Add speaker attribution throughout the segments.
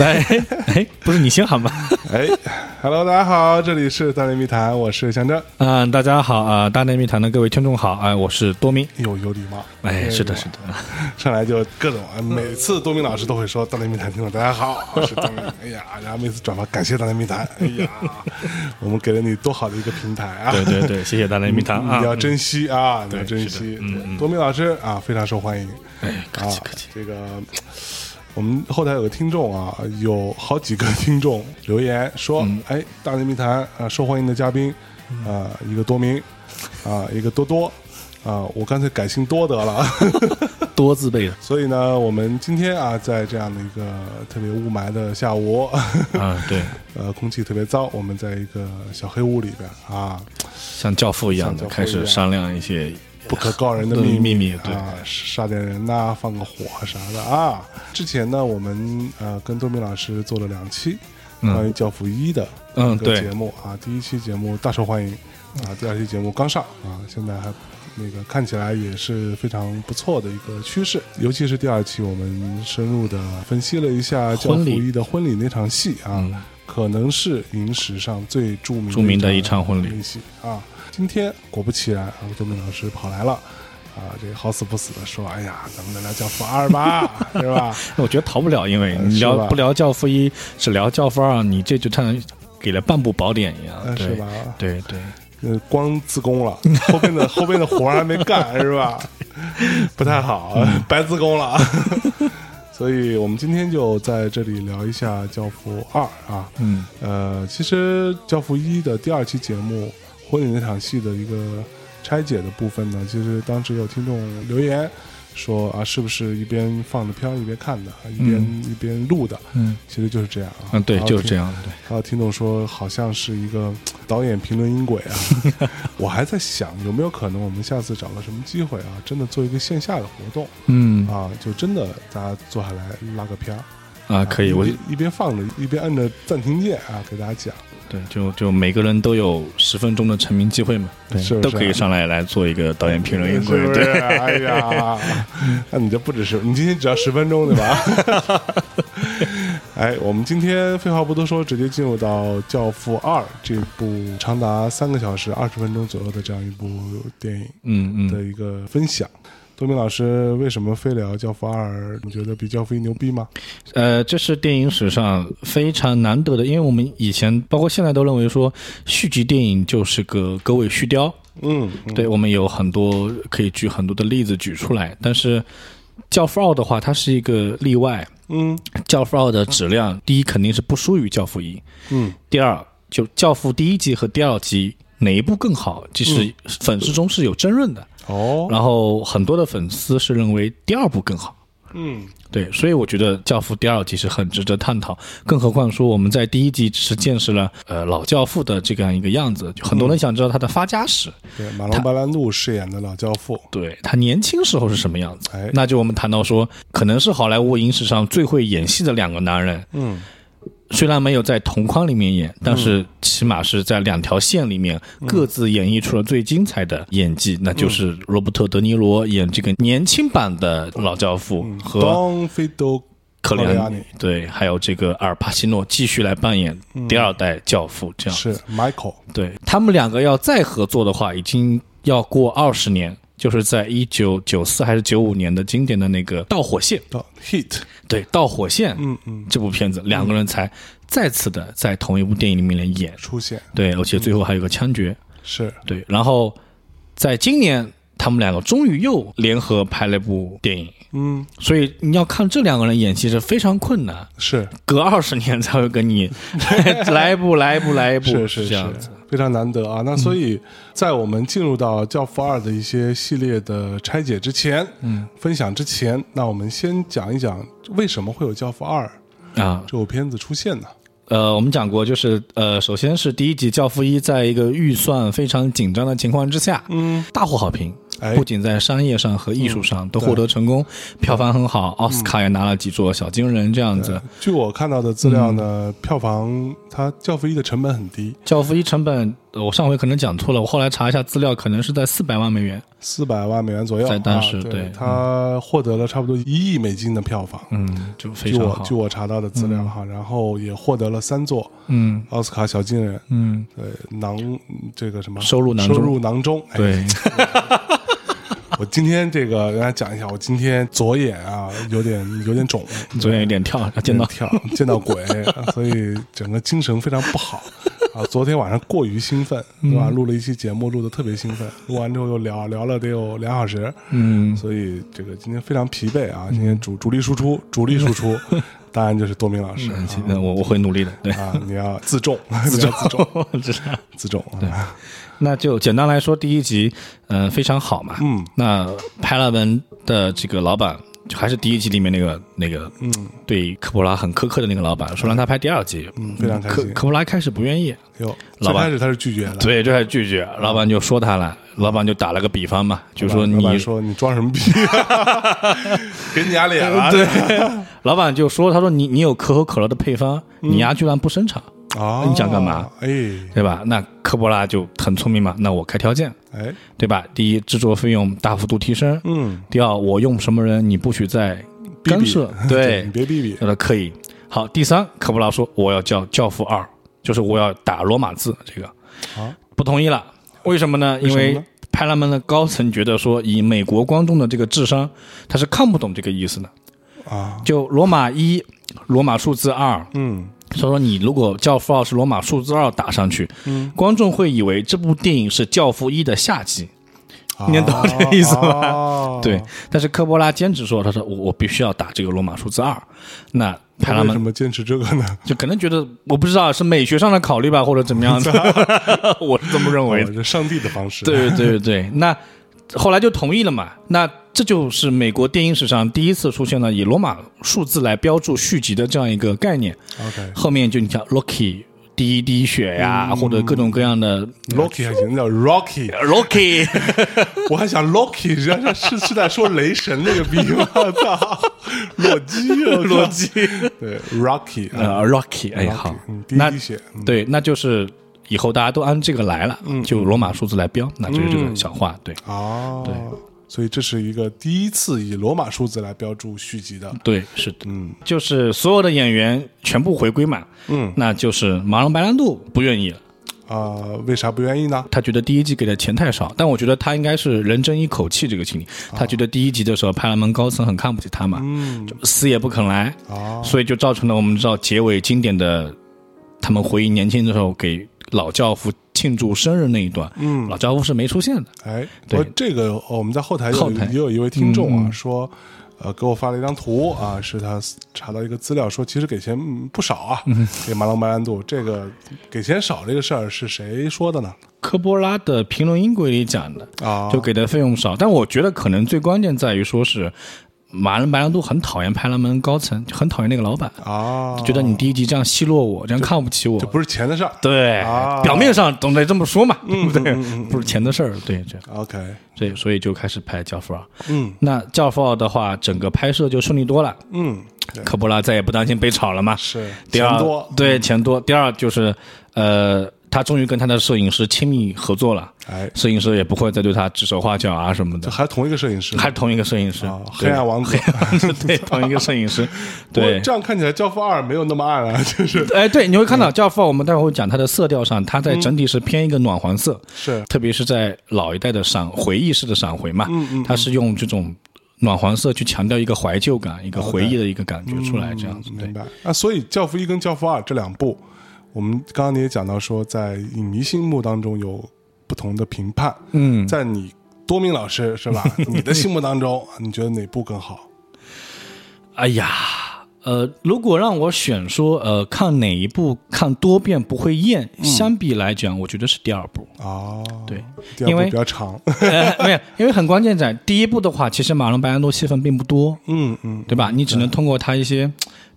Speaker 1: 哎哎，不是你先喊吧？
Speaker 2: 哎，Hello，大家好，这里是大内密谈，我是象征。
Speaker 1: 嗯、大家好啊、大内密谈的各位听众好啊、我是多 明。
Speaker 2: 有有礼貌，
Speaker 1: 哎，是的，
Speaker 2: 有礼
Speaker 1: 是
Speaker 2: 貌
Speaker 1: 的，
Speaker 2: 上来就各种啊，每次多明老师都会说“大内密谈”听众大家好，我是多明。哎呀， 然后每次转发感谢大内密谈，哎 呀，我们给了你多好的一个平台啊！
Speaker 1: 对对对，谢谢大内密谈 啊，
Speaker 2: 你要
Speaker 1: 嗯
Speaker 2: 珍惜啊，你要
Speaker 1: 对
Speaker 2: 珍
Speaker 1: 是的
Speaker 2: 惜。
Speaker 1: 嗯
Speaker 2: 对
Speaker 1: 嗯
Speaker 2: 多明老师啊，非常受欢迎。
Speaker 1: 哎，客
Speaker 2: 啊
Speaker 1: 气客气，，
Speaker 2: 这个我们后台有个听众啊，有好几个听众留言说，哎，大内密谈啊、呃受欢迎的嘉宾啊、一个多明啊、一个多多啊、我干脆改姓多得了。
Speaker 1: 多自备的
Speaker 2: 所以呢，我们今天啊，在这样的一个特别雾霾的下午，
Speaker 1: 啊，对，
Speaker 2: 呃，空气特别糟，我们在一个小黑屋里边啊，
Speaker 1: 像教父一样的
Speaker 2: 像教父
Speaker 1: 开始
Speaker 2: 一样
Speaker 1: 商量一些
Speaker 2: 不可告 人的秘
Speaker 1: 秘密对
Speaker 2: 啊，杀点人呐、放个火啥的啊。之前呢，我们呃跟多明老师做了两期
Speaker 1: 嗯
Speaker 2: 关于《教父一》的
Speaker 1: 嗯
Speaker 2: 一个
Speaker 1: 对
Speaker 2: 节目、啊，第一期节目大受欢迎啊，第二期节目刚上啊，现在还。那个看起来也是非常不错的一个趋势，尤其是第二期，我们深入的分析了一下《教父
Speaker 1: 婚礼
Speaker 2: 一》的婚礼那场戏啊，
Speaker 1: 嗯
Speaker 2: 可能是影史上最著名
Speaker 1: 著名的一场婚礼
Speaker 2: 一起啊。今天果不其然啊，周明老师跑来了啊，这个好死不死的说：“哎呀，咱们聊聊教父二吧， 对吧？
Speaker 1: 我觉得逃不了，因为你
Speaker 2: 是
Speaker 1: 聊
Speaker 2: 吧
Speaker 1: 不聊教父一，只聊教父二，你这就像给了半部宝典一样，
Speaker 2: 嗯
Speaker 1: 对
Speaker 2: 是吧？
Speaker 1: 对对，
Speaker 2: 呃，光自宫了，后边的 后边的活儿还没干，是吧？不太好，
Speaker 1: 嗯
Speaker 2: 白自宫了。 所以我们今天就在这里聊一下教父二啊。
Speaker 1: 嗯
Speaker 2: 呃，其实《教父一》的第二期节目婚礼那场戏的一个拆解的部分呢，其实当时有听众留言说啊，是不是一边放着片儿一边看的，啊一边、一边录的？
Speaker 1: 嗯
Speaker 2: 其实就是这样啊，
Speaker 1: 嗯，对，
Speaker 2: 然后
Speaker 1: 就是
Speaker 2: 听
Speaker 1: 这。样，对。
Speaker 2: 还有听众说，好像是一个导演评论音轨 啊。我还在想，有没有可能我们下次找个什么机会啊，真的做一个线下的活动
Speaker 1: 嗯
Speaker 2: 啊，就真的大家坐下来拉个片儿。
Speaker 1: 啊，可以，
Speaker 2: 一
Speaker 1: 我
Speaker 2: 边一边放着，一边按着暂停键啊，给大家讲。
Speaker 1: 对，就就每个人都有十分钟的成名机会嘛，对，
Speaker 2: 是不是
Speaker 1: 都可以上来来做一个导演评论音
Speaker 2: 是不
Speaker 1: 轨，
Speaker 2: 是？
Speaker 1: 对，
Speaker 2: 哎呀， 那你这不只是你今天只要十分钟对吧？ 哎，我们今天废话不多说，直接进入到《教父二》这部长达三个小时二十分钟左右的这样一部电影
Speaker 1: 嗯
Speaker 2: 的
Speaker 1: 嗯，
Speaker 2: 一个分享。多明老师为什么非聊《教父二》？你觉得比《教父一》牛逼吗？
Speaker 1: 呃，这是电影史上非常难得的，因为我们以前包括现在都认为说续集电影就是个狗尾续貂，
Speaker 2: 嗯，
Speaker 1: 对我们有很多可以举很多的例子举出来，但是《教父二》的话，它是一个例外，
Speaker 2: 嗯
Speaker 1: 《教父二》的质量，第一肯定是不输于《教父一》，
Speaker 2: 嗯，
Speaker 1: 第二，就《教父》第一集和第二集哪一部更好，其实粉丝中是有争论的。
Speaker 2: 嗯哦，
Speaker 1: 然后很多的粉丝是认为第二部更好。
Speaker 2: 嗯
Speaker 1: 对，所以我觉得《教父》第二集是很值得探讨，更何况说我们在第一集只是见识了呃老教父的这样一个样子，就很多人想知道他的发家史，
Speaker 2: 对，马龙白兰度饰演的老教父，
Speaker 1: 对他年轻时候是什么样子。
Speaker 2: 哎，
Speaker 1: 那就我们谈到说，可能是好莱坞影史上最会演戏的两个男人，
Speaker 2: 嗯
Speaker 1: 虽然没有在同框里面演，但是起码是在两条线里面
Speaker 2: 嗯
Speaker 1: 各自演绎出了最精彩的演技，那就是罗伯特·德尼罗演这个年轻版的老教
Speaker 2: 嗯
Speaker 1: 父和
Speaker 2: ，Don Vito
Speaker 1: 克里
Speaker 2: 克里
Speaker 1: 安
Speaker 2: 安
Speaker 1: 尼
Speaker 2: 尼，
Speaker 1: 对，还有这个阿尔帕西诺继续来扮演第二代教父，这样
Speaker 2: 嗯是 Michael。
Speaker 1: 对他们两个要再合作的话，已经要过二十年。就是在一九九四还是九五年的经典的那个《盗火线》，
Speaker 2: 到 hit，
Speaker 1: 对，《盗火线》
Speaker 2: 嗯嗯，
Speaker 1: 这部片子，两个人才再次的在同一部电影里面来演，
Speaker 2: 出现
Speaker 1: 对，而且最后还有个枪决，
Speaker 2: 是
Speaker 1: 对。然后在今年，他们两个终于又联合拍了部电影，
Speaker 2: 嗯
Speaker 1: 所以你要看这两个人演戏是非常困难，
Speaker 2: 是
Speaker 1: 隔二十年才会跟你 来一部来一部来一部，
Speaker 2: 是
Speaker 1: 是
Speaker 2: 是
Speaker 1: 这样子。，嗯
Speaker 2: 非常难得啊。那所以在我们进入到《教父二》的一些系列的拆解之前，嗯，分享之前，那我们先讲一讲为什么会有《教父二》
Speaker 1: 啊，
Speaker 2: 这部片子出现呢？
Speaker 1: 呃，我们讲过，就是呃，首先是第一集《教父一》在一个预算非常紧张的情况之下，
Speaker 2: 嗯，
Speaker 1: 大获好评，
Speaker 2: 哎嗯
Speaker 1: 不仅在商业上和艺术上都获得成功，票房很好，奥斯卡也拿了几座小金人这样子。
Speaker 2: 据我看到的资料呢，
Speaker 1: 嗯
Speaker 2: 票房它《教父一》的成本很低，
Speaker 1: 教父一成本，呃我上回可能讲错了，我后来查一下资料，可能是在四百万美元。
Speaker 2: 四百万美元左右，
Speaker 1: 在当时
Speaker 2: 啊、
Speaker 1: 对
Speaker 2: 对
Speaker 1: 嗯
Speaker 2: 它获得了差不多一亿美金的票房。
Speaker 1: 嗯，就非
Speaker 2: 据
Speaker 1: 常
Speaker 2: 我
Speaker 1: 好
Speaker 2: 据。我查到的资料哈，然后也获得了三座
Speaker 1: 嗯
Speaker 2: 奥斯卡小金人，
Speaker 1: 嗯，
Speaker 2: 对囊这个什么
Speaker 1: 收入囊中
Speaker 2: 收入囊中。哎
Speaker 1: 对，
Speaker 2: 我今天这个跟大家讲一下，我今天左眼啊有点有点肿，
Speaker 1: 左眼有点跳，见到
Speaker 2: 跳啊见到鬼，所以整个精神非常不好啊。昨天晚上过于兴奋，对
Speaker 1: 嗯
Speaker 2: 吧？录了一期节目，录的特别兴奋，录完之后又聊聊了得有两小时，
Speaker 1: 嗯，
Speaker 2: 所以这个今天非常疲惫啊。今天主主力输出，主力输 出，当然就是多明老师啊
Speaker 1: 那 我我会努力的。对，
Speaker 2: 啊，你要自重，自重，自重，
Speaker 1: 我 知道。
Speaker 2: 自重啊，
Speaker 1: 那就简单来说，第一集，嗯、非常好嘛。
Speaker 2: 嗯
Speaker 1: 那派拉文的这个老板，就还是第一集里面那个那个，嗯，对科波拉很苛刻的那个老板，说让他拍第二集，
Speaker 2: 嗯，非常开
Speaker 1: 科
Speaker 2: 心。
Speaker 1: 科波拉开始不愿意，
Speaker 2: 哟，
Speaker 1: 老
Speaker 2: 最
Speaker 1: 板
Speaker 2: 开始他是拒绝的，
Speaker 1: 对，这还拒绝，老板就说他了，老板就打了个比方嘛，就说
Speaker 2: 老板
Speaker 1: 你，
Speaker 2: 说你装什么 逼，给你俩脸了，
Speaker 1: 对，老板就说，他说你你有可口可乐的配方，
Speaker 2: 嗯
Speaker 1: 你丫居然不生产，
Speaker 2: 啊，
Speaker 1: 你想干嘛？
Speaker 2: 哎
Speaker 1: 对吧？那科波拉就很聪明嘛，那我开条件，
Speaker 2: 哎，
Speaker 1: 对吧？第一，制作费用大幅度提升，
Speaker 2: 嗯，
Speaker 1: 第二，我用什么人，你不许再
Speaker 2: 逼
Speaker 1: 干
Speaker 2: 逼
Speaker 1: 涉，
Speaker 2: 你别逼逼
Speaker 1: 他说可以。好，第三，科布拉说我要叫《教父二》，就是我要打罗马字，这个
Speaker 2: 啊，
Speaker 1: 不同意了。为什么呢？因
Speaker 2: 什么呢
Speaker 1: 为派拉蒙的高层觉得说，以美国观众的这个智商，他是看不懂这个意思的。
Speaker 2: 啊，
Speaker 1: 就罗马一，罗马数字二，
Speaker 2: 嗯
Speaker 1: 所以说你如果《教父二》是罗马数字二打上去，
Speaker 2: 嗯，
Speaker 1: 观众会以为这部电影是《教父一》的下集。
Speaker 2: 啊
Speaker 1: 你能懂这个意思吗
Speaker 2: 啊
Speaker 1: 对，但是科波拉坚持说，他说我我必须要打这个罗马数字二。那派
Speaker 2: 他
Speaker 1: 拉
Speaker 2: 为
Speaker 1: 蒙
Speaker 2: 什么坚持这个呢？
Speaker 1: 就可能觉得我不知道是美学上的考虑吧，或者怎么 样的， 我是这么认为
Speaker 2: 哦
Speaker 1: 的。
Speaker 2: 这上帝的方式，
Speaker 1: 对对对，那后来就同意了嘛。那这就是美国电影史上第一次出现了以罗马数字来标注续集的这样一个概念。
Speaker 2: ，OK。
Speaker 1: 后面就你像 Rocky 第一滴血
Speaker 2: 嗯
Speaker 1: 呀、或者各种各样的
Speaker 2: Loki 还行，叫 Rocky，
Speaker 1: Rocky，
Speaker 2: 我还想 Loki 人家是是在说雷神那个逼 吗？我操，洛基，啊
Speaker 1: 洛，基，
Speaker 2: 对 Rocky 啊，
Speaker 1: 呃，Rocky，哎，好
Speaker 2: Rocky，嗯，第
Speaker 1: 那
Speaker 2: 一血，嗯
Speaker 1: 对，那就是以后大家都按这个来了，就罗马数字来标，那就是这个小话，对。
Speaker 2: 哦，所以这是一个第一次以罗马数字来标注续集的，
Speaker 1: 对，是的，嗯，就是所有的演员全部回归嘛，
Speaker 2: 嗯
Speaker 1: 那就是马龙白兰度不愿意了，
Speaker 2: 啊，为啥不愿意呢？
Speaker 1: 他觉得第一季给的钱太少，但我觉得他应该是人争一口气这个心理，他觉得第一集的时候派拉蒙高层很看不起他嘛，
Speaker 2: 啊嗯，
Speaker 1: 就死也不肯来，
Speaker 2: 啊，
Speaker 1: 所以就造成了我们知道结尾经典的他们回忆年轻的时候给老教父庆祝生日那一段，
Speaker 2: 嗯，
Speaker 1: 老教父是没出现的，
Speaker 2: 哎，
Speaker 1: 对
Speaker 2: 我这个哦我们在后台
Speaker 1: 后
Speaker 2: 有
Speaker 1: 台
Speaker 2: 也有一位听众
Speaker 1: 嗯
Speaker 2: 啊
Speaker 1: 嗯
Speaker 2: 说，呃，给我发了一张图啊，是他查到一个资料说，其实给钱嗯不少啊，给马龙白兰度这个给钱少这个事儿是谁说的呢？
Speaker 1: 科波拉的评论音轨里讲的，
Speaker 2: 啊，
Speaker 1: 就给的费用少。但我觉得可能最关键在于说是马人白兰度很讨厌派拉蒙高层，就很讨厌那个老板，
Speaker 2: 啊，
Speaker 1: 觉得你第一集这样奚落我，这样看不起我
Speaker 2: 这。不是钱的事儿，
Speaker 1: 对，
Speaker 2: 啊嗯
Speaker 1: 表面上总得这么说嘛，对不对？不是钱的事儿，对，这样，
Speaker 2: ，OK，
Speaker 1: 对，所以就开始拍《教父二》。
Speaker 2: 嗯
Speaker 1: 那《教父二》的话，整个拍摄就顺利多了，
Speaker 2: 嗯，对，
Speaker 1: 科波拉再也不担心被炒了嘛。
Speaker 2: 是
Speaker 1: 第二
Speaker 2: 钱多，
Speaker 1: 对钱多。第二就是，呃，他终于跟他的摄影师亲密合作了，
Speaker 2: 哎，
Speaker 1: 摄影师也不会再对他指手画脚啊什么的
Speaker 2: 这。还同一个摄影师
Speaker 1: 还是同一个摄影师，
Speaker 2: 啊，黑
Speaker 1: 对
Speaker 2: 暗王子，
Speaker 1: 对，同一个摄影师，
Speaker 2: 我
Speaker 1: 对。
Speaker 2: 这样看起来《教父二》没有那么暗啊，就是
Speaker 1: 哎，对，你会看到《教父》，我们待会儿会讲它的色调上，它
Speaker 2: 嗯
Speaker 1: 在整体是偏一个暖黄色，
Speaker 2: 是
Speaker 1: 特别是在老一代的闪回忆式的闪回嘛，
Speaker 2: 嗯
Speaker 1: 它是用这种暖黄色去强调一个怀旧感、一个回忆的一个感觉出来，这样子。对
Speaker 2: 明，白啊。所以《教父一》跟《教父二》这两部，我们刚刚你也讲到说，在影迷心目当中有不同的评判，
Speaker 1: 嗯，
Speaker 2: 在你多明老 啊师是吧？你的心目当中，你觉得哪部更好？
Speaker 1: 哎呀，呃，如果让我选说，呃，看哪一部看多遍不会厌，相比来讲，我觉得是第二部。
Speaker 2: 嗯哦，
Speaker 1: 对，
Speaker 2: 第二
Speaker 1: 因
Speaker 2: 部
Speaker 1: 为
Speaker 2: 比较长，
Speaker 1: 呃，没有，因为很关键在第一部的话，其实马龙白兰度戏份并不多，
Speaker 2: 嗯嗯，
Speaker 1: 对吧？你只能通过他一些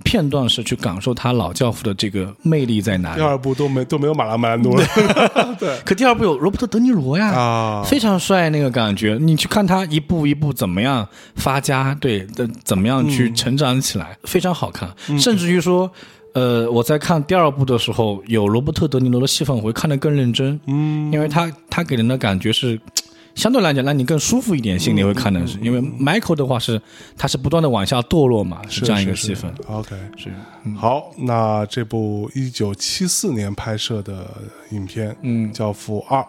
Speaker 1: 片段式去感受他老教父的这个魅力在哪
Speaker 2: 第
Speaker 1: 里。
Speaker 2: 二部都没都没有马拉曼多了
Speaker 1: 可第二部有罗伯特·德尼罗呀，
Speaker 2: 啊，
Speaker 1: 非常帅那个感觉。你去看他一步一步怎么样发家，对，呃怎么样去成长起来，嗯非常好看。甚至于说，呃，我在看第二部的时候，有罗伯特·德尼罗的戏份，我会看得更认真，
Speaker 2: 嗯
Speaker 1: 因为他他给人的感觉是。相对来讲，让你更舒服一点，心里会看的是，因为 Michael 的话是，他是不断的往下堕落嘛，嗯是这样一个戏份。
Speaker 2: 哦，OK，
Speaker 1: 是，
Speaker 2: 好，那这部一九七四年拍摄的影片，
Speaker 1: 嗯
Speaker 2: 叫《父二》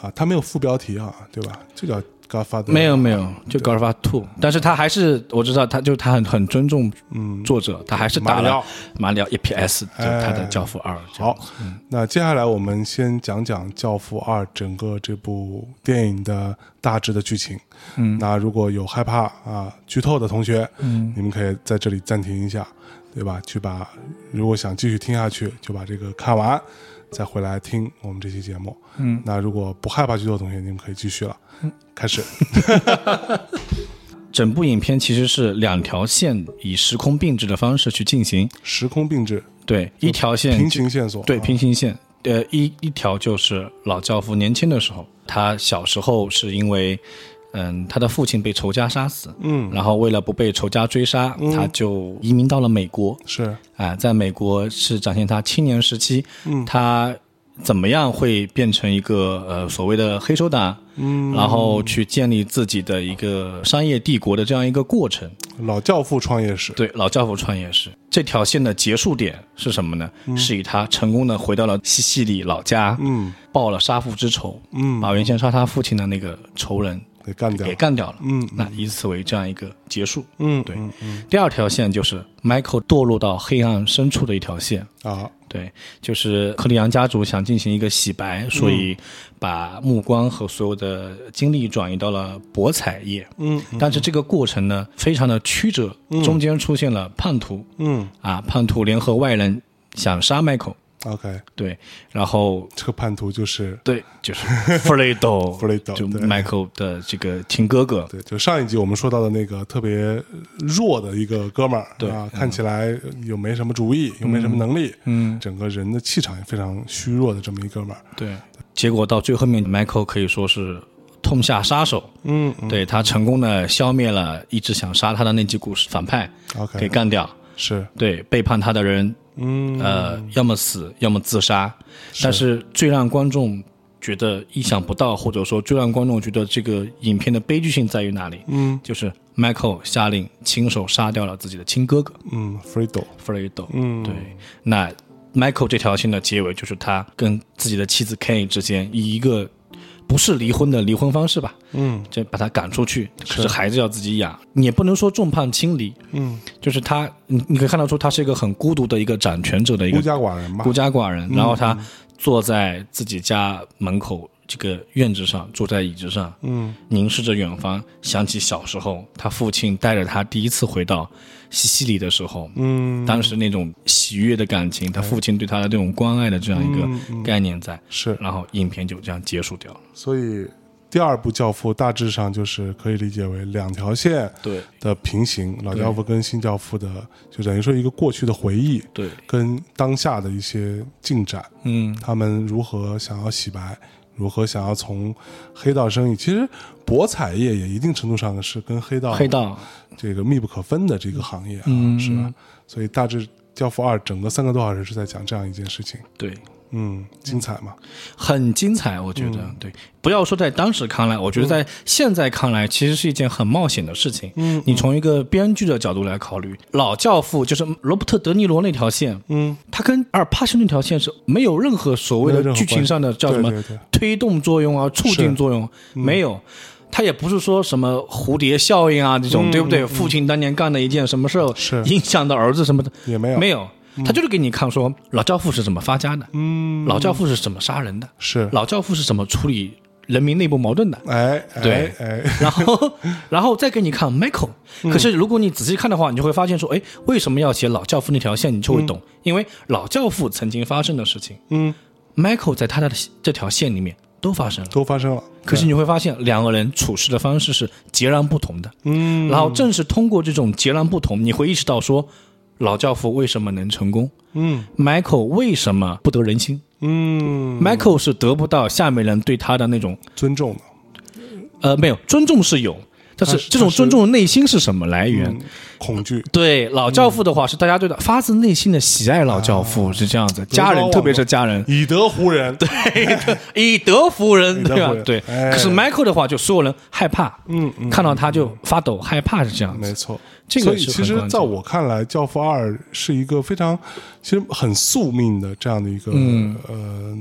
Speaker 2: 啊，它没有副标题啊，对吧？就叫《Godfather》，
Speaker 1: 没有没有，就 g o d f a Two，但是他还是我知道，他就他很很尊重
Speaker 2: 嗯，
Speaker 1: 作者，他还是
Speaker 2: 马
Speaker 1: 打
Speaker 2: 里
Speaker 1: 了
Speaker 2: 奥。
Speaker 1: 马里奥 EPS 就
Speaker 2: 哎
Speaker 1: 他的《教父二》这样
Speaker 2: 好，那接下来我们先讲讲《教父二》整个这部电影的大致的剧情。
Speaker 1: 嗯
Speaker 2: 那如果有害怕啊剧透的同学，
Speaker 1: 嗯，
Speaker 2: 你们可以在这里暂停一下，对吧？去把如果想继续听下去，就把这个看完，再回来听我们这期节目。
Speaker 1: 嗯，
Speaker 2: 那如果不害怕剧透的同学，你们可以继续了。开始，
Speaker 1: 整部影片其实是两条线以时空并置的方式去进行，
Speaker 2: 时空并置，
Speaker 1: 对，一条线
Speaker 2: 平行线索，
Speaker 1: 对
Speaker 2: 啊
Speaker 1: 平行线，呃，一一条就是老教父年轻的时候，他小时候是因为，嗯，他的父亲被仇家杀死，
Speaker 2: 嗯，
Speaker 1: 然后为了不被仇家追杀，他就移民到了美国，
Speaker 2: 是，
Speaker 1: 啊、在美国是展现他青年时期，
Speaker 2: 嗯
Speaker 1: 他怎么样会变成一个呃所谓的黑手党，
Speaker 2: 嗯，
Speaker 1: 然后去建立自己的一个商业帝国的这样一个过程。
Speaker 2: 老教父创业史，
Speaker 1: 对，老教父创业史这条线的结束点是什么呢？是以他成功的回到了西西里老家，
Speaker 2: 嗯
Speaker 1: 报了杀父之仇，
Speaker 2: 嗯，
Speaker 1: 把原先杀他父亲的那个仇人
Speaker 2: 给干掉
Speaker 1: 给，干掉了。
Speaker 2: 嗯
Speaker 1: 那以此为这样一个结束。
Speaker 2: 嗯，
Speaker 1: 对
Speaker 2: 嗯嗯
Speaker 1: 第二条线就是 Michael 堕落到黑暗深处的一条线。
Speaker 2: 啊，
Speaker 1: 对，就是克里昂家族想进行一个洗白，所以
Speaker 2: 嗯
Speaker 1: 把目光和所有的精力转移到了博彩业。
Speaker 2: 嗯
Speaker 1: 但是这个过程呢，非常的曲折，中间出现了叛徒
Speaker 2: 嗯
Speaker 1: 啊，叛徒联合外人想杀 Michael，
Speaker 2: ，OK，
Speaker 1: 对，然后
Speaker 2: 这个叛徒就是
Speaker 1: 对，就是弗雷 斗，
Speaker 2: 弗雷斗
Speaker 1: 就
Speaker 2: 对
Speaker 1: Michael 的这个亲哥哥，
Speaker 2: 对，就上一集我们说到的那个特别弱的一个哥们儿，
Speaker 1: 对
Speaker 2: 啊，看起来又没什么主意，又没什么能力，
Speaker 1: 嗯，
Speaker 2: 整个人的气场也非常虚弱的这么一哥们儿，
Speaker 1: 对，结果到最后面，Michael 可以说是痛下杀手，
Speaker 2: 嗯
Speaker 1: 对他成功的消灭了一直想杀他的那几股反派，给
Speaker 2: ，OK，
Speaker 1: 干掉。
Speaker 2: 是，
Speaker 1: 对，背叛他的人，
Speaker 2: 嗯
Speaker 1: 呃，要么死，要么自杀。但是最让观众觉得意想不到，或者说最让观众觉得这个影片的悲剧性在于哪里？
Speaker 2: 嗯
Speaker 1: 就是 Michael 下令亲手杀掉了自己的亲哥哥
Speaker 2: 嗯，Fredo，
Speaker 1: 弗雷斗。
Speaker 2: 嗯，
Speaker 1: 对，那 Michael 这条线的结尾就是他跟自己的妻子 K 之间以一个不是离婚的离婚方式吧，
Speaker 2: 嗯
Speaker 1: 就把他赶出去，可是孩子要自己养，你也不能说众叛亲离，
Speaker 2: 嗯，
Speaker 1: 就是他，你你可以看得出他是一个很孤独的一个掌权者的一
Speaker 2: 孤
Speaker 1: 个
Speaker 2: 家寡人嘛
Speaker 1: 孤，家寡人，嗯然后他坐在自己家门口这个院子上，坐在椅子上，
Speaker 2: 嗯
Speaker 1: 凝视着远方，想起小时候他父亲带着他第一次回到西西里的时候，
Speaker 2: 嗯，
Speaker 1: 当时那种喜悦的感情，他父亲对他的这种关爱的这样一
Speaker 2: 嗯
Speaker 1: 个概念在，
Speaker 2: 是，
Speaker 1: 然后影片就这样结束掉了。
Speaker 2: 所以第二部《教父》大致上就是可以理解为两条线
Speaker 1: 对
Speaker 2: 的平行，老教父跟新教父的，就等于说一个过去的回忆
Speaker 1: 对，
Speaker 2: 跟当下的一些进展。
Speaker 1: 嗯
Speaker 2: 他们如何想要洗白，如何想要从黑道生意，其实博彩业也一定程度上是跟黑道
Speaker 1: 黑道
Speaker 2: 这个密不可分的这个行业啊，
Speaker 1: 嗯
Speaker 2: 是吧？所以大致《教父二》整个三个多小时是在讲这样一件事情，
Speaker 1: 对。
Speaker 2: 嗯，精彩嘛，
Speaker 1: 很精彩，我觉得、
Speaker 2: 嗯
Speaker 1: 对。不要说在当时看来，我觉得在现在看来，其实是一件很冒险的事情。
Speaker 2: 嗯，
Speaker 1: 你从一个编剧的角度来考虑，老教父就是罗伯特·德尼罗那条线，
Speaker 2: 嗯，
Speaker 1: 他跟阿尔帕西诺那条线是没有任何所谓
Speaker 2: 没有任何
Speaker 1: 的剧情上的叫什么
Speaker 2: 对嗯对对
Speaker 1: 推动作用啊、促进作用，没有。他也不是说什么蝴蝶效应啊这种，对不对？父亲当年干的一件什么事儿，
Speaker 2: 嗯是
Speaker 1: 影响到儿子什么的，
Speaker 2: 也没有，
Speaker 1: 没有。他就是给你看说老教父是怎么发家的，
Speaker 2: 嗯，
Speaker 1: 老教父是怎么杀人的，
Speaker 2: 是
Speaker 1: 老教父是怎么处理人民内部矛盾的。
Speaker 2: 哎，哎
Speaker 1: 对
Speaker 2: 哎，
Speaker 1: 然后，然后再给你看 Michael。可
Speaker 2: 嗯
Speaker 1: 是如果你仔细看的话，你就会发现说，哎，为什么要写老教父那条线？你就会懂，因为老教父曾经发生的事情
Speaker 2: 嗯，
Speaker 1: ，Michael 在他的这条线里面都发生了。
Speaker 2: 都发生了。
Speaker 1: 可是你会发现，两个人处事的方式是截然不同的。
Speaker 2: 嗯，
Speaker 1: 然后正是通过这种截然不同，你会意识到说，老教父为什么能成功
Speaker 2: 嗯
Speaker 1: ，Michael 为什么不得人心、
Speaker 2: 嗯，
Speaker 1: m i c h a e l 是得不到下面人对他的那种
Speaker 2: 尊重的。
Speaker 1: 呃没有尊重是有，但
Speaker 2: 他
Speaker 1: 是
Speaker 2: 是
Speaker 1: 这种
Speaker 2: 他是
Speaker 1: 尊重的内心是什么来源？
Speaker 2: 嗯，恐惧，
Speaker 1: 对老教父的话是大家对的发自内心的喜爱老教父、
Speaker 2: 啊
Speaker 1: 是这样子，家人
Speaker 2: 往
Speaker 1: 特别是家 人
Speaker 2: 以德服人。对，
Speaker 1: 以德服人，
Speaker 2: 以德
Speaker 1: 对吧
Speaker 2: 服人？
Speaker 1: 对。
Speaker 2: 哎
Speaker 1: 可是 Michael 的话，就所有人害怕，
Speaker 2: 嗯嗯，
Speaker 1: 看到他就发抖，害怕是这样
Speaker 2: 没
Speaker 1: 子。
Speaker 2: 错。
Speaker 1: 这个
Speaker 2: 所以
Speaker 1: 是
Speaker 2: 其
Speaker 1: 很
Speaker 2: 实
Speaker 1: 关，
Speaker 2: 在
Speaker 1: 键
Speaker 2: 我看来，《教父二》是一个非常其实很宿命的这样的一个、呃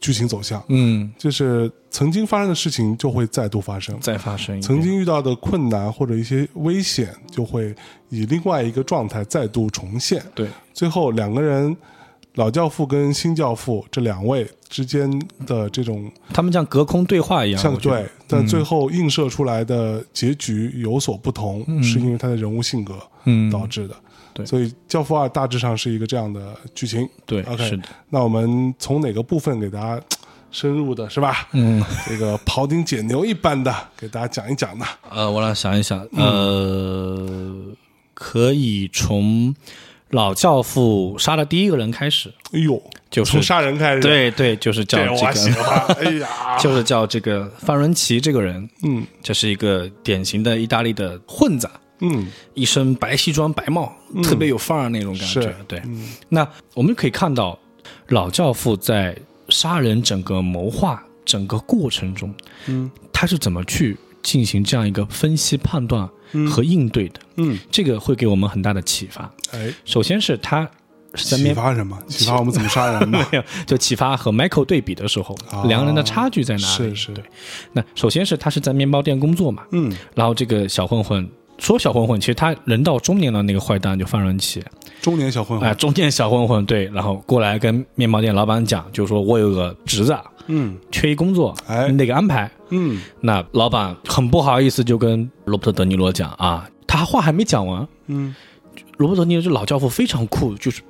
Speaker 2: 剧情走向，
Speaker 1: 嗯，
Speaker 2: 就是曾经发生的事情就会再度发生。
Speaker 1: 再发生一遍
Speaker 2: 曾经遇到的困难或者一些危险，就会以另外一个状态再度重现。
Speaker 1: 对
Speaker 2: 最后两个人，老教父跟新教父这两位之间的这种
Speaker 1: 他们像隔空对话一样，
Speaker 2: 像
Speaker 1: 啊我觉得嗯
Speaker 2: 对，但最后映射出来的结局有所不同，是因为他的人物性格
Speaker 1: 嗯
Speaker 2: 导致的。
Speaker 1: 对
Speaker 2: 所以《教父二》大致上是一个这样的剧情。
Speaker 1: 对
Speaker 2: OK，
Speaker 1: 是的，
Speaker 2: 那我们从哪个部分给大家深入的是吧？
Speaker 1: 嗯，
Speaker 2: 这个庖丁解牛一般的给大家讲一讲呢？
Speaker 1: 呃，我来想一想，
Speaker 2: 嗯
Speaker 1: 呃，可以从老教父杀的第一个人开始，
Speaker 2: 哎呦，
Speaker 1: 就是
Speaker 2: 从杀人开始，，
Speaker 1: 对对，就是叫
Speaker 2: 这
Speaker 1: 这
Speaker 2: 我喜
Speaker 1: 个，
Speaker 2: 欢。哎呀，
Speaker 1: 就是叫这个范伦奇这个人，
Speaker 2: 嗯
Speaker 1: 这是一个典型的意大利的混杂，
Speaker 2: 嗯
Speaker 1: 一身白西装白帽，特别有范儿那种感觉
Speaker 2: 是。
Speaker 1: 对，
Speaker 2: 嗯
Speaker 1: 那我们可以看到，老教父在杀人整个谋划整个过程中，
Speaker 2: 嗯
Speaker 1: 他是怎么去进行这样一个分析、判断和应对的？
Speaker 2: 嗯，
Speaker 1: 这个会给我们很大的启发。
Speaker 2: 哎，
Speaker 1: 首先是他身
Speaker 2: 启
Speaker 1: 边
Speaker 2: 发什 么？启发我们怎么杀人吧？
Speaker 1: 没有，就启发和 Michael 对比的时候，
Speaker 2: 哦
Speaker 1: 两个人的差距在哪里？
Speaker 2: 是 是
Speaker 1: 对。那首先是他是在面包店工作嘛，
Speaker 2: 嗯
Speaker 1: 然后这个小混混说小混混，其实他人到中年的那个坏蛋就范润奇，
Speaker 2: 中年小混
Speaker 1: 哎、
Speaker 2: 混，
Speaker 1: 中年小混混对，然后过来跟面包店老板讲，就说我有个侄子啊
Speaker 2: 嗯
Speaker 1: 缺一工作，
Speaker 2: 哎
Speaker 1: 你得给安排。
Speaker 2: 嗯
Speaker 1: 那老板很不好意思，就跟罗伯特·德尼罗讲啊，他话还没讲完，
Speaker 2: 嗯，
Speaker 1: 罗伯特·德尼罗这老教父非常酷，就是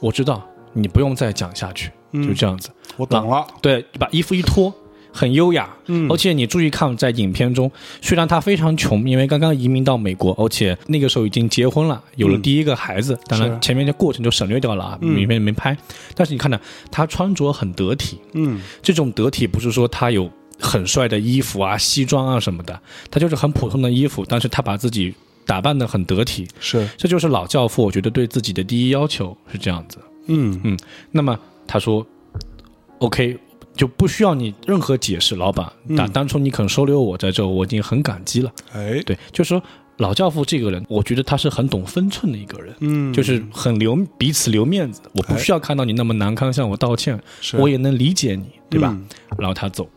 Speaker 1: 我知道你不用再讲下去，就
Speaker 2: 嗯
Speaker 1: 这样子。
Speaker 2: 我懂了。
Speaker 1: 对，把衣服一脱，很优雅。嗯，而且你注意看，在影片中，虽然他非常穷，因为刚刚移民到美国，而且那个时候已经结婚了，有了第一个孩子。当
Speaker 2: 是
Speaker 1: 然，前面的过程就省略掉了啊，影片没拍。但是你看呢，他穿着很得体，
Speaker 2: 嗯，
Speaker 1: 这种得体不是说他有。很帅的衣服啊，西装啊什么的，他就是很普通的衣服，但是他把自己打扮的很得体，
Speaker 2: 是，
Speaker 1: 这就是老教父，我觉得对自己的第一要求是这样子。
Speaker 2: 嗯
Speaker 1: 那么他说，OK，就不需要你任何解释，老板，
Speaker 2: 嗯
Speaker 1: 那当初你肯收留我在这，我已经很感激了。
Speaker 2: 哎，
Speaker 1: 对，就是说老教父这个人，我觉得他是很懂分寸的一个人，
Speaker 2: 嗯，哎
Speaker 1: 就是很留彼此留面子，我不需要看到你那么难堪向我道歉，
Speaker 2: 是
Speaker 1: 我也能理解你，对吧？
Speaker 2: 嗯
Speaker 1: 然后他走，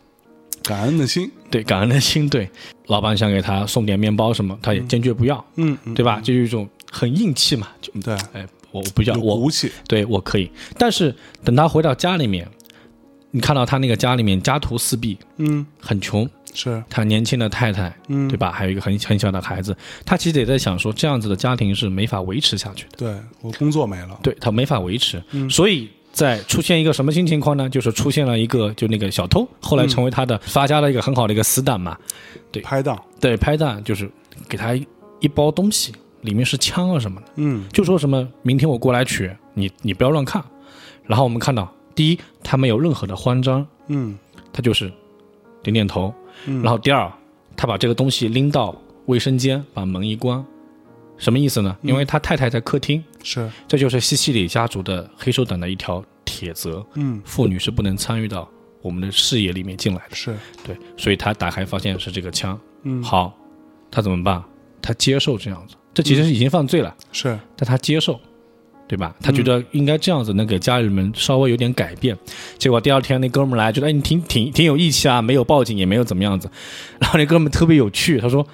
Speaker 2: 感恩的心，
Speaker 1: 对，感恩的心，对，老板想给他送点面包什么，他也坚决不要，
Speaker 2: 嗯，嗯
Speaker 1: 对吧？这就是一种很硬气嘛，就
Speaker 2: 对，
Speaker 1: 哎，我我不要，
Speaker 2: 有
Speaker 1: 我
Speaker 2: 骨气，
Speaker 1: 对我可以。但是等他回到家里面，你看到他那个家里面家徒四壁，
Speaker 2: 嗯，
Speaker 1: 很穷，
Speaker 2: 是，
Speaker 1: 他年轻的太太，
Speaker 2: 嗯
Speaker 1: 对吧？还有一个很很小的孩子，他其实也在想说，这样子的家庭是没法维持下去的，
Speaker 2: 对我工作没了，
Speaker 1: 对他没法维持，所以。在出现一个什么新情况呢？就是出现了一个就那个小偷，后来成为他的发家的一个很好的一个死党嘛。对
Speaker 2: 拍档，
Speaker 1: 对，拍档就是给他一一包东西，里面是枪啊什么的。
Speaker 2: 嗯
Speaker 1: 就说什么明天我过来取，你你不要乱看。然后我们看到，第一，他没有任何的慌张，
Speaker 2: 嗯
Speaker 1: 他就是点点头。
Speaker 2: 嗯
Speaker 1: 然后第二，他把这个东西拎到卫生间，把门一关，什么意思呢？
Speaker 2: 嗯
Speaker 1: 因为他太太在客厅，
Speaker 2: 是，
Speaker 1: 这就是西西里家族的黑手党的一条铁则，
Speaker 2: 嗯
Speaker 1: 妇女是不能参与到我们的视野里面进来的。
Speaker 2: 是，
Speaker 1: 对，所以他打开发现是这个枪。
Speaker 2: 嗯
Speaker 1: 好，他怎么办？他接受这样子，这其实是已经犯罪了。
Speaker 2: 是，
Speaker 1: 但他接受，对吧？
Speaker 2: 嗯
Speaker 1: 他觉得应该这样子，能给家里人稍微有点改变。结果第二天那哥们儿来，觉得哎，你挺挺挺有义气啊，没有报警，也没有怎么样子。 然后那哥们儿特别有趣，他说：“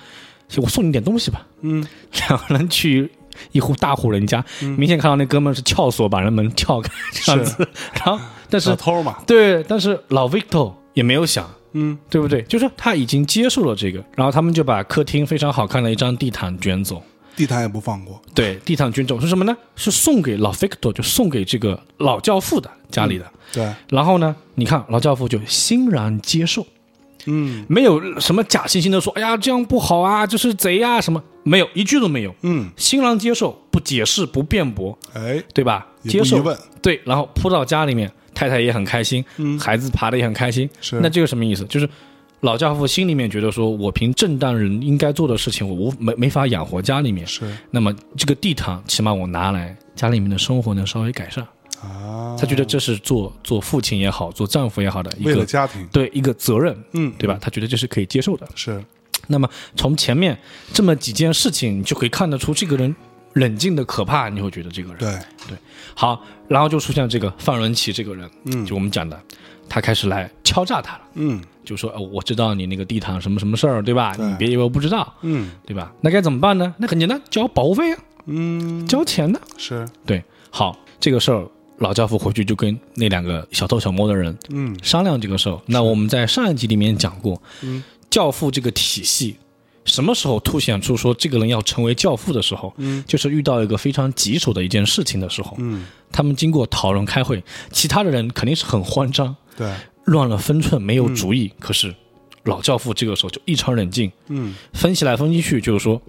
Speaker 1: 我送你点东西吧。
Speaker 2: 嗯”
Speaker 1: 两个人去一户大户人家，明显看到那哥们儿是撬锁把人门 撬开这样子。然后，但
Speaker 2: 小
Speaker 1: 是
Speaker 2: 偷嘛，
Speaker 1: 对，但是老 Victor 也没有想，
Speaker 2: 嗯，
Speaker 1: 对不对？就是他已经接受了这个，然后他们就把客厅非常好看的一张地毯卷走。
Speaker 2: 地毯也不放过，
Speaker 1: 对，地毯卷走是什么呢？是送给老 Victor，就送给这个老教父的家里的。
Speaker 2: 对，
Speaker 1: 然后呢，你看老教父就欣然接受，
Speaker 2: 嗯
Speaker 1: 没有什么假惺惺的说，哎呀这样不好啊，这是贼啊什么，没有一句都没有，
Speaker 2: 嗯，
Speaker 1: 欣然接受，不解释，不辩驳，
Speaker 2: 哎，
Speaker 1: 对吧？
Speaker 2: 也
Speaker 1: 接
Speaker 2: 不疑
Speaker 1: 受，
Speaker 2: 问，
Speaker 1: 对，然后扑到家里面，太太也很开心，
Speaker 2: 嗯
Speaker 1: 孩子爬的也很开心。
Speaker 2: 是
Speaker 1: 那这个什么意思？就是老教父心里面觉得说，我凭正当人应该做的事情，我无没没法养活家里面。
Speaker 2: 是
Speaker 1: 那么这个地毯起码我拿来，家里面的生活能稍微改善。
Speaker 2: 啊，
Speaker 1: 他觉得这是做做父亲也好，做丈夫也好的一
Speaker 2: 为了
Speaker 1: 个
Speaker 2: 家庭，
Speaker 1: 对一个责任，
Speaker 2: 嗯，
Speaker 1: 对吧？他觉得这是可以接受的。
Speaker 2: 是，
Speaker 1: 那么从前面这么几件事情，你就可以看得出这个人冷静的可怕，你会觉得这个人。
Speaker 2: 对，
Speaker 1: 好，然后就出现这个范伦奇这个人，
Speaker 2: 嗯
Speaker 1: 就我们讲的，他开始来敲诈他了，
Speaker 2: 嗯
Speaker 1: 就说、哦、我知道你那个地毯什么什么事儿，对吧？
Speaker 2: 对
Speaker 1: 你别以为我不知道，
Speaker 2: 嗯
Speaker 1: 对吧？那该怎么办呢？那很简单，交保护费啊，
Speaker 2: 嗯，
Speaker 1: 交钱呢、
Speaker 2: 是，
Speaker 1: 对，好，这个事儿老教父回去就跟那两个小偷小摸的人
Speaker 2: 嗯
Speaker 1: 商量这个事儿。那我们在上一集里面讲过，
Speaker 2: 嗯
Speaker 1: 教父这个体系。什么时候凸显出说这个人要成为教父的时候，
Speaker 2: 嗯
Speaker 1: 就是遇到一个非常棘手的一件事情的时候，
Speaker 2: 嗯，
Speaker 1: 他们经过讨论开会，其他的人肯定是很慌张，
Speaker 2: 对，
Speaker 1: 乱了分寸，没有主意。可是老教父这个时候就异常冷静，
Speaker 2: 嗯
Speaker 1: 分析来分析去，就是说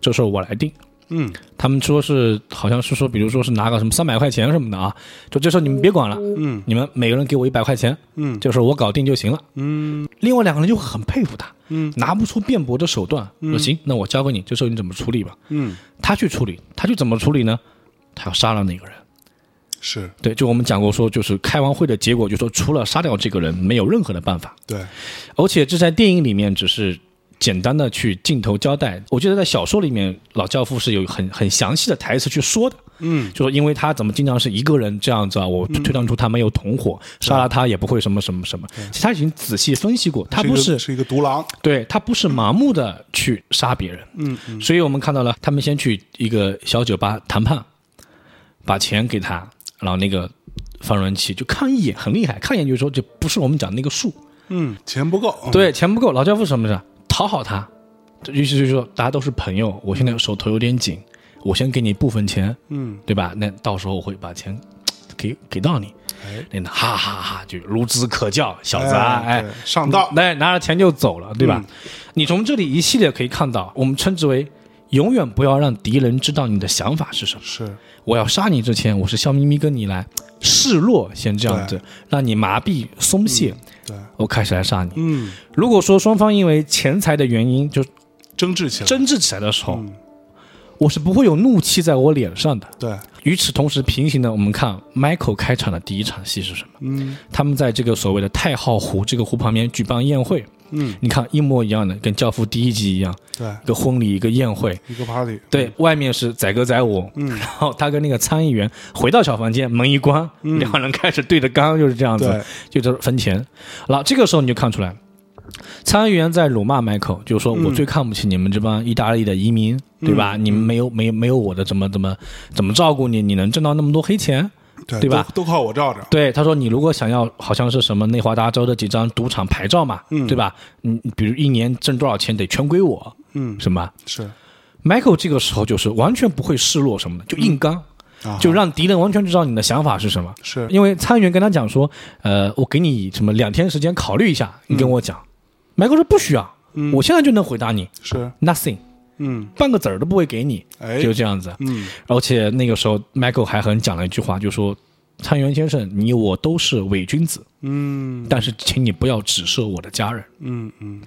Speaker 1: 这事儿我来定。
Speaker 2: 嗯
Speaker 1: 他们说是好像是说，比如说是拿个什么三百块钱什么的啊，就这事儿你们别管了，
Speaker 2: 嗯
Speaker 1: 你们每个人给我一百块钱，
Speaker 2: 嗯
Speaker 1: 这事儿我搞定就行了。
Speaker 2: 嗯
Speaker 1: 另外两个人就很佩服他，
Speaker 2: 嗯
Speaker 1: 拿不出辩驳的手段，说行，那我交给你，这事儿你怎么处理吧？
Speaker 2: 嗯，
Speaker 1: 他去处理，他去怎么处理呢？他要杀了那个人。
Speaker 2: 是
Speaker 1: 对，就我们讲过说，就是开完会的结果，就说除了杀掉这个人，没有任何的办法。
Speaker 2: 对，
Speaker 1: 而且这在电影里面只是简单的去镜头交代，我记得在小说里面，老教父是有很很详细的台词去说的，
Speaker 2: 嗯
Speaker 1: 就说因为他怎么经常是一个人这样子啊，我推断出他没有同伙，
Speaker 2: 嗯
Speaker 1: 杀了他也不会什么什么什么。其实他已经仔细分析过，他
Speaker 2: 一
Speaker 1: 不
Speaker 2: 个
Speaker 1: 是
Speaker 2: 是一个独狼，
Speaker 1: 对他不是盲目的去杀别人，
Speaker 2: 嗯嗯
Speaker 1: 所以我们看到了他们先去一个小酒吧谈判，把钱给他，然后那个方润奇就看一眼，很厉害，看一眼就说这不是我们讲的那个数，
Speaker 2: 嗯，钱不够，嗯，
Speaker 1: 对，钱不够，老教父什么事？讨好他，于是就说大家都是朋友，我现在手头有点紧，我先给你部分钱，
Speaker 2: 嗯
Speaker 1: 对吧？那到时候我会把钱给给到你，
Speaker 2: 哎，
Speaker 1: 那哈哈哈，就孺子可教，小子啊，哎，
Speaker 2: 对嗯上道，
Speaker 1: 那拿了钱就走了，对吧？你从这里一系列可以看到，我们称之为永远不要让敌人知道你的想法是什么。
Speaker 2: 是
Speaker 1: 我要杀你之前，我是笑眯眯跟你来示弱，先这样子，让你麻痹松懈，
Speaker 2: 嗯对，
Speaker 1: 我开始来杀你。
Speaker 2: 嗯，
Speaker 1: 如果说双方因为钱财的原因就
Speaker 2: 争执起来，
Speaker 1: 争执起来的时候，
Speaker 2: 嗯
Speaker 1: 我是不会有怒气在我脸上的。
Speaker 2: 对，
Speaker 1: 与此同时，平行的，我们看 Michael 开场的第一场戏是什么？
Speaker 2: 嗯
Speaker 1: 他们在这个所谓的太浩湖这个湖旁边举办宴会，
Speaker 2: 嗯，
Speaker 1: 你看一模一样的，跟《教父》第一集一样，
Speaker 2: 对，
Speaker 1: 一个婚礼，一个宴会。
Speaker 2: 一个 party，
Speaker 1: 对，外面是载歌载舞，
Speaker 2: 嗯
Speaker 1: 然后他跟那个参议员回到小房间，门一关，两人开始对着刚，就是这样子
Speaker 2: 嗯对，
Speaker 1: 就是分钱。然后这个时候你就看出来，参议员在辱骂 Michael，就是说我最看不起你们这帮意大利的移民，对吧？你们没有没有没有我的怎么怎么怎么照顾你？你能挣到那么多黑钱？
Speaker 2: 对
Speaker 1: 对吧
Speaker 2: 都都靠我罩着，
Speaker 1: 对，他说你如果想要，好像是什么内华达州的几张赌场牌照嘛，对吧？你你比如一年挣多少钱得全归我，
Speaker 2: 嗯，
Speaker 1: 什么
Speaker 2: 是
Speaker 1: ？Michael 这个时候就是完全不会示弱什么的，就硬刚，
Speaker 2: 啊，
Speaker 1: 就让敌人完全知道你的想法是什么。
Speaker 2: 是
Speaker 1: 因为参议员跟他讲说，呃，我给你什么两天时间考虑一下，你跟我
Speaker 2: 嗯
Speaker 1: 讲。Michael 说不需要，我现在就能回答你
Speaker 2: 是，
Speaker 1: nothing，
Speaker 2: 嗯
Speaker 1: 半个子儿都不会给你，
Speaker 2: 哎
Speaker 1: 就这样子。
Speaker 2: 嗯，
Speaker 1: 而且那个时候 Michael 还很讲了一句话，就说：“参议员先生，你我都是伪君子，
Speaker 2: 嗯
Speaker 1: 但是请你不要指涉我的家人。
Speaker 2: 嗯嗯，”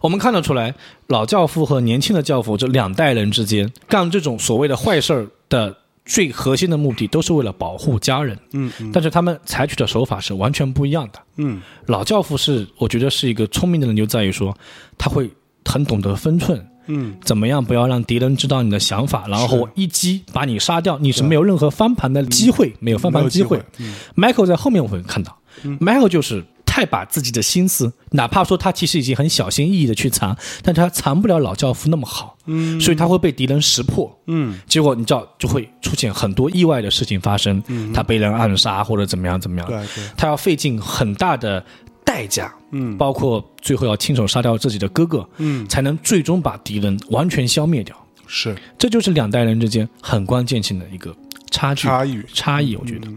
Speaker 1: 我们看得出来，老教父和年轻的教父这两代人之间干这种所谓的坏事儿的最核心的目的，都是为了保护家人。
Speaker 2: 嗯嗯
Speaker 1: 但是他们采取的手法是完全不一样的。
Speaker 2: 嗯，
Speaker 1: 老教父是，我觉得是一个聪明的人，就在于说他会很懂得分寸，
Speaker 2: 嗯，
Speaker 1: 怎么样不要让敌人知道你的想法，然后我一击把你杀掉，你是没有任何翻盘的机会，没有翻
Speaker 2: 没
Speaker 1: 盘
Speaker 2: 有
Speaker 1: 机
Speaker 2: 机
Speaker 1: 会
Speaker 2: 会。，嗯
Speaker 1: Michael 在后面我会看到、m i c h a e l 就是太把自己的心思，哪怕说他其实已经很小心翼翼的去藏，但是他藏不了老教父那么好，
Speaker 2: 嗯
Speaker 1: 所以他会被敌人识破。
Speaker 2: 嗯
Speaker 1: 结果你知道就会出现很多意外的事嗯情发生，他被人暗杀或者怎么样怎么
Speaker 2: 嗯
Speaker 1: 样，
Speaker 2: 对对
Speaker 1: 他要费尽很大的代代价，嗯，包括最后要亲手杀掉自己的哥哥，嗯，才能最终把敌人完全消灭掉。
Speaker 2: 是
Speaker 1: 这就是两代人之间很关键性的一个差嗯距
Speaker 2: 差异
Speaker 1: 差异，我觉得。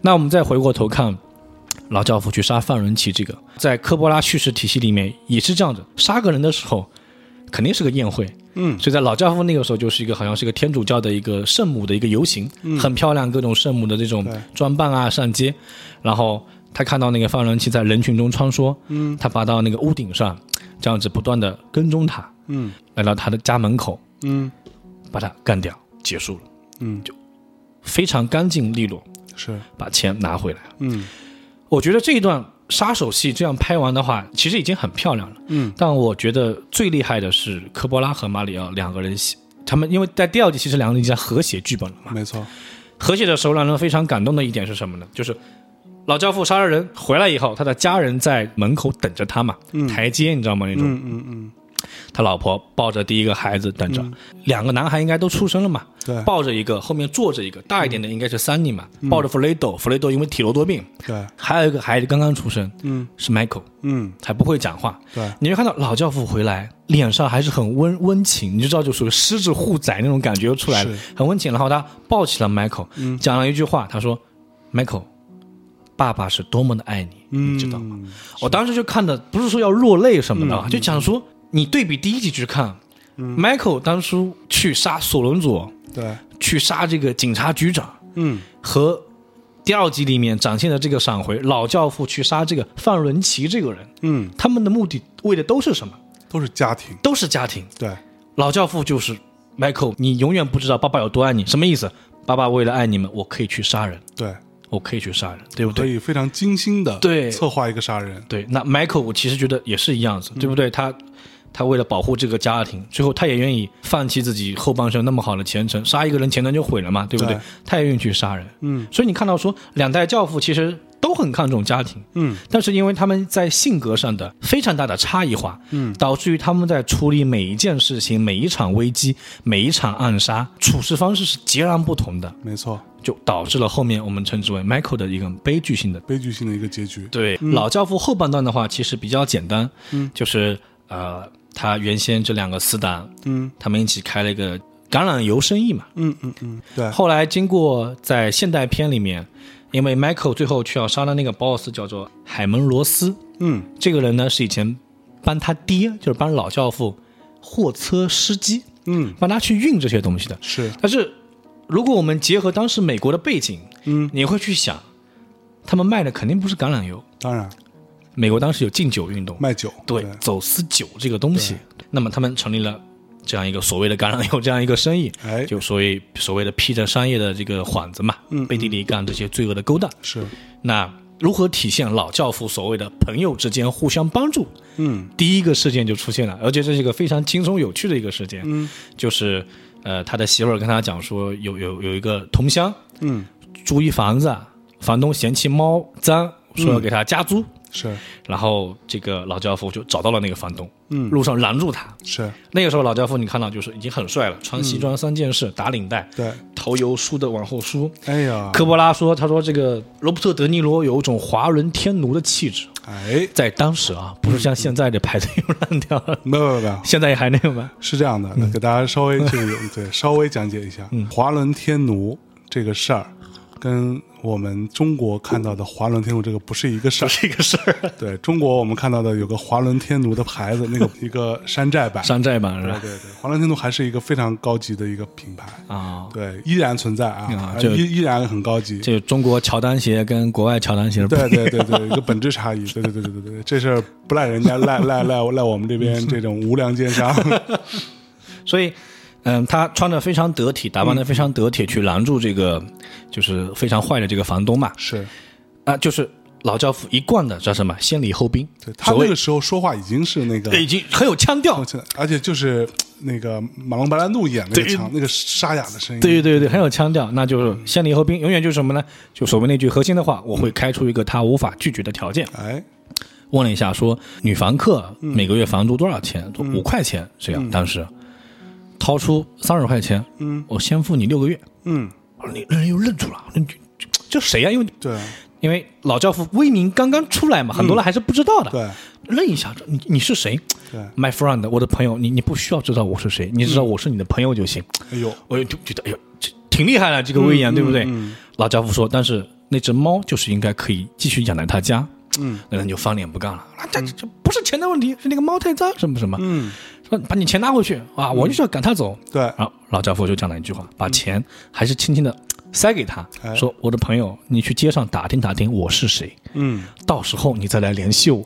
Speaker 1: 那我们再回过头看老教父去杀范伦奇这个，在科波拉叙事体系里面也是这样子，杀个人的时候肯定是个宴会，
Speaker 2: 嗯，
Speaker 1: 所以在老教父那个时候就是一个好像是个天主教的一个圣母的一个游行，很漂亮，各种圣母的这种
Speaker 2: 对
Speaker 1: 装扮啊上街，然后他看到那个范伦奇在人群中穿梭，嗯，他爬到那个屋顶上，这样子不断的跟踪他，
Speaker 2: 嗯
Speaker 1: 来到他的家门口，
Speaker 2: 嗯
Speaker 1: 把他干掉，结束了。
Speaker 2: 嗯，
Speaker 1: 非常干净利落，
Speaker 2: 是
Speaker 1: 把钱拿回来。
Speaker 2: 嗯
Speaker 1: 我觉得这一段杀手戏这样拍完的话，其实已经很漂亮了。
Speaker 2: 嗯，
Speaker 1: 但我觉得最厉害的是科波拉和马里奥两个人写，他们因为在第二季其实两个人已经在和写剧本了嘛。
Speaker 2: 没错，
Speaker 1: 和谐的时候让人非常感动的一点是什么呢？就是老教父杀了人回来以后，他的家人在门口等着他嘛，台阶你知道吗？那种、
Speaker 2: 嗯嗯嗯，
Speaker 1: 他老婆抱着第一个孩子等着，两个男孩应该都出生了嘛，
Speaker 2: 对
Speaker 1: 抱着一个，后面坐着一个，大一点的应该是三尼嘛，抱着弗雷多，弗雷多因为体弱多病，
Speaker 2: 对，
Speaker 1: 还有一个孩子刚刚出生，
Speaker 2: 嗯
Speaker 1: 是 Michael，
Speaker 2: 嗯
Speaker 1: 还不会讲话。
Speaker 2: 对，
Speaker 1: 你会看到老教父回来，脸上还是很温温情，你就知道就属于狮子护崽那种感觉又出来了
Speaker 2: 是，嗯
Speaker 1: 很温情。然后他抱起了 Michael，、讲了一句话，他说：“Michael，爸爸是多么的爱你，你知道吗？”
Speaker 2: 嗯
Speaker 1: 我当时就看的不是说要落泪什么的啊，就讲说你对比第一集去看、m
Speaker 2: 嗯
Speaker 1: i c h a e l 当初去杀索伦佐，
Speaker 2: 对，
Speaker 1: 去杀这个警察局长，
Speaker 2: 嗯
Speaker 1: 和第二集里面展现的这个闪回，老教父去杀这个范伦奇这个人，
Speaker 2: 嗯，
Speaker 1: 他们的目的为的都是什么？
Speaker 2: 都是家庭，
Speaker 1: 都是家庭。
Speaker 2: 对，
Speaker 1: 老教父就是 Michael，你永远不知道爸爸有多爱你，什么意思？爸爸为了爱你们，我可以去杀人，
Speaker 2: 对，
Speaker 1: 我可以去杀人，对不
Speaker 2: 可
Speaker 1: 对？
Speaker 2: 以非常精心的
Speaker 1: 对
Speaker 2: 策划一个杀人，
Speaker 1: 对，那 Michael 我其实觉得也是一样子，对不对？他他为了保护这个家庭，最后他也愿意放弃自己后半生那么好的前程，杀一个人前程就毁了嘛，对不对？
Speaker 2: 对
Speaker 1: 他也愿意去杀人，
Speaker 2: 嗯，
Speaker 1: 所以你看到说两代教父其实都很看重家庭，
Speaker 2: 嗯，
Speaker 1: 但是因为他们在性格上的非常大的差异化，嗯，导致于他们在处理每一件事情、每一场危机、每一场暗杀，处事方式是截然不同的，
Speaker 2: 没错，
Speaker 1: 就导致了后面我们称之为 Michael 的一个悲剧性的
Speaker 2: 悲剧性的一个结局，
Speaker 1: 对，老教父后半段的话，其实比较简单，嗯，就是呃，他原先这两个死党，
Speaker 2: 嗯，
Speaker 1: 他们一起开了一个橄榄油生意嘛，
Speaker 2: 嗯嗯嗯，对，
Speaker 1: 后来经过在现代片里面，因为 Michael 最后去要杀的那个 boss 叫做海门罗斯，
Speaker 2: 嗯
Speaker 1: 这个人呢是以前帮他爹，就是帮老教父货车司机，
Speaker 2: 嗯，
Speaker 1: 帮他去运这些东西的，
Speaker 2: 是
Speaker 1: 但是如果我们结合当时美国的背景，
Speaker 2: 嗯，
Speaker 1: 你会去想，他们卖的肯定不是橄榄油。
Speaker 2: 当然
Speaker 1: 美国当时有禁酒运动，
Speaker 2: 卖酒，
Speaker 1: 对
Speaker 2: 对，
Speaker 1: 走私酒这个东西。那么他们成立了这样一个所谓的橄榄油这样一个生意，
Speaker 2: 哎
Speaker 1: 就所谓所谓的披着商业的这个幌子嘛，
Speaker 2: 嗯
Speaker 1: 背地里干这些罪恶的勾当。
Speaker 2: 是，
Speaker 1: 那如何体现老教父所谓的朋友之间互相帮助？
Speaker 2: 嗯
Speaker 1: 第一个事件就出现了，而且这是一个非常轻松有趣的一个事件，
Speaker 2: 嗯
Speaker 1: 就是呃，他的媳妇儿跟他讲说，有有有一个同乡
Speaker 2: 嗯，
Speaker 1: 租一房子，啊房东嫌弃猫脏，说
Speaker 2: 嗯
Speaker 1: 要给他加租。
Speaker 2: 是
Speaker 1: 然后这个老教父就找到了那个房东，
Speaker 2: 嗯
Speaker 1: 路上拦住他。
Speaker 2: 是，
Speaker 1: 那个时候老教父你看到就是已经很帅了，穿西装三件式，打领带，
Speaker 2: 对，
Speaker 1: 头油梳的往后梳。
Speaker 2: 哎呀，
Speaker 1: 科波拉说：“他说这个罗伯特·德尼罗有一种华伦天奴的气质，
Speaker 2: 哎，
Speaker 1: 在当时啊，不是像现在这牌子又烂掉了，
Speaker 2: 没有没有没有，
Speaker 1: 现在也还那个吗？
Speaker 2: 是这样的，那给大家稍微这个对稍微讲解一下，华伦天奴这个事儿，跟我们中国看到的华伦天奴这个不是一个事
Speaker 1: 不
Speaker 2: 儿。
Speaker 1: 是一个事儿，
Speaker 2: 对中国我们看到的有个华伦天奴的牌子，那个一个山寨版。
Speaker 1: 山寨版是
Speaker 2: 对
Speaker 1: 吧？
Speaker 2: 对对，华伦天奴还是一个非常高级的一个品牌，
Speaker 1: 啊，
Speaker 2: 对，依然存在啊
Speaker 1: 啊，
Speaker 2: 呃
Speaker 1: 就
Speaker 2: 依依然很高级。
Speaker 1: 这中国乔丹鞋跟国外乔丹鞋不
Speaker 2: 对对对对，一个本质差异。对对对对对对，这事儿不赖人家，赖赖赖赖我们这边这种无良奸商。
Speaker 1: 所以，嗯，他穿的非常得体，打扮的非常得体，去拦住这个就是非常坏的这个房东嘛。
Speaker 2: 是，
Speaker 1: 啊，就是老教父一贯的叫什么先礼后兵，
Speaker 2: 对他
Speaker 1: 所
Speaker 2: 那
Speaker 1: 谓
Speaker 2: 个时候说话已经是那个
Speaker 1: 已经很有腔调
Speaker 2: 我。记得而且就是嘖那个马龙白兰度演那个
Speaker 1: 对
Speaker 2: 强，那个沙哑的声音。
Speaker 1: 对对对，很有腔调，那就是先礼后兵，永远就是什么呢？就所谓那句核心的话，我会开出一个他无法拒绝的条件。
Speaker 2: 哎，
Speaker 1: 问了一下说，
Speaker 2: 嗯
Speaker 1: 女房客每个月房租多少钱？五、块钱这样，当时掏出三十块钱，
Speaker 2: 嗯
Speaker 1: 我先付你六个月。哎
Speaker 2: 嗯，
Speaker 1: 那那人又愣住了，那就就这谁呀、因为
Speaker 2: 对，
Speaker 1: 因为老教父威名刚刚出来嘛，很多人还是不知道的。
Speaker 2: 对，哎
Speaker 1: 愣一下，你你是谁
Speaker 2: 对嗯
Speaker 1: ？My friend，我的朋友，你你不需要知道我是谁，你知道我是你的朋友就行。
Speaker 2: 哎呦，
Speaker 1: 我就觉得，哎呦，这挺厉害的这个威严，对不对？
Speaker 2: 嗯
Speaker 1: 老教父说，但是那只猫就是应该可以继续养在他家。
Speaker 2: 嗯，
Speaker 1: 那人就翻脸不干了，啊，这这这不是钱的问题，是那个猫太脏，什么什么，
Speaker 2: 嗯，
Speaker 1: 说把你钱拿回去啊，我就是要赶它走。
Speaker 2: 对，
Speaker 1: 然后老教父就讲了一句话，把钱还是轻轻的塞给他
Speaker 2: 哎，
Speaker 1: 说我的朋友，你去街上打听打听我是谁，
Speaker 2: 嗯，
Speaker 1: 到时候你再来联系我。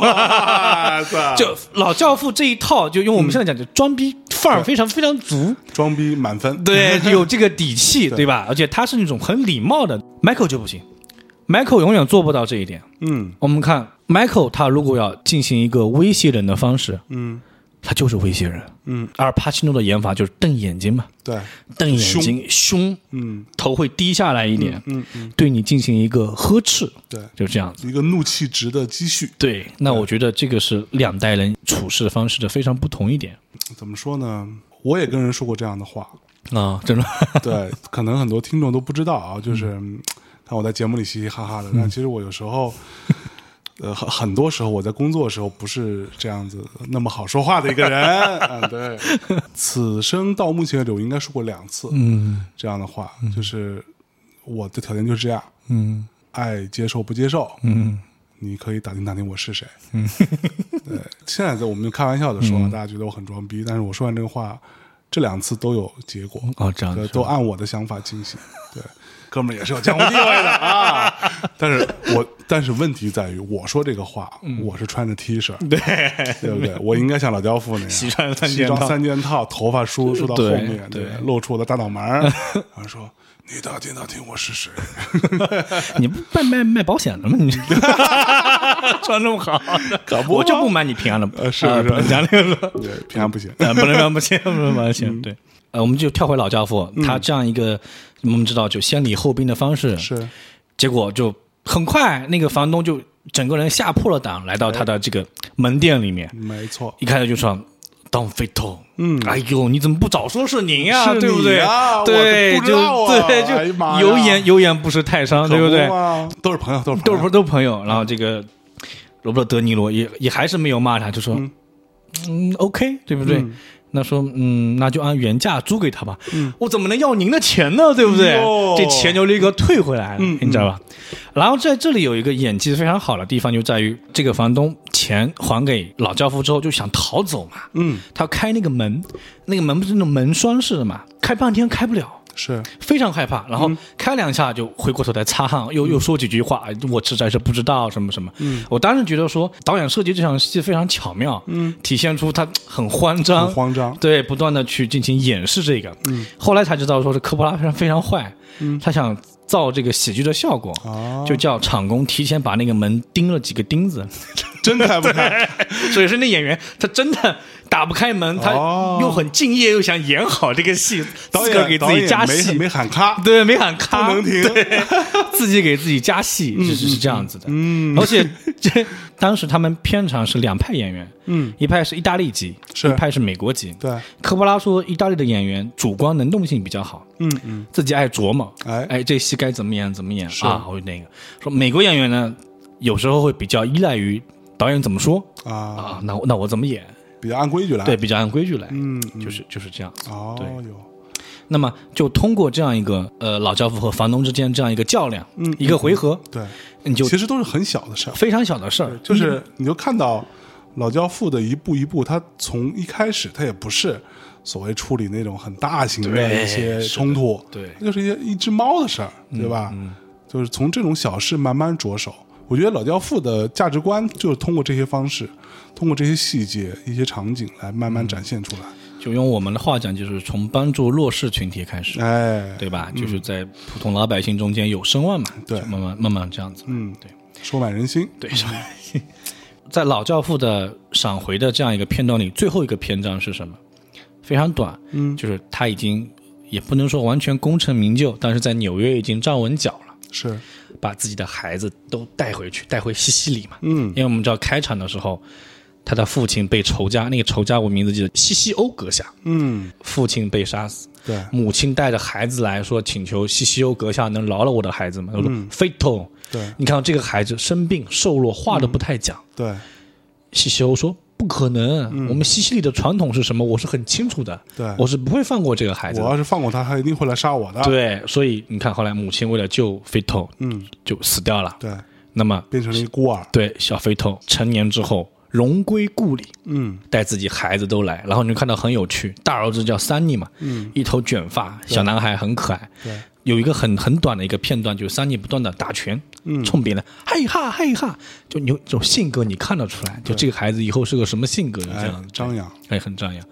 Speaker 2: 哇塞，
Speaker 1: 就老教父这一套，就用我
Speaker 2: 嗯
Speaker 1: 们现在讲，就装逼范儿非常非常足，
Speaker 2: 装逼满分，
Speaker 1: 对，有这个底气，对吧？而且他是那种很礼貌的，Michael 就不行，Michael 永远做不到这一点。
Speaker 2: 嗯
Speaker 1: 我们看 Michael，他如果要进行一个威胁人的方式，
Speaker 2: 嗯
Speaker 1: 他就是威胁人。
Speaker 2: 嗯，
Speaker 1: 而帕西诺的演法就是瞪眼睛嘛，
Speaker 2: 对，
Speaker 1: 瞪眼睛，凶，
Speaker 2: 嗯
Speaker 1: 头会低下来一点，
Speaker 2: 嗯嗯，
Speaker 1: 对你进行一个呵斥，
Speaker 2: 对，
Speaker 1: 就这样子。
Speaker 2: 一个怒气值的积蓄，
Speaker 1: 对，那我觉得这个是两代人处事方式的非常不同一点
Speaker 2: 怎么说呢？我也跟人说过这样的话，
Speaker 1: 啊，真的。
Speaker 2: 对，可能很多听众都不知道啊，就是嗯看我在节目里嘻嘻哈哈的，但其实我有时候，呃，很很多时候我在工作的时候不是这样子呃那么好说话的一个人。嗯，对，此生到目前为止，我应该说过两次
Speaker 1: 嗯
Speaker 2: 这样的话，就是我的条件就是这样，
Speaker 1: 嗯
Speaker 2: 爱接受不接受，
Speaker 1: 嗯
Speaker 2: 你可以打听打听我是谁。嗯， 对，现在在我们就开玩笑的说，
Speaker 1: 嗯
Speaker 2: 大家觉得我很装逼，但是我说完这个话，这两次都有结果。
Speaker 1: 哦，这样
Speaker 2: 对，
Speaker 1: 子
Speaker 2: 都按我的想法进 行。对，哥们儿也是有江湖地位的啊。但是我，但是问题在于，我说这个话，
Speaker 1: 嗯
Speaker 2: 我是穿着 T 恤，对对不对？我应该像老教父那样，
Speaker 1: 西装三件
Speaker 2: 西装
Speaker 1: 套
Speaker 2: 三件套，头发梳梳到后
Speaker 1: 对
Speaker 2: 面，
Speaker 1: 对
Speaker 2: 对，露出我的大脑门 儿，然后说。你打听打听我是谁？
Speaker 1: 你不卖卖卖保险的吗？你 穿这么好，搞
Speaker 2: 不好
Speaker 1: 我就不买你平安的，
Speaker 2: 呃是
Speaker 1: 呃
Speaker 2: 是
Speaker 1: 不能讲这个 了，
Speaker 2: 对，平安不行。
Speaker 1: 呃不能讲不行，不能讲不
Speaker 2: 嗯
Speaker 1: 行，对。呃，我们就跳回老教父，他这样一个我们知道就先礼后兵的方式，
Speaker 2: 是，
Speaker 1: 结果就很快那个房东就整个人吓破了胆，来到他的这个门店里面，
Speaker 2: 没错。
Speaker 1: 一开始就说 Don Vito，
Speaker 2: 嗯
Speaker 1: 哎呦，你怎么不早说是您呀、
Speaker 2: 是你
Speaker 1: 对不对？
Speaker 2: 呀
Speaker 1: 对，
Speaker 2: 我都不知道啊
Speaker 1: 就对，
Speaker 2: 哎呀妈
Speaker 1: 就
Speaker 2: 呀
Speaker 1: 有眼有眼不识泰山，啊对不对？
Speaker 2: 可啊不嘛？都是朋友，都是
Speaker 1: 都
Speaker 2: 朋
Speaker 1: 是
Speaker 2: 友。
Speaker 1: 都是朋友。
Speaker 2: 嗯
Speaker 1: 然后这个罗伯特德尼罗也也还是没有骂他，就说
Speaker 2: 嗯
Speaker 1: 嗯，OK，对不对？
Speaker 2: 嗯
Speaker 1: 那说嗯，那就按原价租给他吧。我怎么能要您的钱呢？对不对
Speaker 2: 哟？
Speaker 1: 这钱就立刻退回来了，
Speaker 2: 嗯
Speaker 1: 你知道吧？然后在这里有一个演技非常好的地方，就在于这个房东钱还给老教父之后就想逃走嘛，
Speaker 2: 嗯，
Speaker 1: 他开那个门，那个门不是那种门栓式的嘛，开半天开不了。
Speaker 2: 是
Speaker 1: 非常害怕，
Speaker 2: 嗯
Speaker 1: 然后开两下就回过头来擦汗，又又说几句话，哎我实在是不知道什么什么。嗯，我当时觉得说导演设计这场戏非常巧妙，嗯，体现出他很慌张，
Speaker 2: 很慌张。
Speaker 1: 对，不断的去进行掩饰这个。嗯，后来才知道说是科波拉非常非常坏，嗯，他想造这个喜剧的效果，
Speaker 2: 啊，
Speaker 1: 就叫场工提前把那个门钉了几个钉子，
Speaker 2: 真开不开？
Speaker 1: 所以说那演员他真的打不开门，他
Speaker 2: 哦
Speaker 1: 又很敬业又想演好这个戏，
Speaker 2: 导
Speaker 1: 自个
Speaker 2: 演
Speaker 1: 儿给自
Speaker 2: 导
Speaker 1: 己
Speaker 2: 演
Speaker 1: 加
Speaker 2: 没
Speaker 1: 戏，
Speaker 2: 没喊咔，
Speaker 1: 对，没喊
Speaker 2: 不
Speaker 1: 咔，
Speaker 2: 能停。
Speaker 1: 自己给自己加戏，是是是这样子的。嗯，而且这当时他们片场是两派演员，
Speaker 2: 嗯，
Speaker 1: 一派是意大利籍，
Speaker 2: 是
Speaker 1: 一派是美国籍。
Speaker 2: 对，
Speaker 1: 科波拉说，意大利的演员主观能动性比较好，
Speaker 2: 嗯嗯，
Speaker 1: 自己爱琢磨，
Speaker 2: 哎
Speaker 1: 哎，这戏该怎么演怎么演啊，或者那个。说美国演员呢，有时候会比较依赖于导演怎么说
Speaker 2: 啊，
Speaker 1: 啊，那我那我怎么演，
Speaker 2: 比较按规矩来。
Speaker 1: 对，，比较按规矩来，
Speaker 2: 嗯，嗯
Speaker 1: 就是就是这样子。
Speaker 2: 哦
Speaker 1: 对
Speaker 2: 哟，
Speaker 1: 那么就通过这样一个呃老教父和房东之间这样一个较量，嗯，一个回合，
Speaker 2: 对，
Speaker 1: 你就嗯
Speaker 2: 其实都是很小的事儿，
Speaker 1: 非常小的事儿，
Speaker 2: 就是你就看到老教父的一步一步，他从一开始他也不是所谓处理那种很大型的
Speaker 1: 对
Speaker 2: 一些
Speaker 1: 是的
Speaker 2: 冲突，
Speaker 1: 对
Speaker 2: 它就是一些一只猫的事儿，对吧？
Speaker 1: 嗯
Speaker 2: 就是从这种小事慢慢着手。我觉得老教父的价值观就是通过这些方式，通过这些细节、一些场景来慢
Speaker 1: 嗯
Speaker 2: 慢展现出来。
Speaker 1: 就用我们的话讲，就是从帮助弱势群体开始，
Speaker 2: 哎，
Speaker 1: 对吧？就是在普通老百姓中间有声望嘛，
Speaker 2: 对
Speaker 1: 就慢慢慢慢这样子，
Speaker 2: 嗯，
Speaker 1: 对，
Speaker 2: 收买人心。
Speaker 1: 对。 是吧在老教父的闪回的这样一个片段里，最后一个篇章是什么？非常短，
Speaker 2: 嗯，
Speaker 1: 就是他已经也不能说完全功成名就，但是在纽约已经站稳脚了。
Speaker 2: 是，
Speaker 1: 把自己的孩子都带回去，带回西西里嘛。
Speaker 2: 嗯
Speaker 1: 因为我们知道开场的时候，他的父亲被仇家，那个仇家我名字记得西西欧阁下，
Speaker 2: 嗯，
Speaker 1: 父亲被杀死，
Speaker 2: 对
Speaker 1: 母亲带着孩子来说，请求西西欧阁下能饶了我的孩子吗？他说：“Fatal。”
Speaker 2: 对
Speaker 1: 你看到这个孩子生病瘦弱，话都不太讲。
Speaker 2: 对
Speaker 1: 西西欧说：“不可能，我们西西里的传统是什么？我是很清楚的，
Speaker 2: 对，
Speaker 1: 我是不会放过这个孩子
Speaker 2: 哎我啊
Speaker 1: 的。
Speaker 2: 要是放过他，他一定会来杀我的。”
Speaker 1: 对，所以你看，后来母亲为了救菲托，
Speaker 2: 嗯，
Speaker 1: 就死掉了。
Speaker 2: 对，
Speaker 1: 那么，
Speaker 2: 变成了一孤儿。
Speaker 1: 对小菲托成年之后荣归故里，
Speaker 2: 嗯
Speaker 1: 带自己孩子都来，然后你就看到很有趣，大儿子叫桑尼嘛，
Speaker 2: 嗯，
Speaker 1: 一头卷发，小男孩很可爱。
Speaker 2: 对，
Speaker 1: 有一个很很短的一个片段，就是桑尼不断的打拳，
Speaker 2: 嗯
Speaker 1: 冲别人嘿哈嘿哈，就你有这种性格你看得出来，就这个孩子以后是个什么性格，就这
Speaker 2: 哎
Speaker 1: 样，
Speaker 2: 张扬。
Speaker 1: 哎，很张扬。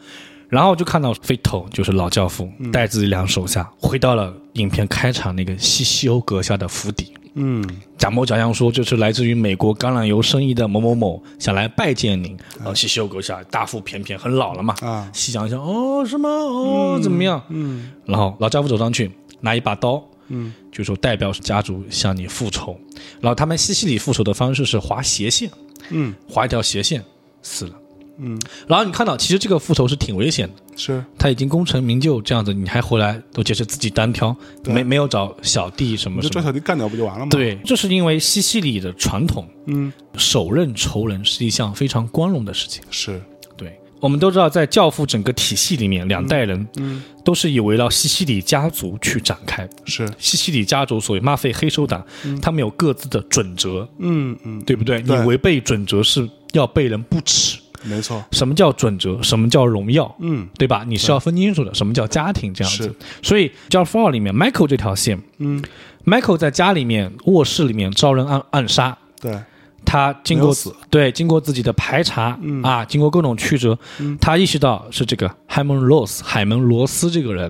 Speaker 1: 然后就看到菲头就是老教父
Speaker 2: 嗯
Speaker 1: 带自己两手下回到了影片开场那个西西欧阁下的府邸，
Speaker 2: 嗯，
Speaker 1: 假模假样说，这是来自于美国橄榄油生意的某某某，想来拜见您。
Speaker 2: 嗯
Speaker 1: 呃，西西欧阁下大腹便便，很老了嘛。
Speaker 2: 啊
Speaker 1: 细想一想，哦，是吗？哦，怎么样？
Speaker 2: 嗯
Speaker 1: 然后老家父走上去，拿一把刀，
Speaker 2: 嗯，
Speaker 1: 就说代表家族向你复仇。然后他们西西里复仇的方式是划斜线，
Speaker 2: 嗯
Speaker 1: 划一条斜线，死了。
Speaker 2: 嗯，
Speaker 1: 然后你看到，其实这个复仇是挺危险的。
Speaker 2: 是
Speaker 1: 他已经功成名就这样子，你还回来，而且是自己单挑，
Speaker 2: 对
Speaker 1: 没没有找小弟什
Speaker 2: 你
Speaker 1: 么
Speaker 2: 就
Speaker 1: 什
Speaker 2: 抓
Speaker 1: 么。
Speaker 2: 小弟干掉不就完了吗？，
Speaker 1: 对，这是因为西西里的传统，
Speaker 2: 嗯，
Speaker 1: 手刃仇人是一项非常光荣的事情。
Speaker 2: 是，
Speaker 1: 对，我们都知道，在《教父》整个体系里面，两代人
Speaker 2: 嗯，
Speaker 1: 都是以围绕西西里家族去展开。
Speaker 2: 是，
Speaker 1: 西西里家族所谓马费黑手党，他们有各自的准则，
Speaker 2: 嗯嗯，
Speaker 1: 对不对？你
Speaker 2: 对
Speaker 1: 违背准则是要被人不耻。
Speaker 2: 没错，
Speaker 1: 什么叫准则？什么叫荣耀？
Speaker 2: 嗯
Speaker 1: 对吧？你是要分清楚的，什么叫家庭这样子
Speaker 2: 是。
Speaker 1: 所以《教父二》里面，Michael 这条线
Speaker 2: 嗯，
Speaker 1: ，Michael 在家里面卧室里面遭人暗暗杀，
Speaker 2: 对，
Speaker 1: 他经
Speaker 2: 没有
Speaker 1: 过
Speaker 2: 死嗯
Speaker 1: 对经过自己的排查、啊，经过各种曲折，他意识到是这个海蒙罗斯海蒙罗斯这个人，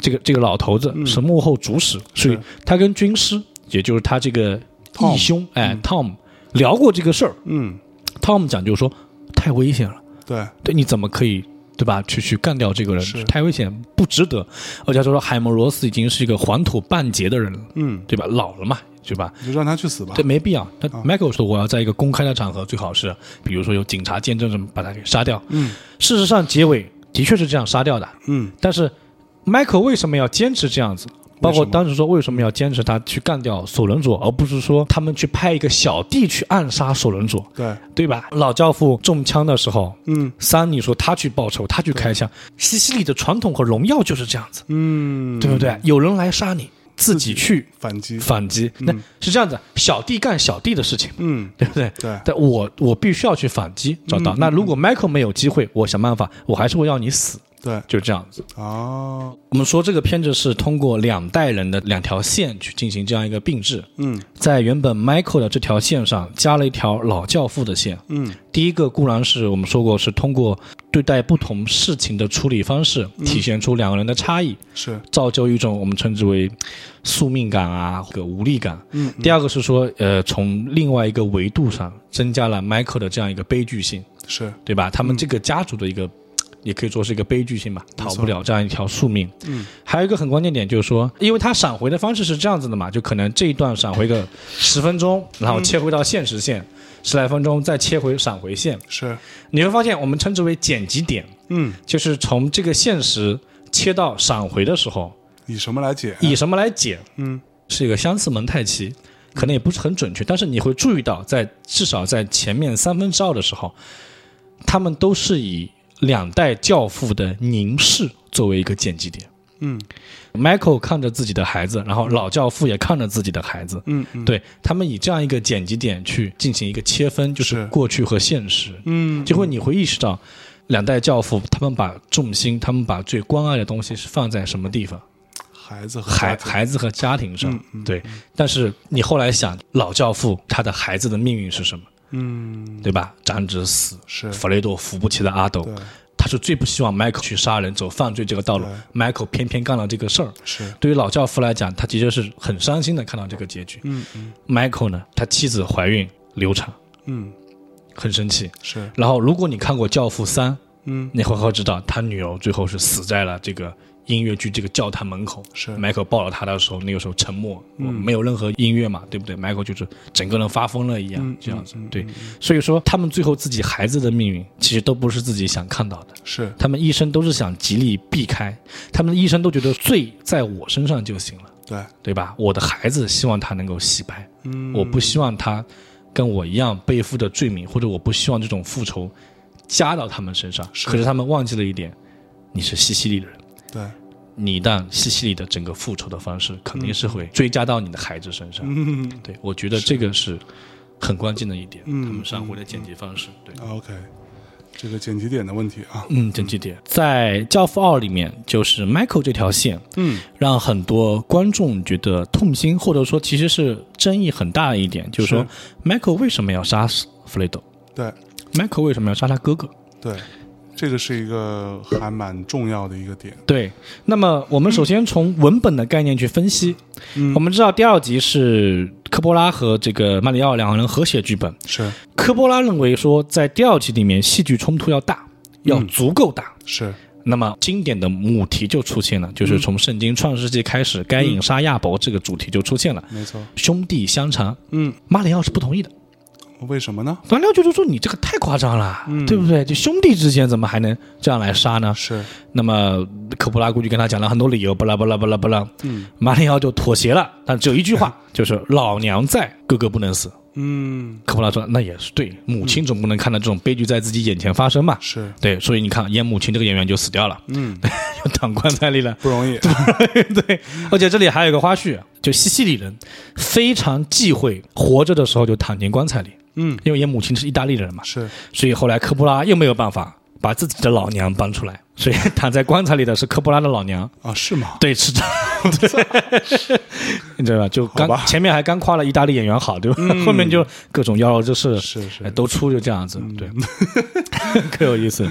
Speaker 1: 这个这个老头
Speaker 2: 嗯
Speaker 1: 子是幕后主使，所以他跟军师，也就是他这个
Speaker 2: Tom
Speaker 1: 义兄哎 Tom 聊过这个事儿
Speaker 2: 嗯，
Speaker 1: ，Tom 讲就说太危险了，
Speaker 2: 对，
Speaker 1: 对你怎么可以？对吧？去去干掉这个人
Speaker 2: 是
Speaker 1: 太危险，不值得。而且他说海蒙罗斯已经是一个黄土半截的人了，
Speaker 2: 嗯，
Speaker 1: 对吧？老了嘛，对吧？
Speaker 2: 你就让他去死吧
Speaker 1: 啊这。没必要。但 Michael 说，我要在一个公开的场合，最好是比如说有警察见证什么，把他给杀掉。
Speaker 2: 嗯
Speaker 1: 事实上，结尾的确是这样杀掉的。
Speaker 2: 嗯，
Speaker 1: 但是 Michael 为什么要坚持这样子？包括当时说为什么要坚持他去干掉索伦佐，而不是说他们去派一个小弟去暗杀索伦佐，
Speaker 2: 对，
Speaker 1: 对吧？老教父中枪的时候，
Speaker 2: 嗯
Speaker 1: 桑尼说他去报仇，他去开枪。西西里的传统和荣耀就是这样子，
Speaker 2: 嗯，
Speaker 1: 对不对？有人来杀你，自己去
Speaker 2: 反击，
Speaker 1: 反击，那是这样子，小弟干小弟的事情。
Speaker 2: 嗯，
Speaker 1: 对不对？
Speaker 2: 对
Speaker 1: 但我我必须要去反击，找到。那如果 Michael 没有机会，我想办法，我还是会要你死，
Speaker 2: 对，
Speaker 1: 就是这样子。
Speaker 2: 哦，
Speaker 1: 我们说这个片子是通过两代人的两条线去进行这样一个并置，
Speaker 2: 嗯
Speaker 1: 在原本 Michael 的这条线上加了一条老教父的线。
Speaker 2: 嗯，
Speaker 1: 第一个固然是我们说过是通过对待不同事情的处理方式，体现出两个人的差异，
Speaker 2: 是，
Speaker 1: 造就一种我们称之为宿命感啊，个无力感。嗯，第二个是说，呃，从另外一个维度上增加了 Michael 的这样一个悲剧性，
Speaker 2: 是，
Speaker 1: 对吧？他们这个家族的一个，也可以说是一个悲剧性吧，
Speaker 2: 错
Speaker 1: 逃不了这样一条宿命。嗯，还有一个很关键点就是说，因为他闪回的方式是这样子的嘛，就可能这一段闪回个十分钟，然后切回到现实线十来分钟，再切回闪回线，
Speaker 2: 是，
Speaker 1: 你会发现我们称之为剪辑点，
Speaker 2: 嗯，
Speaker 1: 就是从这个现实切到闪回的时候。
Speaker 2: 以什么来解？
Speaker 1: 以什么来解？
Speaker 2: 嗯，
Speaker 1: 是一个相似蒙太奇，可能也不是很准确，但是你会注意到在，至少在前面三分之二的时候，他们都是以两代教父的凝视作为一个剪辑点。
Speaker 2: 嗯
Speaker 1: Michael 看着自己的孩子，然后老教父也看着自己的孩子，
Speaker 2: 嗯嗯
Speaker 1: 对他们以这样一个剪辑点去进行一个切分，就是
Speaker 2: 是
Speaker 1: 过去和现实。
Speaker 2: 嗯，
Speaker 1: 结果你会意识到，两代教父他们把重心，他们把最关爱的东西是放在什么地方？
Speaker 2: 孩子和家
Speaker 1: 孩
Speaker 2: 庭嗯
Speaker 1: 孩子和家庭上，对。但是你后来想，老教父他的孩子的命运是什么，
Speaker 2: 嗯，
Speaker 1: 对吧？长子死，
Speaker 2: 是，
Speaker 1: 弗雷多扶不起的阿斗
Speaker 2: 对，
Speaker 1: 他是最不希望 Michael 去杀人、走犯罪这个道路，Michael 偏偏干了这个事儿。
Speaker 2: 是，
Speaker 1: 对于老教父来讲，他的确是很伤心的看到这个结局。
Speaker 2: 嗯嗯
Speaker 1: Michael 呢，他妻子怀孕流产，
Speaker 2: 嗯，
Speaker 1: 很生气。
Speaker 2: 是，
Speaker 1: 然后，如果你看过《教父三》，
Speaker 2: 嗯
Speaker 1: 你会会知道他女儿最后是死在了这个音乐剧这个教堂门口，
Speaker 2: 是
Speaker 1: 迈克抱了他的时候，那个时候沉默，
Speaker 2: 嗯
Speaker 1: 没有任何音乐嘛，对不对？迈克就是整个人发疯了一样，
Speaker 2: 嗯
Speaker 1: 这样子
Speaker 2: 嗯嗯。
Speaker 1: 对，所以说他们最后自己孩子的命运，其实都不是自己想看到的。
Speaker 2: 是
Speaker 1: 他们一生都是想极力避开，他们一生都觉得罪在我身上就行了，
Speaker 2: 对，
Speaker 1: 对吧？我的孩子希望他能够洗白，
Speaker 2: 嗯
Speaker 1: 我不希望他跟我一样背负着罪名，或者我不希望这种复仇加到他们身上。
Speaker 2: 是
Speaker 1: 可是他们忘记了一点，你是西西里人，
Speaker 2: 对，
Speaker 1: 你一旦西西里的整个复仇的方式肯定是会追加到你的孩子身上。
Speaker 2: 嗯
Speaker 1: 对我觉得这个是很关键的一点，
Speaker 2: 嗯
Speaker 1: 他们上回的剪辑方式，对。
Speaker 2: ，OK，这个剪辑点的问题啊，
Speaker 1: 嗯，整几点，在《教父二》里面，就是 Michael 这条线，
Speaker 2: 嗯，
Speaker 1: 让很多观众觉得痛心，或者说其实是争议很大的一点，就是说 Michael 为什么要杀死弗雷德
Speaker 2: 对
Speaker 1: ？Michael 为什么要杀他哥哥？
Speaker 2: 对，这个是一个还蛮重要的一个点，
Speaker 1: 对，那么我们首先从文本的概念去分析。
Speaker 2: 嗯
Speaker 1: 我们知道第二集是科波拉和这个马里奥两个人合写剧本，
Speaker 2: 是
Speaker 1: 科波拉认为说在第二集里面戏剧冲突要大，要
Speaker 2: 嗯
Speaker 1: 足够大，
Speaker 2: 是，
Speaker 1: 那么经典的母题就出现了，
Speaker 2: 嗯
Speaker 1: 就是从圣经创世纪开始，该隐杀亚伯这个主题就出现了。
Speaker 2: 没错，
Speaker 1: 兄弟相残，
Speaker 2: 嗯，
Speaker 1: 马里奥是不同意的。
Speaker 2: 为什么呢？
Speaker 1: 马里奥觉得说你这个太夸张了，
Speaker 2: 嗯
Speaker 1: 对不对？这兄弟之间怎么还能这样来杀呢？
Speaker 2: 是，
Speaker 1: 那么科布拉估计跟他讲了很多理由，巴拉巴拉巴拉巴拉。
Speaker 2: 嗯
Speaker 1: 马里奥就妥协了，但只有一句 话，就是老娘在，哥哥不能死。
Speaker 2: 嗯，
Speaker 1: 科布拉说那也是对，母亲总不能看到这种悲剧在自己眼前发生嘛。
Speaker 2: 是，
Speaker 1: 对，所以你看，演母亲这个演员就死掉了，
Speaker 2: 嗯，
Speaker 1: 就躺棺材里了。
Speaker 2: 不容易，
Speaker 1: 对，而且这里还有一个花絮，就西西里人非常忌讳活着的时候就躺进棺材里，
Speaker 2: 嗯，
Speaker 1: 因为爷母亲是意大利人嘛，
Speaker 2: 是
Speaker 1: 所以后来科波拉又没有办法把自己的老娘搬出来，所以躺在棺材里的是科波拉的老娘。
Speaker 2: 啊，是吗？
Speaker 1: 对，是的， 对，你知道吧？就刚
Speaker 2: 好吧
Speaker 1: 前面还刚夸了意大利演员好，对吧？后面就各种妖娆之事，
Speaker 2: 是是
Speaker 1: 哎，都出就这样子，对， 可有意思。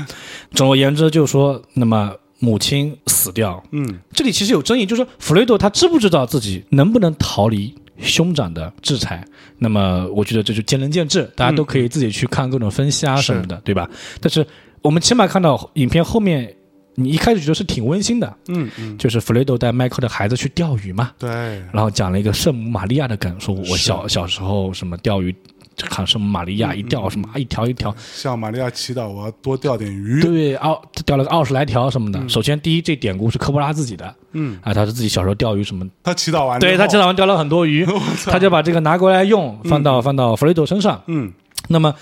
Speaker 1: 总而言之，就是说，那么母亲死掉，
Speaker 2: 嗯，
Speaker 1: 这里其实有争议，就是说弗雷德他知不知道自己能不能逃离兄长的制裁？那么我觉得这就见仁见智，大家都可以自己去看各种分析啊什么的，对吧？但是我们起码看到影片后面，你一开始觉得是挺温馨的，
Speaker 2: 嗯嗯，
Speaker 1: 就是弗雷德带迈克的孩子去钓鱼嘛，
Speaker 2: 对，
Speaker 1: 然后讲了一个圣母玛利亚的梗，说我
Speaker 2: 是
Speaker 1: 小小时候什么钓鱼，看圣母玛利
Speaker 2: 嗯
Speaker 1: 亚一钓什么啊一条一条，
Speaker 2: 向玛利亚祈祷，我要多钓点鱼。
Speaker 1: 对，二钓了个二十来条什么的。首先第一，这典故是科波拉自己的。
Speaker 2: 嗯，
Speaker 1: 啊，他是自己小时候钓鱼什么
Speaker 2: 他祈祷完之后，
Speaker 1: 对他这早上钓了很多 鱼，他就把这个拿过来用，放到、放到弗雷德身上。
Speaker 2: 嗯
Speaker 1: 那么，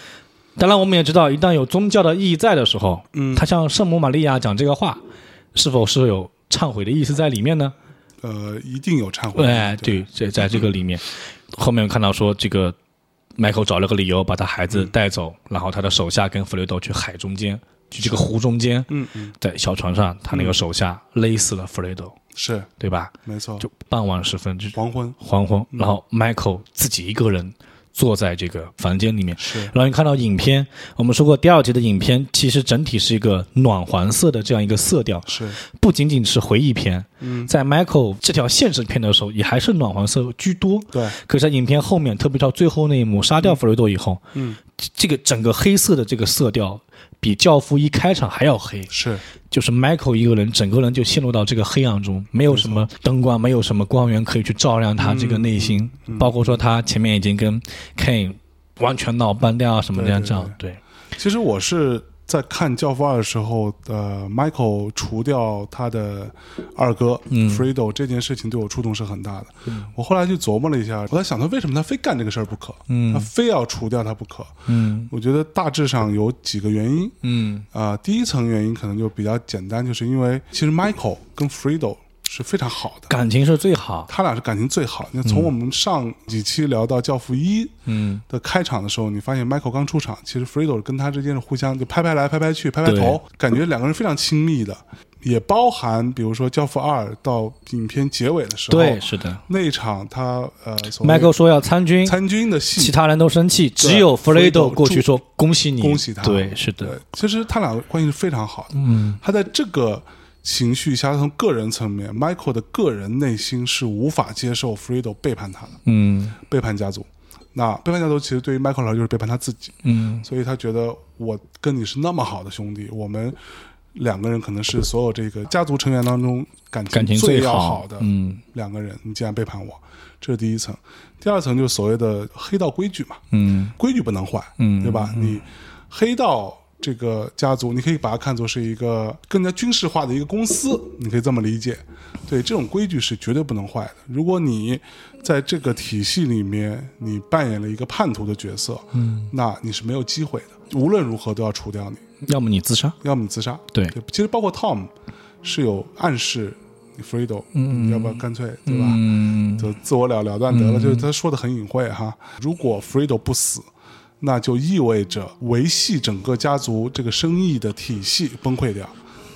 Speaker 1: 当然我们也知道，一旦有宗教的意义在的时候，
Speaker 2: 嗯
Speaker 1: 他向圣母玛利亚讲这个话，是否是有忏悔的意思在里面呢？
Speaker 2: 呃，一定有忏悔。
Speaker 1: 哎，对，在在这个里面，后面看到说这个。迈克找了个理由把他孩子带走，然后他的手下跟弗雷德去海中间，去这个湖中间，
Speaker 2: 嗯嗯，
Speaker 1: 在小船上，他那个手下勒死了弗雷德，
Speaker 2: 是
Speaker 1: 对吧？
Speaker 2: 没错，
Speaker 1: 就傍晚时分，就
Speaker 2: 黄昏
Speaker 1: 黄昏，然后 Michael 自己一个人坐在这个房间里面。
Speaker 2: 是，
Speaker 1: 然后你看到影片，我们说过第二集的影片其实整体是一个暖黄色的这样一个色调，
Speaker 2: 是
Speaker 1: 不仅仅是回忆片，
Speaker 2: 嗯
Speaker 1: 在 Michael 这条现实片的时候也还是暖黄色居多。
Speaker 2: 对，
Speaker 1: 可是，在影片后面，特别到最后那一幕杀掉弗雷多以后，
Speaker 2: 嗯，
Speaker 1: 这个整个黑色的这个色调比《教父》一开场还要黑，
Speaker 2: 是
Speaker 1: 就是 Michael 一个人，整个人就陷入到这个黑暗中，没有什么灯光，没有什么光源可以去照亮他
Speaker 2: 嗯
Speaker 1: 这个内心，包括说他前面已经跟 Kane 完全闹掰掉啊什么这样
Speaker 2: 对对
Speaker 1: 这样，对，
Speaker 2: 其实我是在看《教父二》的时候，呃，Michael 除掉他的二哥、
Speaker 1: 嗯
Speaker 2: Fredo 这件事情对我触动是很大的。我后来就琢磨了一下，我在想他为什么他非干这个事儿不可，他
Speaker 1: 嗯
Speaker 2: 非要除掉他不可。
Speaker 1: 嗯
Speaker 2: 我觉得大致上有几个原因
Speaker 1: 嗯
Speaker 2: 啊、第一层原因可能就比较简单，就是因为其实 Michael 跟 Fredo 是非常好的。
Speaker 1: 感情是最好，
Speaker 2: 他俩是感情最好。那从我们上几期聊到《教父一》
Speaker 1: 嗯，
Speaker 2: 的开场的时候，你发现 Michael 刚出场，其实 Fredo 跟他之间是互相就拍拍来拍拍去，拍拍头，感觉两个人非常亲密的，也包含比如说《教父二》到影片结尾的时候，
Speaker 1: 对，是的。
Speaker 2: 那一场他呃所谓
Speaker 1: Michael 说要参军，
Speaker 2: 参军的戏
Speaker 1: 其，他人都生气，只有弗雷德过去说恭喜你，
Speaker 2: 恭喜他
Speaker 1: 对，是
Speaker 2: 对
Speaker 1: 的，，
Speaker 2: 其实他俩关系是非常好的。
Speaker 1: 嗯
Speaker 2: 他在这个情绪下，从个人层面，Michael 的个人内心是无法接受 Fredo 背叛他的。
Speaker 1: 嗯
Speaker 2: 背叛家族。那背叛家族其实对于 Michael 来说就是背叛他自己，
Speaker 1: 嗯
Speaker 2: 所以他觉得我跟你是那么好的兄弟，我们两个人可能是所有这个家族成员当中感情
Speaker 1: 感情
Speaker 2: 最
Speaker 1: 最
Speaker 2: 要
Speaker 1: 好
Speaker 2: 好的
Speaker 1: 嗯
Speaker 2: 两个人，你竟然背叛我，这是第一层。第二层就是所谓的黑道规矩嘛，
Speaker 1: 嗯
Speaker 2: 规矩不能坏，
Speaker 1: 嗯
Speaker 2: 对吧？你黑道这个家族，你可以把它看作是一个更加军事化的一个公司，你可以这么理解。对，这种规矩是绝对不能坏的。如果你在这个体系里面，你扮演了一个叛徒的角色，嗯，那你是没有机会的。无论如何都要除掉你，
Speaker 1: 要么你自杀，
Speaker 2: 要么你自杀。
Speaker 1: 对
Speaker 2: 其实包括 Tom 是有暗示你 Fredo，
Speaker 1: 嗯
Speaker 2: 要不要干脆对吧？
Speaker 1: 嗯，
Speaker 2: 就自我了了断得了，就是他说的很隐晦哈。如果 Fredo 不死，那就意味着维系整个家族这个生意的体系崩溃掉，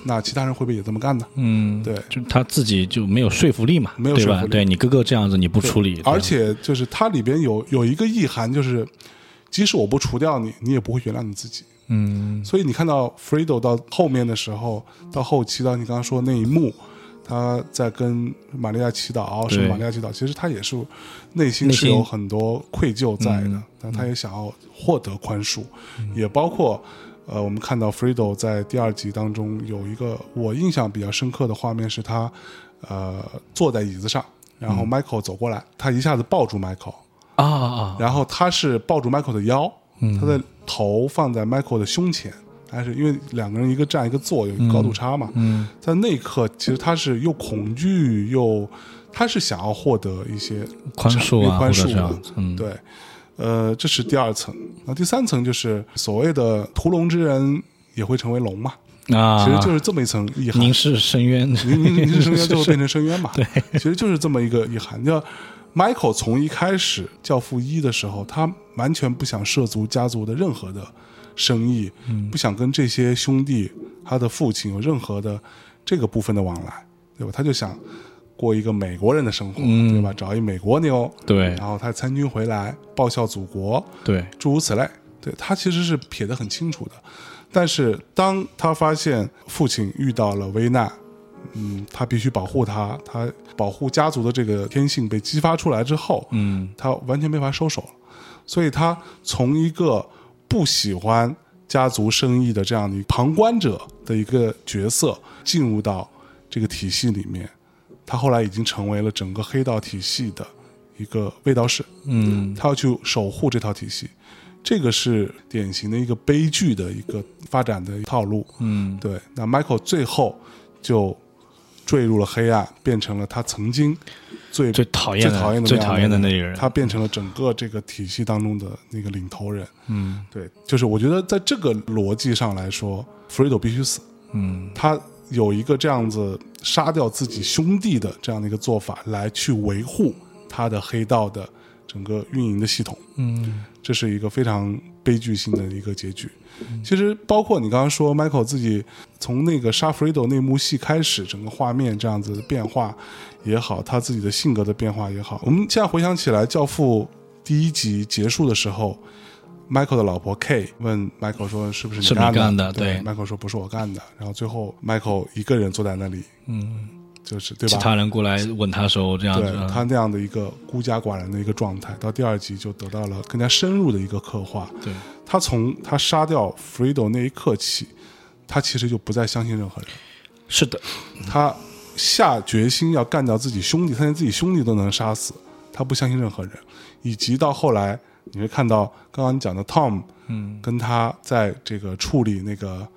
Speaker 2: 那其他人会不会也这么干呢？
Speaker 1: 嗯，
Speaker 2: 对，
Speaker 1: 就他自己就没有说服力嘛，
Speaker 2: 没有
Speaker 1: 对
Speaker 2: 说
Speaker 1: 吧
Speaker 2: 服？力
Speaker 1: 对你哥哥这样子，你不处理，
Speaker 2: 而且就是它里边有有一个意涵，就是即使我不除掉你，你也不会原谅你自己。
Speaker 1: 嗯
Speaker 2: 所以你看到 Fredo 到后面的时候，到后期到你刚刚说那一幕，他在跟玛利亚祈祷，是
Speaker 1: 对
Speaker 2: 玛利亚祈祷，其实他也是内心
Speaker 1: 内
Speaker 2: 是
Speaker 1: 心嗯
Speaker 2: 有很多愧疚在的，但他也想要获得宽恕，也包括。呃，我们看到 Fredo 在第二集当中有一个我印象比较深刻的画面，是他呃坐在椅子上，然
Speaker 1: 嗯
Speaker 2: 后 Michael 走过来，他一下子抱住 Michael，
Speaker 1: 啊啊，嗯
Speaker 2: 然后他是抱住 Michael 的腰，他的头放在 Michael 的胸前，还是因为两个人一个站一个坐，有一个高度差嘛。
Speaker 1: 嗯
Speaker 2: 在那一刻，其实他是又恐惧又，他是想要获得一些
Speaker 1: 宽恕啊，
Speaker 2: 宽
Speaker 1: 或
Speaker 2: 恕
Speaker 1: 者这样子，嗯，
Speaker 2: 对，呃，这是第二层。那第三层就是所谓的屠龙之人也会成为龙嘛，
Speaker 1: 啊，
Speaker 2: 其实就是这么一层意涵。
Speaker 1: 凝视深渊，
Speaker 2: 您您您是深渊，最后变成深渊嘛？对，其实就是这么一个遗憾。就 Michael 从一开始《教父一》的时候，他完全不想涉足家族的任何的生意，不想跟这些兄弟、他的父亲有任何的这个部分的往来，对吧？他就想过一个美国人的生活，对吧？找一美国妞，
Speaker 1: 对
Speaker 2: 然后他参军回来，报效祖国，
Speaker 1: 对，
Speaker 2: 诸如此类。对他其实是撇得很清楚的，但是当他发现父亲遇到了危难，嗯，他必须保护他，他保护家族的这个天性被激发出来之后，
Speaker 1: 嗯
Speaker 2: 他完全没法收手了，所以他从一个不喜欢家族生意的这样的一个旁观者的一个角色，进入到这个体系里面，他后来已经成为了整个黑道体系的一个卫道士，
Speaker 1: 嗯
Speaker 2: 他要去守护这套体系，这个是典型的一个悲剧的一个发展的套路。
Speaker 1: 嗯，
Speaker 2: 对，那 Michael 最后就坠入了黑暗，变成了他曾经最
Speaker 1: 最讨厌的
Speaker 2: 最讨厌的
Speaker 1: 最讨厌的那
Speaker 2: 样
Speaker 1: 个
Speaker 2: 的
Speaker 1: 人
Speaker 2: 他变成了整个这个体系当中的那个领头人。
Speaker 1: 嗯
Speaker 2: 对，就是我觉得在这个逻辑上来说，Fredo 必须死。
Speaker 1: 嗯
Speaker 2: 他有一个这样子杀掉自己兄弟的这样的一个做法，来去维护他的黑道的整个运营的系统。
Speaker 1: 嗯
Speaker 2: 这是一个非常悲剧性的一个结局。
Speaker 1: 嗯
Speaker 2: 其实包括你刚刚说 Michael 自己从那个杀 Fredo 那幕戏开始，整个画面这样子的变化也好，他自己的性格的变化也好，我们现在回想起来，《教父》第一集结束的时候。Michael 的老婆 K 问 Michael 说：“是不是你
Speaker 1: 是你
Speaker 2: 干的？”
Speaker 1: 干的
Speaker 2: 对
Speaker 1: 对
Speaker 2: Michael 说：“不是我干的。”然后最后 Michael 一个人坐在那里，
Speaker 1: 嗯，
Speaker 2: 就是对吧？
Speaker 1: 其他人过啊来吻他时候这样
Speaker 2: 对
Speaker 1: 子，
Speaker 2: 他那样的一个孤家寡人的一个状态，到第二集就得到了更加深入的一个刻画。
Speaker 1: 对
Speaker 2: 他从他杀掉 Fredo 那一刻起，他其实就不再相信任何人，
Speaker 1: 是的，
Speaker 2: 他下决心要干掉自己兄弟，他连自己兄弟都能杀死，他不相信任何人，以及到后来你会看到刚刚你讲的 Tom
Speaker 1: 嗯，
Speaker 2: 跟他在这个处理那个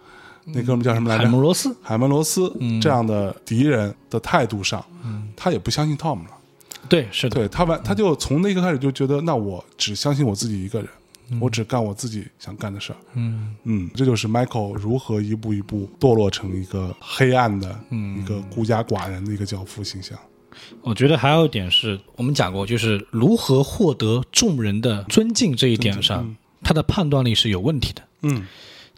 Speaker 2: 那哥们叫什么来
Speaker 1: 海
Speaker 2: 着
Speaker 1: 姆？罗斯，
Speaker 2: 海曼罗斯这样的敌人的态度上，他也不相信 Tom 了。
Speaker 1: 对，是的，
Speaker 2: 对他完，他就从那一刻开始就觉得，那我只相信我自己一个人，我只干我自己想干的事儿。
Speaker 1: 嗯
Speaker 2: 嗯，这就是 Michael 如何一步一步堕落成一个黑暗的、
Speaker 1: 嗯
Speaker 2: 一个孤家寡人的一个教父形象。
Speaker 1: 我觉得还有一点是我们讲过，就是如何获得众人的尊敬这一点上，他的判断力是有问题的。
Speaker 2: 嗯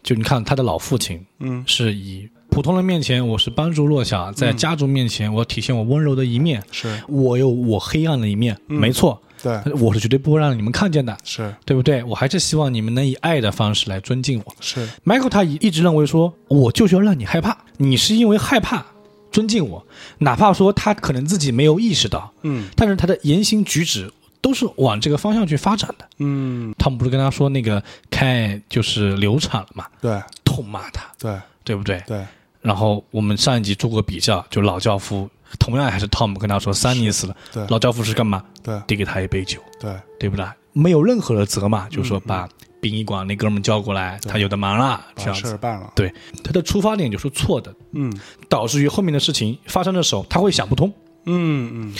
Speaker 1: 就你看他的老父亲，
Speaker 2: 嗯，
Speaker 1: 是以普通人面前我是帮助弱小，在家族面前我体现我温柔的一面，
Speaker 2: 是
Speaker 1: 我有我黑暗的一面，没错，
Speaker 2: 对，
Speaker 1: 我是绝对不会让你们看见的，
Speaker 2: 是
Speaker 1: 对不对？我还是希望你们能以爱的方式来尊敬我。
Speaker 2: 是
Speaker 1: Michael 他一直认为说，我就是要让你害怕，你是因为害怕尊敬我，哪怕说他可能自己没有意识到，
Speaker 2: 嗯
Speaker 1: 但是他的言行举止都是往这个方向去发展的。
Speaker 2: 嗯，
Speaker 1: 他们不是跟他说那个凯就是流产了嘛，
Speaker 2: 对
Speaker 1: 痛骂他，
Speaker 2: 对
Speaker 1: 对不对？
Speaker 2: 对，
Speaker 1: 然后我们上一集做过比较，就老教父同样还是汤姆跟他说三尼死了，
Speaker 2: 对
Speaker 1: 老教父是干嘛？
Speaker 2: 对
Speaker 1: 递给他一杯酒，
Speaker 2: 对
Speaker 1: 对不对？没有任何的责
Speaker 2: 嗯
Speaker 1: 骂，就说把殡仪馆那哥们叫过来，他有的忙了，这
Speaker 2: 把
Speaker 1: 样
Speaker 2: 事
Speaker 1: 子
Speaker 2: 儿。办了，
Speaker 1: 对，他的出发点就是错的，
Speaker 2: 嗯
Speaker 1: 导致于后面的事情发生的时候，他会想不通。
Speaker 2: 嗯嗯，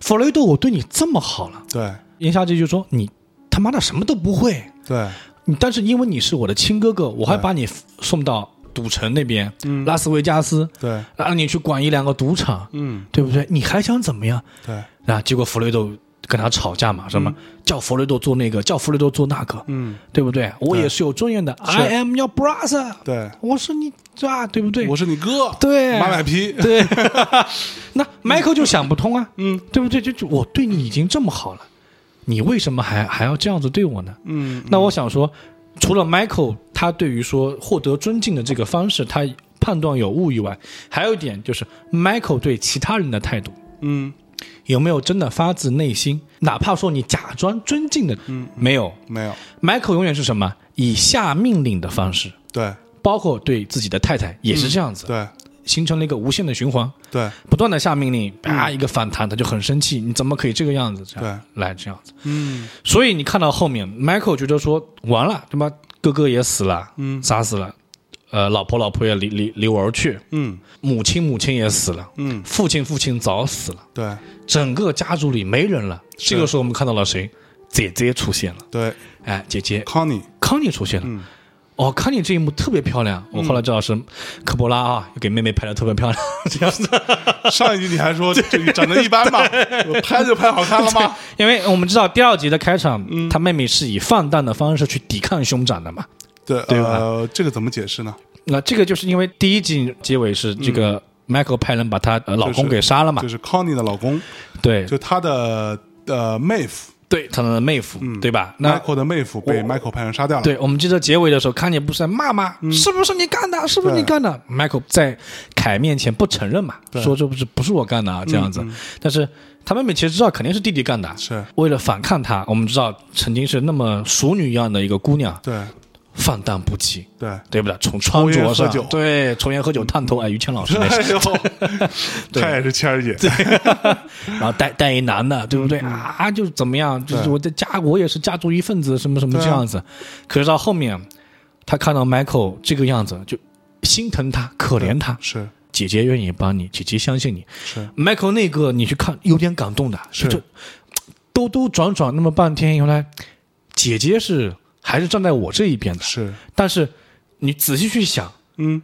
Speaker 1: 弗雷多，我对你这么好了，
Speaker 2: 对
Speaker 1: 言下之意就说你他妈的什么都不会，
Speaker 2: 对
Speaker 1: 你但是因为你是我的亲哥哥，我还把你送到赌城那边，
Speaker 2: 嗯
Speaker 1: 拉斯维加斯，
Speaker 2: 对，
Speaker 1: 让你去管一两个赌场，
Speaker 2: 嗯
Speaker 1: 对不对？你还想怎么样？
Speaker 2: 对，
Speaker 1: 啊，结果弗雷多跟他吵架嘛，什么、叫弗雷多做那个，叫弗雷多做那个，
Speaker 2: 嗯
Speaker 1: 对不对？我也是有尊严的，I am your brother，
Speaker 2: 对，
Speaker 1: 我是你啊，对不对？
Speaker 2: 我是你哥，
Speaker 1: 对
Speaker 2: 马买皮，
Speaker 1: 对， 那 Michael 就想不 通啊，嗯，对不对？就就我对你已经这么好了，你为什么还还要这样子对我呢？
Speaker 2: 嗯
Speaker 1: 那我想说，除了 Michael 他对于说获得尊敬的这个方式，他判断有误以外，还有一点就是 Michael 对其他人的态度
Speaker 2: 嗯，
Speaker 1: 有没有真的发自内心？哪怕说你假装尊敬的，嗯，没有。
Speaker 2: 没有，
Speaker 1: Michael 永远是什么？以下命令的方式，
Speaker 2: 对
Speaker 1: 包括对自己的太太也是这样子，
Speaker 2: 对
Speaker 1: 形成了一个无限的循环，
Speaker 2: 对
Speaker 1: 不断的下命令，啪、一个反弹，他就很生气，你怎么可以这个样子？这样来这样子。
Speaker 2: 嗯
Speaker 1: 所以你看到后面，Michael 觉得说完了，他妈哥哥也死了，嗯，杀死了，呃，老婆老婆也离离离我而去，
Speaker 2: 嗯
Speaker 1: 母亲母亲也死了，
Speaker 2: 嗯，
Speaker 1: 父亲父亲早死了，
Speaker 2: 对
Speaker 1: 整个家族里没人了。
Speaker 2: 是
Speaker 1: 这个时候我们看到了谁？姐姐出现了，
Speaker 2: 对
Speaker 1: 哎，姐姐
Speaker 2: ，Connie，
Speaker 1: 康妮出现了。
Speaker 2: 嗯
Speaker 1: 哦，康妮这一幕特别漂亮，我后来知道是科波拉啊，给妹妹拍的特别漂亮，这样子。
Speaker 2: 上一集你还说这你长得一般吧，我拍就拍好嗯看了吗？
Speaker 1: 因为我们知道第二集的开场，他妹妹是以放荡的方式去抵抗兄长的嘛。
Speaker 2: 对，
Speaker 1: 对吧
Speaker 2: 呃，这个怎么解释呢？
Speaker 1: 那这个就是因为第一集结尾是这个 Michael 派人把她呃老公给杀了
Speaker 2: 嗯
Speaker 1: 嘛
Speaker 2: 就，是 Connie 的老公，
Speaker 1: 对
Speaker 2: 就她的呃妹夫
Speaker 1: 对，她的妹夫
Speaker 2: 嗯
Speaker 1: 对吧？那
Speaker 2: ，Michael 的妹夫被 Michael 派人杀掉了。
Speaker 1: 对我们记得结尾的时候，康妮不是在骂吗？是不是你干的？是不是你
Speaker 2: 嗯对
Speaker 1: 干的？Michael 在凯面前不承认嘛，说这不是不是我干的啊这样
Speaker 2: 嗯
Speaker 1: 子。但是他妹妹其实知道肯定是弟弟干的，
Speaker 2: 是
Speaker 1: 为了反抗他，我们知道曾经是那么淑女一样的一个姑娘，
Speaker 2: 对
Speaker 1: 放荡不羁。
Speaker 2: 对，
Speaker 1: 对不对？从穿
Speaker 2: 抽烟
Speaker 1: 着
Speaker 2: 喝
Speaker 1: 上，
Speaker 2: 酒
Speaker 1: 对，抽烟喝酒烫头，哎，于谦老师那
Speaker 2: 哎
Speaker 1: 是，
Speaker 2: 呦，她也是谦儿姐，
Speaker 1: 然后带带一男的，对不
Speaker 2: 嗯
Speaker 1: 对啊？就怎么样？就是
Speaker 2: 对
Speaker 1: 我的家，我也是家族一份子，什么什么
Speaker 2: 对啊
Speaker 1: 这样子。可是到后面，他看到 Michael 这个样子，就心疼他，可怜他。
Speaker 2: 是
Speaker 1: 姐姐愿意帮你，姐姐相信你。
Speaker 2: 是，
Speaker 1: Michael 那个你去看，有点感动的，
Speaker 2: 是
Speaker 1: 就兜兜转转那么半天，原来姐姐是还是站在我这一边的。
Speaker 2: 是，
Speaker 1: 但是你仔细去想，
Speaker 2: 嗯，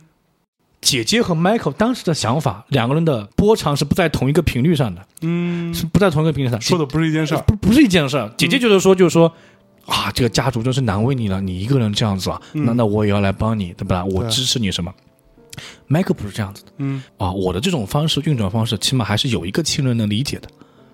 Speaker 1: 姐姐和 Michael 当时的想法，两个人的波长是不在同一个频率上的，
Speaker 2: 嗯，
Speaker 1: 是不在同一个频率上。
Speaker 2: 说的不是一件事儿，嗯
Speaker 1: 不不是一件事儿。姐姐觉得说，就是说。啊，这个家族真是难为你了，你一个人这样子啊，那那我也要来帮你，对吧？我
Speaker 2: 嗯对
Speaker 1: 支持你什么？Michael 不是这样子的
Speaker 2: 嗯
Speaker 1: 啊，我的这种方式运转方式，起码还是有一个亲人能理解的。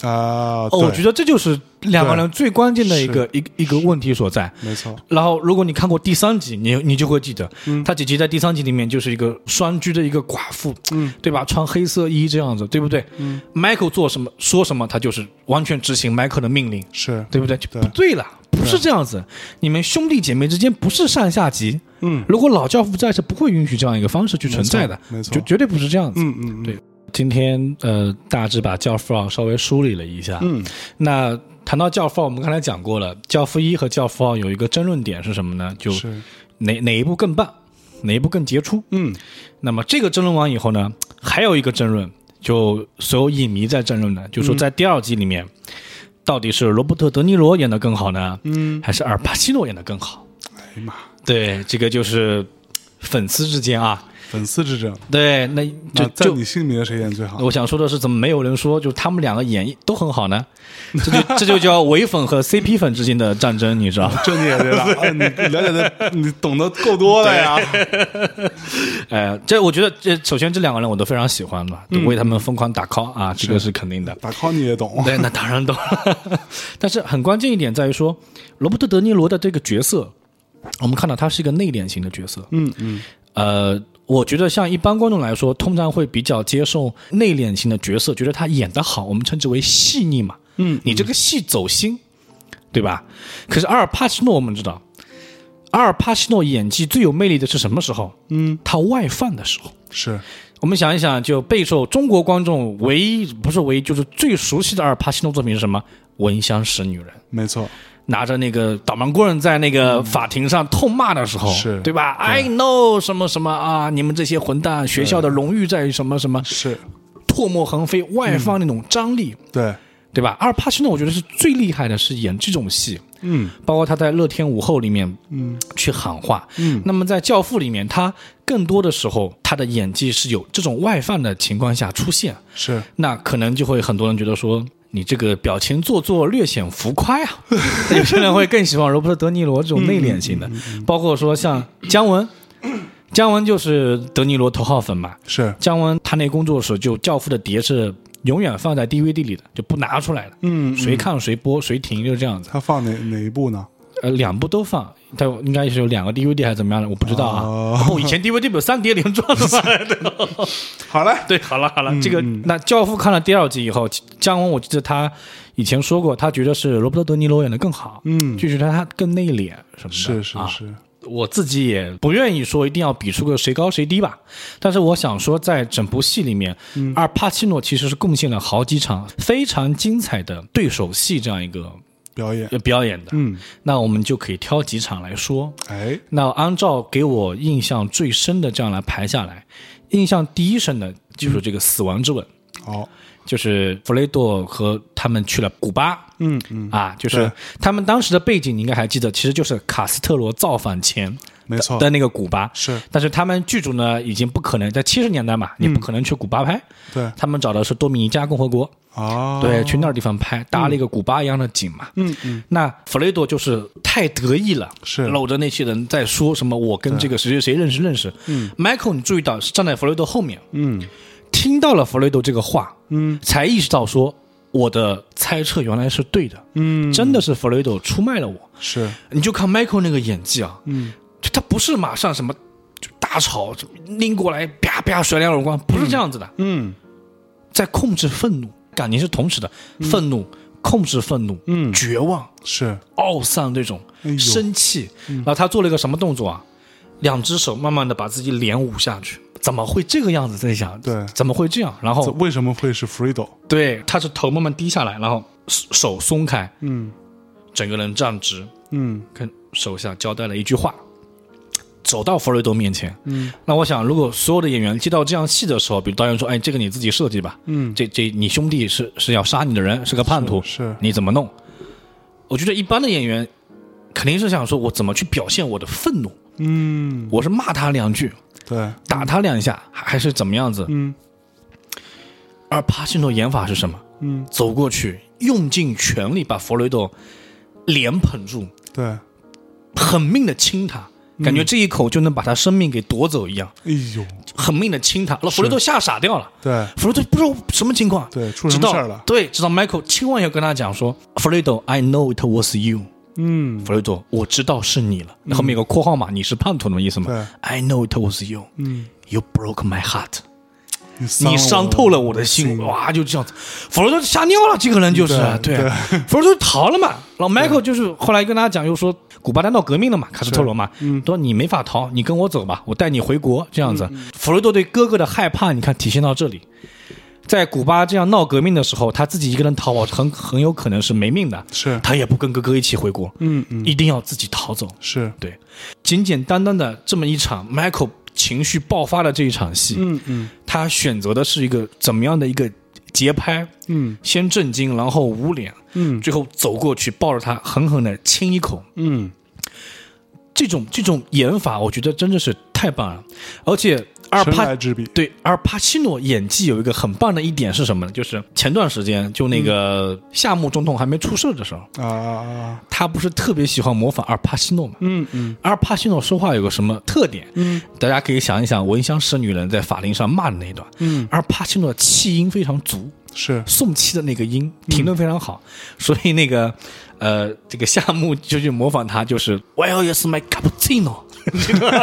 Speaker 2: 啊，
Speaker 1: 哦，我觉
Speaker 2: 对，
Speaker 1: 得这就是两个人最关键的一个一个一个问题所在。
Speaker 2: 没错，
Speaker 1: 然后，如果你看过第三集，你你就会记得，
Speaker 2: 嗯
Speaker 1: 她姐姐在第三集里面就是一个双居的一个寡妇，
Speaker 2: 嗯，
Speaker 1: 对吧？穿黑色衣这样子，对不对？嗯，Michael 做什么说什么，她就是完全执行 Michael 的命令，
Speaker 2: 是，
Speaker 1: 对不对？就
Speaker 2: 嗯对
Speaker 1: 不对了，不是这样子。你们兄弟姐妹之间不是上下级，
Speaker 2: 嗯
Speaker 1: 如果老教父在，是不会允许这样一个方式去存在的，
Speaker 2: 没错没错
Speaker 1: 就绝对不是这样子。
Speaker 2: 嗯嗯，嗯
Speaker 1: 对今天呃，大致把教父二稍微梳理了一下，
Speaker 2: 嗯，，
Speaker 1: 那。谈到教父二，我们刚才讲过了，教父一和教父二有一个争论点是什么呢？就是哪哪一部更棒，哪一部更杰出。
Speaker 2: 嗯，
Speaker 1: 那么这个争论完以后呢，还有一个争论，就所有影迷在争论的，就说在第二季里面，到底是罗伯特·德尼罗演的更好呢，
Speaker 2: 嗯，
Speaker 1: 还是阿尔帕西诺演的更好？
Speaker 2: 哎呀妈，
Speaker 1: 对，这个就是粉丝之间啊，
Speaker 2: 粉丝之争，
Speaker 1: 对，那
Speaker 2: 那
Speaker 1: 就
Speaker 2: 在
Speaker 1: 就。
Speaker 2: 你心里面谁演最好？
Speaker 1: 我想说的是，怎么没有人说就他们两个演绎都很好呢？这就这就 叫唯粉和 CP 粉之间的战争，你知道吗？
Speaker 2: 这你也知 道，哎你了解的，你懂得够多了呀。
Speaker 1: 呃，这我觉得这首先这两个人我都非常喜欢嘛，都为他们疯狂打 call 啊，这嗯个是肯定的。
Speaker 2: 打 call 你也懂，
Speaker 1: 对，那当然懂。 但是很关键一点在于说，罗伯特·德尼罗的这个角色，我们看到他是一个内敛型的角色。
Speaker 2: 嗯嗯，
Speaker 1: 呃，我觉得像一般观众来说，通常会比较接受内敛型的角色，觉得他演得好，我们称之为细腻嘛。
Speaker 2: 嗯，
Speaker 1: 你这个戏走心，对吧？可是阿尔帕西诺，我们知道，阿尔帕西诺演技最有魅力的是什么时候？嗯，他外放的时候。
Speaker 2: 是
Speaker 1: 我们想一想，就备受中国观众唯一不是唯一，就是最熟悉的阿尔帕西诺作品是什么？《闻香识女人》。
Speaker 2: 没错，
Speaker 1: 拿着那个导盲棍在那个法庭上痛骂的时候，
Speaker 2: 是
Speaker 1: 对吧？I know 什么什么啊，你们这些混蛋，学校的荣誉在于什么什么，
Speaker 2: 是
Speaker 1: 唾沫横飞，外放那种张力，
Speaker 2: 对，
Speaker 1: 对吧？阿尔帕西诺我觉得是最厉害的，是演这种戏，
Speaker 2: 嗯
Speaker 1: 包括他在《乐天午后》里面
Speaker 2: 嗯
Speaker 1: 去喊话。
Speaker 2: 嗯，
Speaker 1: 那么在《教父》里面，他更多的时候他的演技是有这种外放的情况下出现，
Speaker 2: 是
Speaker 1: 那可能就会很多人觉得说。你这个表情做作，略显浮 夸呀、有些人会更喜欢罗伯特·德尼罗这种内敛型
Speaker 2: 嗯
Speaker 1: 的，包括说像姜文，姜文就是德尼罗头号粉嘛。
Speaker 2: 是，
Speaker 1: 姜文他那工作室就《教父》的碟是永远放在 DVD 里的，就不拿出来的，
Speaker 2: 嗯，
Speaker 1: 谁看谁播谁停，就这样子。
Speaker 2: 他放哪哪一部呢？
Speaker 1: 呃，两部都放，但应该是有两个 DVD 还是怎么样的，我不知道 啊。
Speaker 2: 哦
Speaker 1: 不，以前 DVD 不有三碟连装的 吗？
Speaker 2: 好嘞，
Speaker 1: 对，好了好了，
Speaker 2: 嗯
Speaker 1: 这个那《教父》看了第二集以后，姜文我记得他以前说过，他觉得是罗伯特·德尼罗演的更好，
Speaker 2: 嗯，
Speaker 1: 就觉得他更内敛什么的。
Speaker 2: 是是
Speaker 1: 啊，
Speaker 2: 是，
Speaker 1: 我自己也不愿意说一定要比出个谁高谁低吧，但是我想说，在整部戏里面，
Speaker 2: 嗯
Speaker 1: 阿尔帕西诺其实是贡献了好几场非常精彩的对手戏这样一个
Speaker 2: 表演，
Speaker 1: 呃表演的。
Speaker 2: 嗯，
Speaker 1: 那我们就可以挑几场来说。
Speaker 2: 哎，
Speaker 1: 那按照给我印象最深的这样来排下来，印象第一深的就是这个《死亡之吻》，
Speaker 2: 好，
Speaker 1: 就是弗雷多和他们去了古巴。
Speaker 2: 嗯嗯，
Speaker 1: 啊，就是
Speaker 2: 对
Speaker 1: 他们当时的背景，你应该还记得，其实就是卡斯特罗造反前
Speaker 2: 没错，
Speaker 1: 的那个古巴。
Speaker 2: 是
Speaker 1: 但是他们剧组呢，已经不可能在七十年代嘛，
Speaker 2: 嗯
Speaker 1: 你不可能去古巴拍，
Speaker 2: 对
Speaker 1: 他们找的是多米尼加共和国，
Speaker 2: 啊，
Speaker 1: 对，去那儿地方拍，搭了一个古巴一样的景嘛。
Speaker 2: 嗯嗯，
Speaker 1: 那弗雷多就是太得意了，
Speaker 2: 是
Speaker 1: 搂着那些人在说什么我跟这个谁谁谁认识认识。嗯，Michael，你注意到是站在弗雷多后面，
Speaker 2: 嗯
Speaker 1: 听到了弗雷多这个话，
Speaker 2: 嗯，
Speaker 1: 才意识到说我的猜测原来是对的，
Speaker 2: 嗯，
Speaker 1: 真的是弗雷多出卖了我。
Speaker 2: 是，
Speaker 1: 你就看 Michael 那个演技啊，
Speaker 2: 嗯
Speaker 1: 就他不是马上什么就大吵，什么拎过来啪啪甩两耳光，不是这样子的，
Speaker 2: 嗯
Speaker 1: 在控制愤怒，感情是同时的，愤怒、控制愤怒、
Speaker 2: 嗯，
Speaker 1: 绝望、
Speaker 2: 是，
Speaker 1: 懊丧这种
Speaker 2: 哎呦嗯
Speaker 1: 生气，然后他做了一个什么动作啊？两只手慢慢的把自己脸捂下去，怎么会这个样子？在想，
Speaker 2: 对
Speaker 1: 怎么会这样？然
Speaker 2: 这
Speaker 1: 后
Speaker 2: 为什么会是 Fredo？
Speaker 1: 对，他是头慢慢低下来，然后手手松开，
Speaker 2: 嗯
Speaker 1: 整个人站直，
Speaker 2: 嗯
Speaker 1: 跟手下交代了一句话，走到弗雷多面前。
Speaker 2: 嗯，
Speaker 1: 那我想，如果所有的演员接到这样戏的时候，比如导演说：“哎，这个你自己设计吧，
Speaker 2: 嗯，
Speaker 1: 这这你兄弟是是要杀你的人，是个叛徒，
Speaker 2: 是
Speaker 1: 你怎么弄？”我觉得一般的演员肯定是想说，我怎么去表现我的愤怒？
Speaker 2: 嗯
Speaker 1: 我是骂他两句，
Speaker 2: 对，
Speaker 1: 打他两下，还还是怎么样子？
Speaker 2: 嗯
Speaker 1: 而帕西诺演法是什么？
Speaker 2: 嗯
Speaker 1: 走过去，用尽全力把弗雷多脸捧住，
Speaker 2: 对，哎
Speaker 1: 狠命的亲他，感觉这一口就能把他生命给夺走一样，
Speaker 2: 哎呦，
Speaker 1: 狠命的亲他。那弗雷多吓傻掉了，
Speaker 2: 对
Speaker 1: 弗雷多不知道什么情况，
Speaker 2: 对，出
Speaker 1: 直
Speaker 2: 什
Speaker 1: 到
Speaker 2: 么事儿了？
Speaker 1: 对，直到 Michael 千万要跟他讲说，弗雷多，I know it was you，
Speaker 2: 嗯
Speaker 1: 弗雷多，我知道是你了。那后面有个括号嘛，你是叛徒的意思
Speaker 2: 对
Speaker 1: 嘛？I know it was you，
Speaker 2: 嗯，
Speaker 1: you broke my heart。
Speaker 2: 你
Speaker 1: 你伤透了我的
Speaker 2: 心
Speaker 1: 心，，哇，就这样子，弗雷多吓尿了，这个人就是
Speaker 2: 对
Speaker 1: 对啊
Speaker 2: 对，
Speaker 1: 弗雷多逃了嘛。老 Michael 就是后来跟大家讲，又说古巴单到革命了嘛，卡斯特罗嘛，说你没法逃，你跟我走吧，我带你回国，这样子。弗雷多对哥哥的害怕，你看体现到这里。在古巴这样闹革命的时候，他自己一个人逃跑，很很有可能是没命的，
Speaker 2: 是，
Speaker 1: 他也不跟哥哥一起回国，
Speaker 2: 嗯嗯
Speaker 1: 一定要自己逃走。
Speaker 2: 是，
Speaker 1: 对，简简单单的这么一场 Michael 情绪爆发的这一场戏，
Speaker 2: 嗯嗯
Speaker 1: 他选择的是一个怎么样的一个节拍？
Speaker 2: 嗯
Speaker 1: 先震惊，然后捂脸，
Speaker 2: 嗯
Speaker 1: 最后走过去抱着他，狠狠的亲一口。
Speaker 2: 嗯，
Speaker 1: 这种这种演法，我觉得真的是太棒了。而且阿尔
Speaker 2: 神
Speaker 1: 帕
Speaker 2: 来之笔，
Speaker 1: 对阿尔帕西诺演技有一个很棒的一点是什么呢？就是前段时间就那
Speaker 2: 嗯
Speaker 1: 个夏目总统还没出事的时候，
Speaker 2: 啊啊啊，
Speaker 1: 他不是特别喜欢模仿阿尔帕西诺嘛？
Speaker 2: 嗯嗯
Speaker 1: 阿尔帕西诺说话有个什么特点？
Speaker 2: 嗯，
Speaker 1: 大家可以想一想，《闻香识女人》在法庭上骂的那一段，
Speaker 2: 嗯，
Speaker 1: 阿尔帕西诺的气音非常足，
Speaker 2: 是，
Speaker 1: 送气的那个音，停顿非常好，所以那个呃，这个夏目就去模仿他，就是 Well, yes, my cappuccino，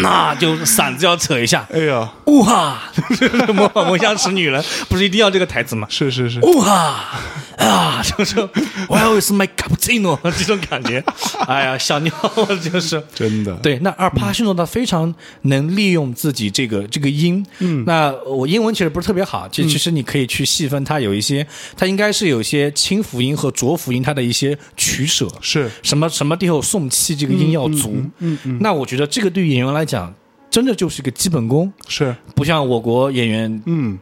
Speaker 1: 那就嗓子要扯一下，
Speaker 2: 哎呀，
Speaker 1: 呜哈， 模仿魔像使女人，不是一定要这个台词吗？
Speaker 2: 是是是，
Speaker 1: 呜哈 啊，就是我 a l w a s my cappuccino 这种感觉，哎呀，小尿就是。
Speaker 2: 真的，
Speaker 1: 对，那阿尔帕西诺他非常能利用自己这个这个音，嗯，那我英文其实不是特别好，
Speaker 2: 嗯
Speaker 1: 其其实你可以去细分，它有一些，它应该是有一些清辅音和浊辅音它的一些取舍，
Speaker 2: 是
Speaker 1: 什么什么地方有送气这个音要足，
Speaker 2: 嗯嗯，
Speaker 1: 那我觉得这个对于演员来讲，真的就是一个基本功，
Speaker 2: 是，
Speaker 1: 不像我国演员
Speaker 2: 嗯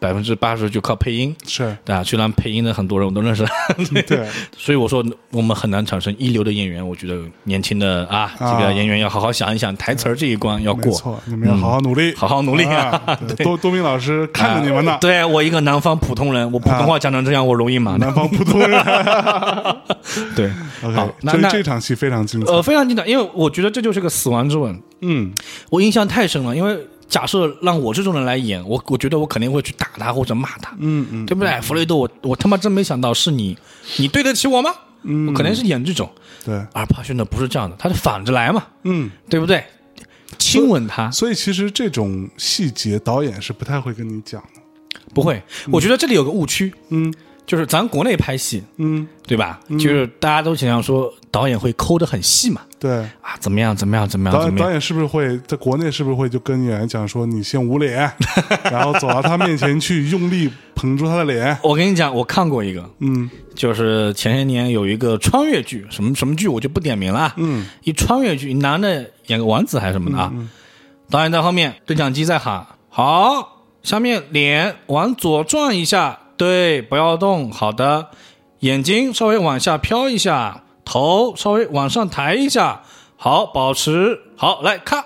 Speaker 1: 百分之八十就靠配音。
Speaker 2: 是，
Speaker 1: 啊，虽然配音的很多人我都认识，
Speaker 2: 对，
Speaker 1: 所以我说我们很难产生一流的演员。我觉得年轻的啊，这
Speaker 2: 啊
Speaker 1: 个演员要好好想一想台词儿这一关要
Speaker 2: 没
Speaker 1: 过，嗯
Speaker 2: 错，你们要好好努力，
Speaker 1: 好好努力
Speaker 2: 啊！对多多明老师看着你们呢
Speaker 1: 啊，对我一个南方普通人，我普通话讲成这样，我容易吗？
Speaker 2: 南方普通人。
Speaker 1: 对，好
Speaker 2: OK，，
Speaker 1: 那
Speaker 2: 所以
Speaker 1: 那
Speaker 2: 这场戏非常精彩。
Speaker 1: 呃非常精彩，因为我觉得这就是个死亡之吻，
Speaker 2: 嗯，
Speaker 1: 我印象太深了，因为假设让我这种人来演，我我觉得我肯定会去打他或者骂他，
Speaker 2: 嗯嗯，
Speaker 1: 对不对？弗雷德，我我他妈真没想到是你，你对得起我吗？
Speaker 2: 嗯
Speaker 1: 我肯定是演这种。
Speaker 2: 对，
Speaker 1: 阿尔帕逊的不是这样的，他是反着来嘛，
Speaker 2: 嗯，
Speaker 1: 对不对？亲吻他
Speaker 2: 所以其实这种细节导演是不太会跟你讲的。
Speaker 1: 不会，我觉得这里有个误区，
Speaker 2: 嗯
Speaker 1: 就是咱国内拍戏，
Speaker 2: 嗯，
Speaker 1: 对吧？就是大家都想象说导演会抠得很细嘛，
Speaker 2: 对，
Speaker 1: 啊，怎么样，怎么样，怎么样，
Speaker 2: 导
Speaker 1: 怎
Speaker 2: 演
Speaker 1: 么
Speaker 2: 导
Speaker 1: 样？
Speaker 2: 演是不是会在国内是不是会就跟演员讲说你先捂脸， 然后走到他面前去用力捧住他的脸？
Speaker 1: 我跟你讲，我看过一个，
Speaker 2: 嗯
Speaker 1: 就是前些年有一个穿越剧，什么什么剧我就不点名了啊，
Speaker 2: 嗯，
Speaker 1: 一穿越剧，男的演个王子还是什么的啊，导演在后面，对讲机在喊：“好，下面脸往左转一下，对，不要动，好的，眼睛稍微往下飘一下，头稍微往上抬一下，好，保持好，来咔，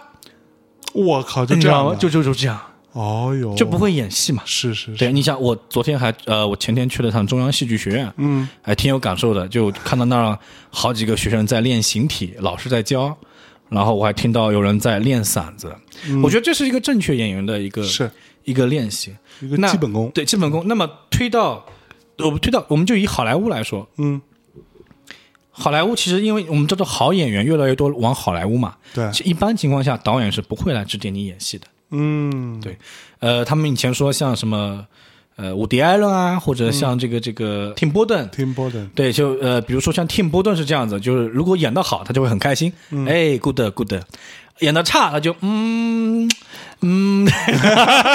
Speaker 2: 我靠，就
Speaker 1: 你
Speaker 2: 这
Speaker 1: 知
Speaker 2: 样
Speaker 1: 道吗
Speaker 2: 的？
Speaker 1: 就就就这样，
Speaker 2: 哦哟，
Speaker 1: 就不会演戏嘛。
Speaker 2: 是是是，
Speaker 1: 对，你想，我昨天还呃，我前天去了趟中央戏剧学院，
Speaker 2: 嗯，
Speaker 1: 还挺有感受的，就看到那儿好几个学生在练形体，老师在教，然后我还听到有人在练嗓子，
Speaker 2: 嗯
Speaker 1: 我觉得这是一个正确演员的一个
Speaker 2: 是
Speaker 1: 一个练习，
Speaker 2: 一个
Speaker 1: 那
Speaker 2: 基本功。
Speaker 1: 对基本功。那么推到我们推到，我们就以好莱坞来说，
Speaker 2: 嗯，
Speaker 1: 好莱坞其实因为我们知道好演员越来越多往好莱坞嘛，
Speaker 2: 对，
Speaker 1: 其实一般情况下导演是不会来指点你演戏的。
Speaker 2: 嗯，
Speaker 1: 对，呃，他们以前说像什么，呃，伍迪·艾伦啊，或者像这个、这个 Tim Burton，
Speaker 2: ，Tim Burton，
Speaker 1: 对，就呃，比如说像 Tim Burton 是这样子，就是如果演得好，他就会很开心，哎，good good，演得差他就嗯嗯，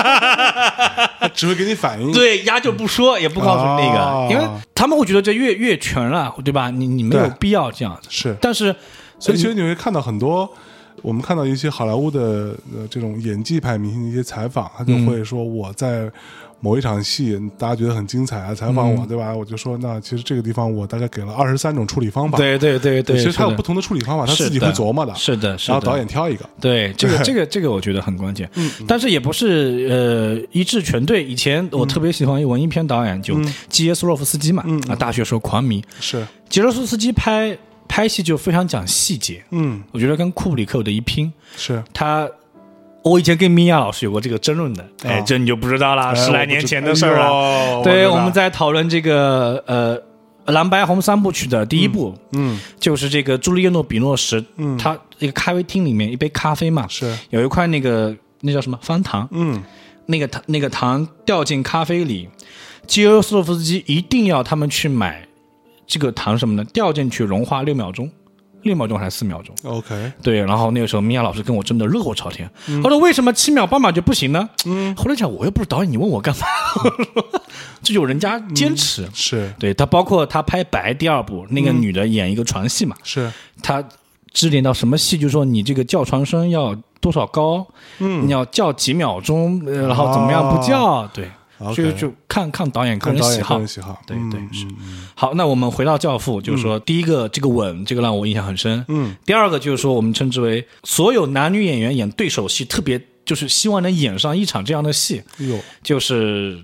Speaker 2: 他只会给你反应。
Speaker 1: 对，丫就不说，也不告诉你那个，
Speaker 2: 嗯哦
Speaker 1: 因为他们会觉得这越越权了，对吧？你你没有
Speaker 2: 对
Speaker 1: 必要这样子，
Speaker 2: 是，
Speaker 1: 但是
Speaker 2: 所以其实你会看到很多，我们看到一些好莱坞的呃这种演技派明星的一些采访，他
Speaker 1: 嗯
Speaker 2: 就会说我在某一场戏，大家觉得很精彩啊，采访
Speaker 1: 嗯
Speaker 2: 我，对吧？我就说那其实这个地方我大概给了二十三种处理方法，
Speaker 1: 对对对对，
Speaker 2: 其实他
Speaker 1: 是
Speaker 2: 有
Speaker 1: 的
Speaker 2: 不同的处理方法，他
Speaker 1: 是
Speaker 2: 自己
Speaker 1: 的
Speaker 2: 会琢磨的，
Speaker 1: 是的，是
Speaker 2: 然
Speaker 1: 的，
Speaker 2: 后导演嗯挑一个，
Speaker 1: 对，这个这个这个我觉得很关键，但是也不是呃一致全对。以前我特别喜欢一文艺片导演，就
Speaker 2: 嗯
Speaker 1: 基耶斯洛夫斯基嘛，啊，大学时候狂迷。
Speaker 2: 是，
Speaker 1: 杰洛夫斯基拍拍戏就非常讲细节，
Speaker 2: 嗯，
Speaker 1: 我觉得跟库布里克有的一拼。
Speaker 2: 是，
Speaker 1: 他，我以前跟米娅老师有过这个争论的，哎，这你就不知道啦，十来年前的事儿了。
Speaker 2: 了
Speaker 1: 对，我们，在讨论这个呃《蓝白红三部曲》的第一部，
Speaker 2: 嗯，
Speaker 1: 就是这个朱丽叶诺比诺什，嗯，他一个咖啡厅里面一杯咖啡嘛，
Speaker 2: 是，
Speaker 1: 有一块那个那叫什么方糖，
Speaker 2: 嗯，
Speaker 1: 那个糖那个糖掉进咖啡里，基欧斯洛夫斯基一定要他们去买这个糖什么呢？掉进去融化六秒钟，六秒钟还是四秒钟？
Speaker 2: OK，
Speaker 1: 对，然后那个时候米娅老师跟我争得热火朝天，
Speaker 2: 嗯
Speaker 1: 后来为什么七秒八秒就不行呢？嗯，后来讲我又不是导演，你问我干 嘛？这有人家坚
Speaker 2: 嗯
Speaker 1: 持。
Speaker 2: 是
Speaker 1: 对他，包括他拍《白》第二部，那个女的演一个船戏嘛，
Speaker 2: 是，
Speaker 1: 他指点到什么戏，就说你这个叫船声要多少高，嗯，你要叫几秒钟，呃然后怎么样不叫，对，
Speaker 2: 哦 OK
Speaker 1: 就就看看导演个
Speaker 2: 看
Speaker 1: 人
Speaker 2: 导
Speaker 1: 喜
Speaker 2: 演个
Speaker 1: 好
Speaker 2: 人。喜好，
Speaker 1: 对
Speaker 2: 嗯
Speaker 1: 对是，好，那我们回到《教父》，就是说、第一个这个吻，这个让我印象很深。嗯，第二个就是说我们称之为所有男女演员演对手戏，特别就是希望能演上一场这样的戏，
Speaker 2: 有
Speaker 1: 就是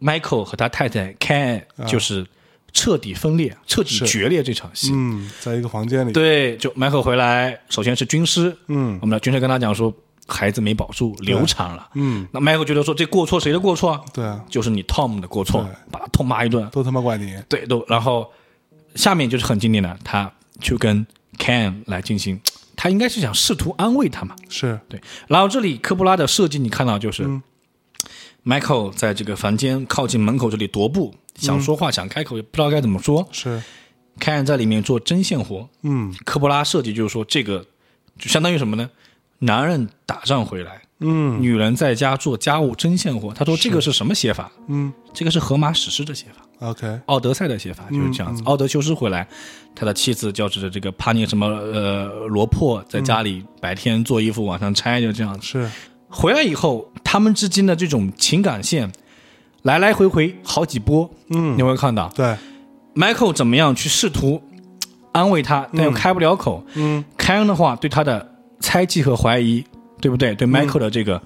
Speaker 1: Michael 和他太太 Ken
Speaker 2: 啊
Speaker 1: 就是彻底分裂、彻底决裂这场戏。
Speaker 2: 嗯，在一个房间里，
Speaker 1: 对，就 Michael 回来，首先是军师，
Speaker 2: 嗯，
Speaker 1: 我们的军师跟他讲说孩子没保住，流产了。
Speaker 2: 嗯，
Speaker 1: 那 Michael 觉得说这过错谁的过错啊？
Speaker 2: 对啊，
Speaker 1: 就是你 Tom 的过错，把他痛骂一顿。
Speaker 2: 都他妈怪你，
Speaker 1: 对，都然后下面就是很经典的，他去跟 Can 来进行，他应该是想试图安慰他嘛。
Speaker 2: 是
Speaker 1: 对，嗯然后这里科波拉的设计你看到就是、Michael 在这个房间靠近门口这里踱步，想说话、想开口也不知道该怎么说。
Speaker 2: 是，
Speaker 1: Can 在里面做针线活，
Speaker 2: 嗯
Speaker 1: 科波拉设计就是说这个就相当于什么呢？男人打仗回来，
Speaker 2: 嗯
Speaker 1: 女人在家做家务针线活。他说这个是什么写法？
Speaker 2: 嗯
Speaker 1: 这个是荷马史诗的写法。
Speaker 2: ，OK，
Speaker 1: 奥德赛的写法就是这样子。奥德修斯回来，他的妻子叫这这个帕涅什么呃罗珀，在家里白天做衣服，晚上拆，就这样子。
Speaker 2: 是
Speaker 1: 嗯回来以后，他们之间的这种情感线来来回回好几波，
Speaker 2: 嗯
Speaker 1: 你会看到
Speaker 2: 对，
Speaker 1: Michael 怎么样去试图 安慰他，但又开不了口。
Speaker 2: 嗯
Speaker 1: 凯恩的话对他的猜忌和怀疑，对不对？对 Michael 的这个，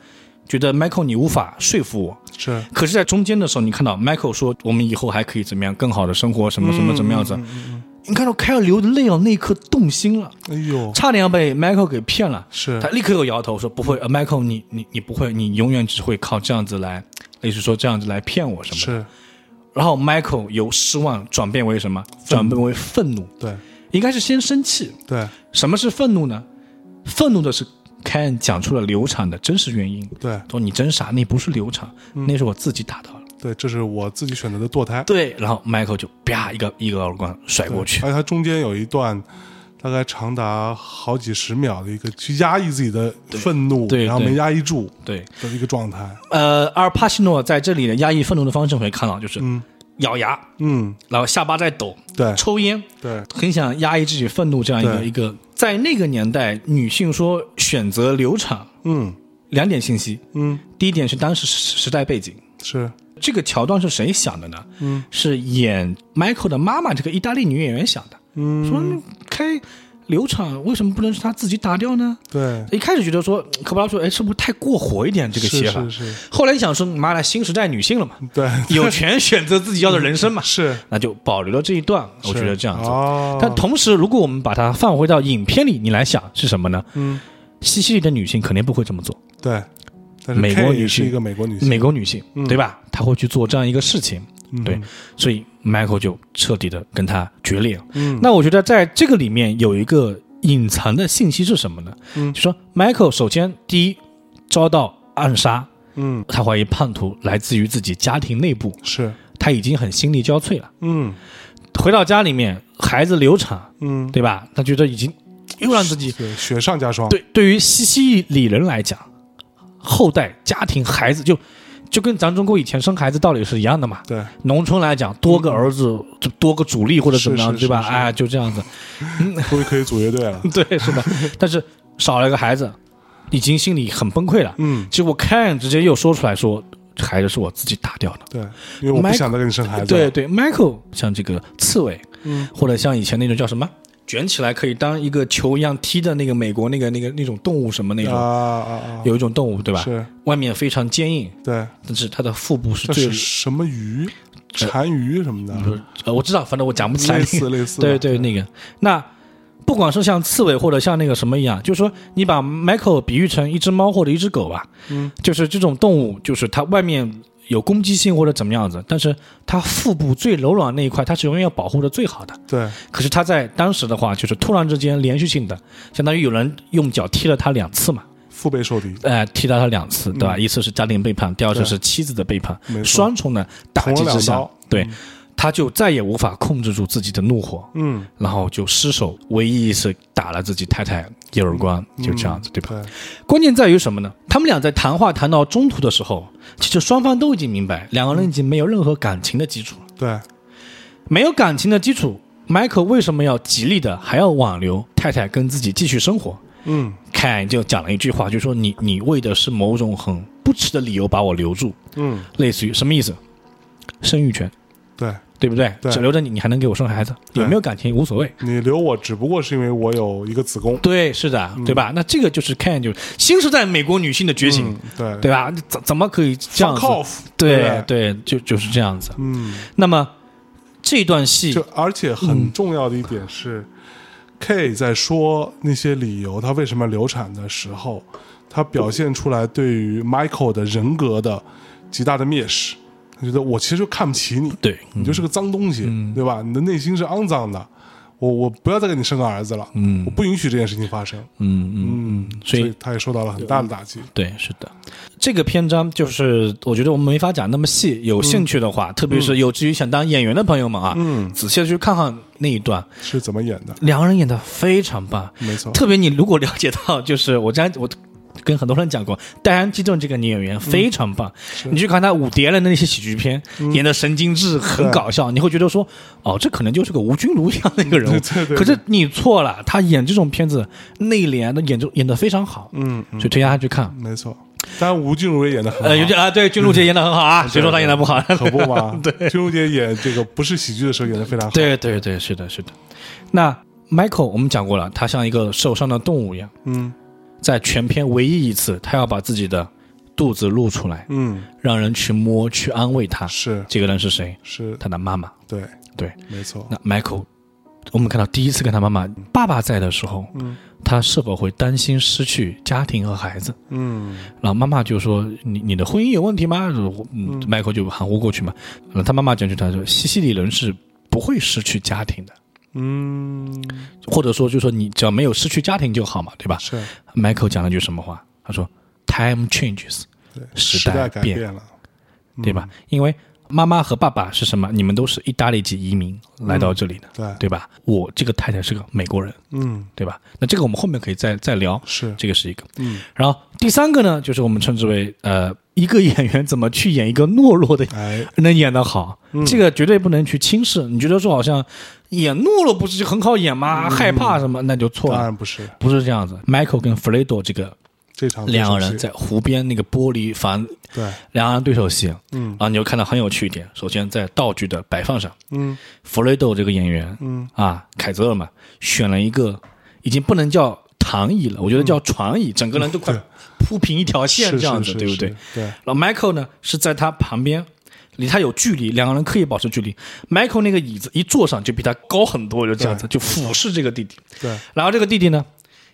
Speaker 1: 觉得 Michael 你无法说服我，
Speaker 2: 是，
Speaker 1: 可是，在中间的时候，你看到 Michael 说：“我们以后还可以怎么样，更好的生活，什么什么怎么样子。
Speaker 2: 嗯
Speaker 1: 你看到凯尔流的泪哦，那一刻动心了，
Speaker 2: 哎呦，
Speaker 1: 差点要被 Michael 给骗了。
Speaker 2: 是
Speaker 1: 他立刻又摇头说：“不会、呃、，Michael，你你你不会，你永远只会靠这样子来，类似说这样子来骗我什么的。
Speaker 2: 是，”
Speaker 1: 然后 Michael 由失望转变为什么？转变为愤怒，
Speaker 2: 对
Speaker 1: 应该是先生气。
Speaker 2: 对
Speaker 1: 什么是愤怒呢？愤怒的是凯恩讲出了流产的真实原因，
Speaker 2: 对
Speaker 1: 说你真傻，那不是流产，那是我自己打的。
Speaker 2: 对，这是我自己选择的堕胎，
Speaker 1: 对，然后 Michael 就啪一个一个耳光甩过去，
Speaker 2: 而且它中间有一段。大概长达好几十秒的一个去压抑自己的愤怒，
Speaker 1: 对对
Speaker 2: 然后没压抑住
Speaker 1: 对，
Speaker 2: 的一个状态。
Speaker 1: 呃，阿尔帕西诺在这里的压抑愤怒的方式，我会看到就是咬牙，
Speaker 2: 嗯，
Speaker 1: 然后下巴在抖，
Speaker 2: 对
Speaker 1: 抽烟，
Speaker 2: 对
Speaker 1: 很想压抑自己愤怒这样一个
Speaker 2: 哎对
Speaker 1: 一个，在那个年代，女性说选择流产
Speaker 2: 嗯
Speaker 1: 两点信息，
Speaker 2: 嗯，
Speaker 1: 第一点是当时时时代背景。
Speaker 2: 是
Speaker 1: 这个桥段是谁想的呢？嗯，是演 Michael 的妈妈这个意大利女演员想的。
Speaker 2: 嗯，
Speaker 1: 说开流产为什么不能是她自己打掉呢？
Speaker 2: 对，
Speaker 1: 一开始觉得说科波拉说，哎，是不是太过火一点这个写法？
Speaker 2: 是是是，
Speaker 1: 后来一想说，妈的，新时代女性了嘛，
Speaker 2: 对，
Speaker 1: 有权选择自己要的人生嘛，
Speaker 2: 是，
Speaker 1: 那就保留了这一段。我觉得这样子。
Speaker 2: 哦、
Speaker 1: 但同时，如果我们把它放回到影片里，你来想是什么呢？
Speaker 2: 嗯，
Speaker 1: 西西里的女性肯定不会这么做，
Speaker 2: 对，但是
Speaker 1: 美国
Speaker 2: Kay
Speaker 1: 女
Speaker 2: 是
Speaker 1: 性嗯
Speaker 2: 一个美国女性，
Speaker 1: 美国女性、对吧？她会去做这样一个事情，
Speaker 2: 嗯
Speaker 1: 对，所以 Michael 就彻底的跟她决裂了。
Speaker 2: 嗯，
Speaker 1: 那我觉得在这个里面有一个隐藏的信息是什么呢？
Speaker 2: 嗯
Speaker 1: 就说 Michael 首先第一遭到暗杀，
Speaker 2: 嗯
Speaker 1: 他怀疑叛徒来自于自己家庭内部，
Speaker 2: 是，
Speaker 1: 他已经很心力交瘁了。
Speaker 2: 嗯
Speaker 1: 回到家里面，孩子流产，
Speaker 2: 嗯，
Speaker 1: 对吧？他觉得已经又让自己
Speaker 2: 对，雪上加霜，
Speaker 1: 对对于西西里人来讲，后代、家庭、孩子就就跟咱中国以前生孩子道理是一样的嘛。
Speaker 2: 对
Speaker 1: 农村来讲，多个儿子就多个主力或者怎么
Speaker 2: 嗯
Speaker 1: 样，
Speaker 2: 是是
Speaker 1: 对吧？
Speaker 2: 是是
Speaker 1: 哎，就这样子。
Speaker 2: 终于可以组乐队了，
Speaker 1: 对，是的。但是少了一个孩子，已经心里很崩溃了。
Speaker 2: 嗯，
Speaker 1: 结果 Ken 直接又说出来说，这孩子是我自己打掉的。
Speaker 2: 对，因为我不
Speaker 1: Michael-
Speaker 2: 想再给你生孩子，
Speaker 1: 对，对，Michael 像这个刺猬，
Speaker 2: 嗯，
Speaker 1: 或者像以前那种叫什么卷起来可以当一个球一样踢的那个美国那个那个那种动物什么那
Speaker 2: 啊
Speaker 1: 种，
Speaker 2: 啊啊，
Speaker 1: 有一种动物对吧？
Speaker 2: 是，
Speaker 1: 外面非常坚硬，
Speaker 2: 对，
Speaker 1: 但是它的腹部是呃
Speaker 2: 这
Speaker 1: 最
Speaker 2: 是……什么鱼？单鱼什么的，
Speaker 1: 呃，我知道，反正我讲不起来
Speaker 2: 类
Speaker 1: 那个
Speaker 2: 似类似，
Speaker 1: 对，对，那个那不管是像刺猬或者像那个什么一样，就是说你把 Michael 比喻成一只猫或者一只狗吧，
Speaker 2: 嗯，
Speaker 1: 就是这种动物，就是它外面有攻击性或者怎么样子，但是它腹部最柔软那一块，它是永远要保护的最好的。
Speaker 2: 对，
Speaker 1: 可是它在当时的话，就是突然之间连续性的，相当于有人用脚踢了它两次嘛，
Speaker 2: 腹背受敌，
Speaker 1: 呃，踢到它两次，对吧？一次是家庭背叛，第二
Speaker 2: 嗯
Speaker 1: 次
Speaker 2: 对
Speaker 1: 是妻子的背叛
Speaker 2: 没，错
Speaker 1: 双重的打击
Speaker 2: 捅了
Speaker 1: 之
Speaker 2: 两
Speaker 1: 下
Speaker 2: 刀，
Speaker 1: 对。他就再也无法控制住自己的怒火，
Speaker 2: 嗯，
Speaker 1: 然后就失手，唯一一次打了自己太太一耳光，
Speaker 2: 嗯
Speaker 1: 就这样子，对吧？
Speaker 2: 对，
Speaker 1: 关键在于什么呢？他们俩在谈话谈到中途的时候，其实双方都已经明白，两个人已经没有任何感情的基础了。
Speaker 2: 对，
Speaker 1: 没有感情的基础，Michael 为什么要极力的还要挽留太太跟自己继续生活？
Speaker 2: 嗯，
Speaker 1: 凯就讲了一句话，就说你你为的是某种很不耻的理由把我留住，
Speaker 2: 嗯，
Speaker 1: 类似于什么意思？生育权，
Speaker 2: 对，
Speaker 1: 对不对？
Speaker 2: 对
Speaker 1: 只留着你，你还能给我生孩子，
Speaker 2: 对
Speaker 1: 有没有感情无所谓。
Speaker 2: 你留我只不过是因为我有一个子宫，
Speaker 1: 对，是的，对吧？那这个就是 Ken，就是新时代美国女性的觉醒，
Speaker 2: 嗯，对，
Speaker 1: 对吧？怎怎么可以这样
Speaker 2: Fuck
Speaker 1: 子？
Speaker 2: off，
Speaker 1: 对
Speaker 2: 对
Speaker 1: 对，就就是这样子。
Speaker 2: 嗯，
Speaker 1: 那么这段戏
Speaker 2: 就而且很重要的一点是、k 在说那些理由他为什么流产的时候，他表现出来对于 Michael 的人格的极大的蔑视。他觉得我其实就看不起你，
Speaker 1: 对，嗯
Speaker 2: 你就是个脏东西，对吧？你的内心是肮脏的，我我不要再给你生个儿子了，嗯，我不允许这件事情发生，
Speaker 1: 嗯嗯。
Speaker 2: 嗯，
Speaker 1: 所以
Speaker 2: 他也受到了很大的打击，
Speaker 1: 对，是的，这个篇章就是我觉得我们没法讲那么细，有兴趣的话，特别是有志于想当演员的朋友们啊，
Speaker 2: 嗯，
Speaker 1: 仔细的去看看那一段，
Speaker 2: 是怎么演的？
Speaker 1: 两个人演的非常棒，
Speaker 2: 没错，
Speaker 1: 特别你如果了解到，就是我之前我跟很多人讲过，戴安·基顿这个女演员非常
Speaker 2: 嗯
Speaker 1: 棒，你去看她五蝶类的那些喜剧片，演的神经质，很
Speaker 2: 对
Speaker 1: 搞笑，你会觉得说，哦，这可能就是个吴君如一样的一个人物
Speaker 2: 对对，对
Speaker 1: 可是你错了，她演这种片子内敛的演着演的非常好，
Speaker 2: 嗯，
Speaker 1: 所以推荐她去看。
Speaker 2: 没错。当然，吴君如也演的很好，
Speaker 1: 呃，有点啊，对，君如姐演的很好啊，谁说她演的不好？
Speaker 2: 可不嘛？对，君如姐演这个不是喜剧的时候演的非常好，
Speaker 1: 对对对，是的，是的。那 Michael 我们讲过了，他像一个受伤的动物一样，
Speaker 2: 嗯
Speaker 1: 在全片唯一一次，他要把自己的肚子露出来，
Speaker 2: 嗯，
Speaker 1: 让人去摸、去安慰他。
Speaker 2: 是
Speaker 1: 这个人是谁？
Speaker 2: 是，
Speaker 1: 他的妈妈。
Speaker 2: 对
Speaker 1: 啊对，
Speaker 2: 没错，
Speaker 1: 那 Michael，我们看到第一次跟他妈妈、爸爸在的时候，
Speaker 2: 嗯
Speaker 1: 他是否会担心失去家庭和孩子？
Speaker 2: 嗯
Speaker 1: 然后妈妈就说：“你你的婚姻有问题吗？”嗯，Michael 就含糊过去嘛。然后他妈妈讲句，他说：“西西里人是不会失去家庭的。”
Speaker 2: 嗯，
Speaker 1: 或者说，就说你只要没有失去家庭就好嘛，对吧
Speaker 2: 是
Speaker 1: ？Michael 讲了句什么话？他说：“Time changes，
Speaker 2: 对，
Speaker 1: 时
Speaker 2: 时代
Speaker 1: 代
Speaker 2: 改
Speaker 1: 变
Speaker 2: 变了，嗯
Speaker 1: 对吧？因为妈妈和爸爸是什么？你们都是意大利籍移民来到这里的，
Speaker 2: 对，
Speaker 1: 对吧？我这个太太是个美国人，
Speaker 2: 嗯
Speaker 1: 对吧？那这个我们后面可以再再聊，
Speaker 2: 是，
Speaker 1: 这个是一个。
Speaker 2: 嗯，
Speaker 1: 然后第三个呢，就是我们称之为呃，一个演员怎么去演一个懦弱的
Speaker 2: 哎，
Speaker 1: 能演得好，
Speaker 2: 嗯
Speaker 1: 这个绝对不能去轻视。你觉得说好像演懦弱不是就很好演吗？害怕什么？那就错
Speaker 2: 嗯当
Speaker 1: 了。
Speaker 2: 然不是
Speaker 1: 不是这样子。Michael 跟 Fredo 这个
Speaker 2: 这场
Speaker 1: 两个人
Speaker 2: 对手
Speaker 1: 在湖边那个玻璃房，
Speaker 2: 戏，对，
Speaker 1: 两个人对手戏，啊
Speaker 2: 嗯
Speaker 1: 然后你就看到很有趣一点。首先在道具的摆放上
Speaker 2: 嗯
Speaker 1: ，Fredo 这个演员，
Speaker 2: 嗯
Speaker 1: 啊，凯泽尔嘛，选了一个已经不能叫躺椅了，我觉得叫床椅，整个人都快铺平一条线
Speaker 2: 嗯是
Speaker 1: 这样
Speaker 2: 是
Speaker 1: 子，
Speaker 2: 是
Speaker 1: 对不
Speaker 2: 是
Speaker 1: 对？
Speaker 2: 对，
Speaker 1: 然后 Michael 呢是在他旁边，离他有距离，两个人刻意保持距离。Michael 那个椅子一坐上就比他高很多，就这样子，就俯视这个弟弟。
Speaker 2: 对
Speaker 1: 然后这个弟弟呢，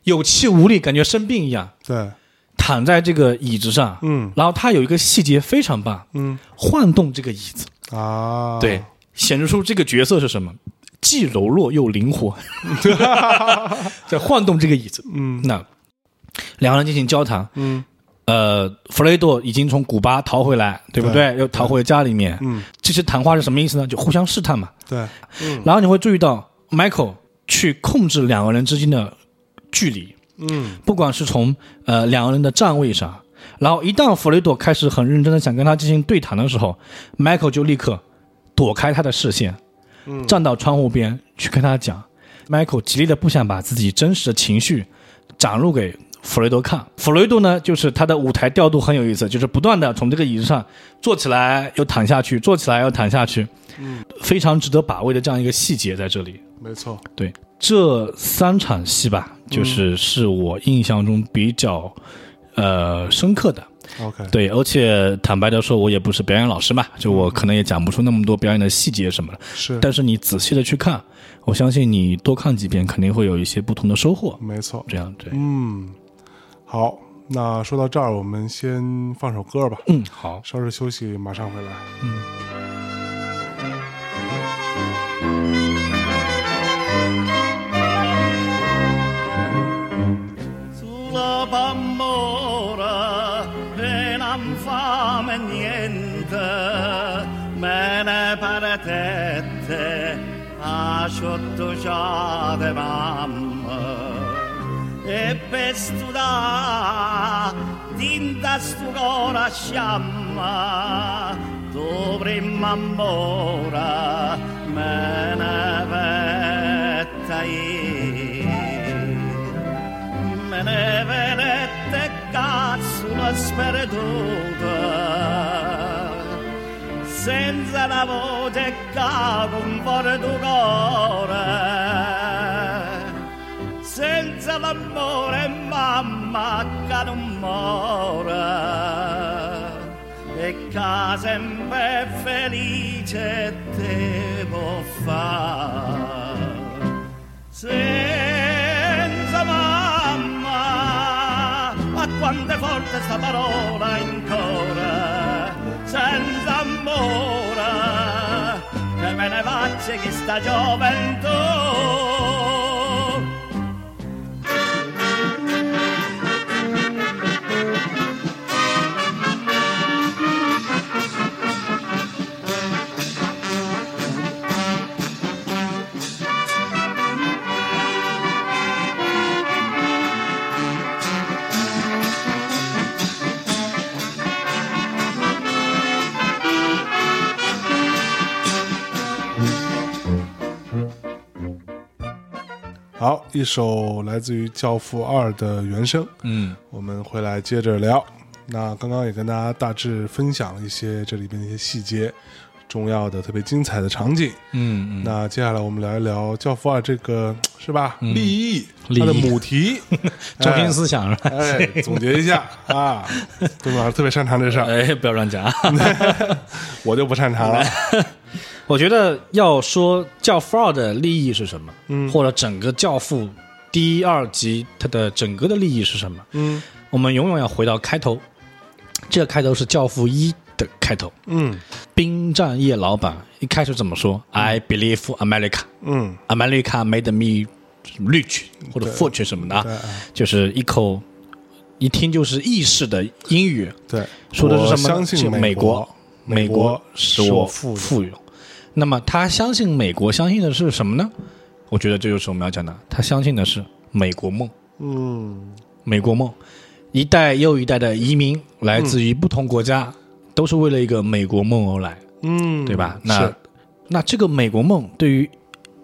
Speaker 1: 有气无力，感觉生病一样，
Speaker 2: 对，
Speaker 1: 躺在这个椅子上。
Speaker 2: 嗯
Speaker 1: 然后他有一个细节非常棒，
Speaker 2: 嗯
Speaker 1: 晃动这个椅子，
Speaker 2: 啊，
Speaker 1: 对，显示出这个角色是什么，既柔弱又灵活，在晃动这个椅子。
Speaker 2: 嗯
Speaker 1: 那两个人进行交谈。
Speaker 2: 嗯
Speaker 1: 呃，弗雷多已经从古巴逃回来，对不对？又逃回家里面。
Speaker 2: 嗯，
Speaker 1: 这些谈话是什么意思呢？就互相试探嘛。
Speaker 2: 对，
Speaker 1: 然后你会注意到 Michael 去控制两个人之间的距离。
Speaker 2: 嗯
Speaker 1: 不管是从呃两个人的站位上，然后一旦弗雷多开始很认真的想跟他进行对谈的时候，Michael 就立刻躲开他的视线，
Speaker 2: 嗯
Speaker 1: 站到窗户边去跟他讲。Michael 极力的不想把自己真实的情绪展露给弗雷多看。弗雷多呢，就是他的舞台调度很有意思，就是不断的从这个椅子上坐起来又躺下去，坐起来又躺下去，
Speaker 2: 嗯，
Speaker 1: 非常值得把握的这样一个细节在这里。
Speaker 2: 没错，
Speaker 1: 对，这三场戏吧，就是是我印象中比较呃深刻的。
Speaker 2: OK，
Speaker 1: 对，而且坦白的说，我也不是表演老师嘛，就我可能也讲不出那么多表演的细节什么的。
Speaker 2: 是，
Speaker 1: 但是你仔细的去看，我相信你多看几遍，肯定会有一些不同的收获。
Speaker 2: 没错，
Speaker 1: 这样对，
Speaker 2: 嗯，好，那说到这儿，我们先放首歌吧，
Speaker 1: 嗯，好，
Speaker 2: 稍事休息，马上回来。
Speaker 3: Sulla bambora che non fame niente, me ne paretette a sciottugiate mamma. E per studare, tinta stugora sciamma, dovremmo ancora me ne vetta io. Me ne venette cazzula sperduta senza la voce capo un porto cuore senza l'amore mamma che non muore e che sempre felice te può fare senza mamma ma quanto è forte sta parola ancora senza amore che me ne faccia chi sta gioventù
Speaker 2: 好，一首来自于《教父二》的原声，
Speaker 1: 嗯，
Speaker 2: 我们回来接着聊。那刚刚也跟大家大致分享了一些这里边的一些细节，重要的、特别精彩的场景。
Speaker 1: 嗯嗯，
Speaker 2: 那接下来我们聊一聊《教父二》这个是吧？立意，
Speaker 1: 立意
Speaker 2: 它的母 题，
Speaker 1: 中心思想是吧？
Speaker 2: 哎，总结一下啊，对吧？特别擅长这事儿，
Speaker 1: 哎，不要乱讲。
Speaker 2: 我就不擅长了。
Speaker 1: 我觉得要说《教父二》的利益是什么，
Speaker 2: 嗯
Speaker 1: 或者整个《教父》第一、二集它的整个的利益是什么，
Speaker 2: 嗯
Speaker 1: 我们永远要回到开头。这个开头是《教父一》的开头，
Speaker 2: 嗯
Speaker 1: 冰战业老板一开始怎么说？I believe America,
Speaker 2: 嗯，
Speaker 1: America made me rich 或者 fortune 什么的啊，
Speaker 2: 对哎
Speaker 1: 就是一口一听就是意式的英语，
Speaker 2: 对，
Speaker 1: 说的是
Speaker 2: 我
Speaker 1: 什么呢？
Speaker 2: 相
Speaker 1: 是
Speaker 2: 信
Speaker 1: 美
Speaker 2: 国，
Speaker 1: 美
Speaker 2: 国
Speaker 1: 国使
Speaker 2: 我
Speaker 1: 我
Speaker 2: 富有。
Speaker 1: 富有。那么他相信美国，相信的是什么呢？我觉得这就是我们要讲的，他相信的是美国梦。
Speaker 2: 嗯
Speaker 1: 美国梦，一代又一代的移民来自
Speaker 2: 嗯
Speaker 1: 于不同国家，都是为了一个美国梦而来，
Speaker 2: 嗯，
Speaker 1: 对吧？
Speaker 2: 是
Speaker 1: 那那这个美国梦对于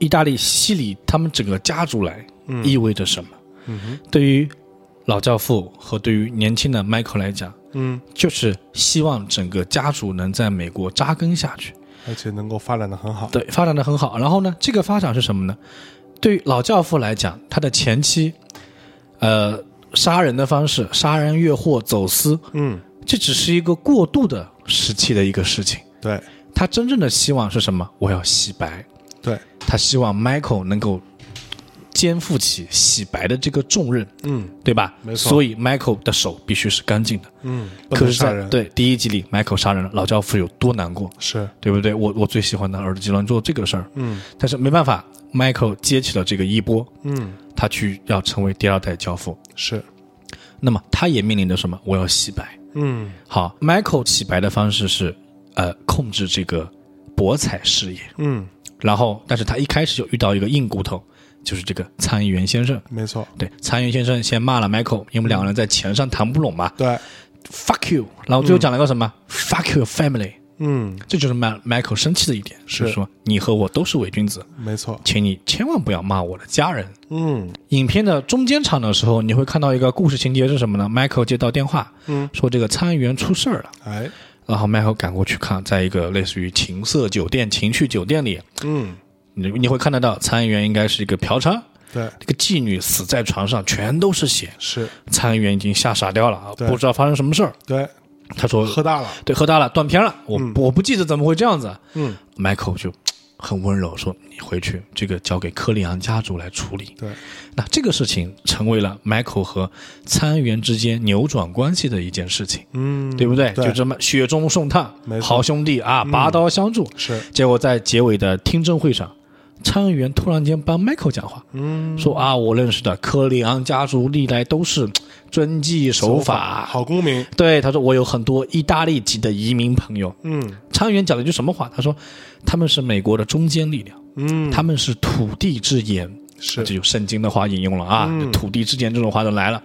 Speaker 1: 意大利西里他们整个家族来
Speaker 2: 嗯
Speaker 1: 意味着什么？
Speaker 2: 嗯哼
Speaker 1: 对于老教父和对于年轻的 Michael 来讲，
Speaker 2: 嗯，
Speaker 1: 就是希望整个家族能在美国扎根下去。
Speaker 2: 而且能够发展的很好。
Speaker 1: 对，发展的很好。然后呢，这个发展是什么呢？对于老教父来讲，他的前妻，呃，杀人的方式，杀人越货、走私，
Speaker 2: 嗯，
Speaker 1: 这只是一个过渡的时期的一个事情。
Speaker 2: 对
Speaker 1: 他真正的希望是什么？我要洗白。
Speaker 2: 对，
Speaker 1: 他希望 Michael 能够肩负起洗白的这个重任，
Speaker 2: 嗯
Speaker 1: 对吧？
Speaker 2: 没错
Speaker 1: 所以 Michael 的手必须是干净的。
Speaker 2: 嗯，不
Speaker 1: 可
Speaker 2: 能
Speaker 1: 是
Speaker 2: 杀
Speaker 1: 在，
Speaker 2: 人，
Speaker 1: 对第一集里，Michael 杀人了，老教父有多难过，
Speaker 2: 是，
Speaker 1: 对不对？我我最喜欢的儿子竟然做这个事儿，
Speaker 2: 嗯
Speaker 1: 但是没办法，Michael 接起了这个衣钵，
Speaker 2: 嗯
Speaker 1: 他去要成为第二代教父。
Speaker 2: 是，
Speaker 1: 那么他也面临着什么？我要洗白。
Speaker 2: 嗯
Speaker 1: 好，Michael 洗白的方式是，呃，控制这个博彩事业。
Speaker 2: 嗯，
Speaker 1: 然后，但是他一开始就遇到一个硬骨头，就是这个参议员先生。
Speaker 2: 没错，
Speaker 1: 对，参议员先生先骂了 Michael，因为两个人在钱上谈不拢嘛。
Speaker 2: 对，
Speaker 1: Fuck you！然后最后讲了个什么、f u c k your family！
Speaker 2: 嗯
Speaker 1: 这就是迈 Michael 生气的一点，
Speaker 2: 是
Speaker 1: 就是说你和我都是伪君子，
Speaker 2: 没错，
Speaker 1: 请你千万不要骂我的家人。
Speaker 2: 嗯
Speaker 1: 影片的中间场的时候，你会看到一个故事情节是什么呢？Michael 接到电话，
Speaker 2: 嗯，
Speaker 1: 说这个参议员出事儿了，
Speaker 2: 哎，
Speaker 1: 然后 Michael 赶过去看，在一个类似于情色酒店、情趣酒店里，
Speaker 2: 嗯
Speaker 1: 你你会看得到参议员应该是一个嫖娼，
Speaker 2: 对
Speaker 1: 这个妓女死在床上，全都是血，
Speaker 2: 是，
Speaker 1: 参议员已经吓傻掉了，
Speaker 2: 对
Speaker 1: 不知道发生什么事儿。
Speaker 2: 对，
Speaker 1: 他说
Speaker 2: 喝大了，
Speaker 1: 对，喝大了，断片了，我、
Speaker 2: 嗯
Speaker 1: 我不记得怎么会这样子。
Speaker 2: 嗯
Speaker 1: Michael 就嘖很温柔说：“你回去，这个交给科里昂家族来处理。”
Speaker 2: 对，
Speaker 1: 那这个事情成为了 Michael 和参议员之间扭转关系的一件事情，
Speaker 2: 嗯
Speaker 1: 对不对？
Speaker 2: 对
Speaker 1: 就这么雪中送炭
Speaker 2: 没，错嗯
Speaker 1: 好兄弟啊，拔刀相助。
Speaker 2: 是，
Speaker 1: 结果在结尾的听证会上，参议员突然间帮 Michael 讲话，
Speaker 2: 嗯，
Speaker 1: 说啊，我认识的科里昂家族历来都是嘖遵纪守法。
Speaker 2: 好公民，
Speaker 1: 对，他说我有很多意大利籍的移民朋友。
Speaker 2: 嗯
Speaker 1: 参议员讲了一句什么话？他说他们是美国的中坚力量，
Speaker 2: 嗯，
Speaker 1: 他们是土地之言。
Speaker 2: 是
Speaker 1: 这就圣经的话引用了啊，
Speaker 2: 嗯
Speaker 1: 这土地之间这种话就来了。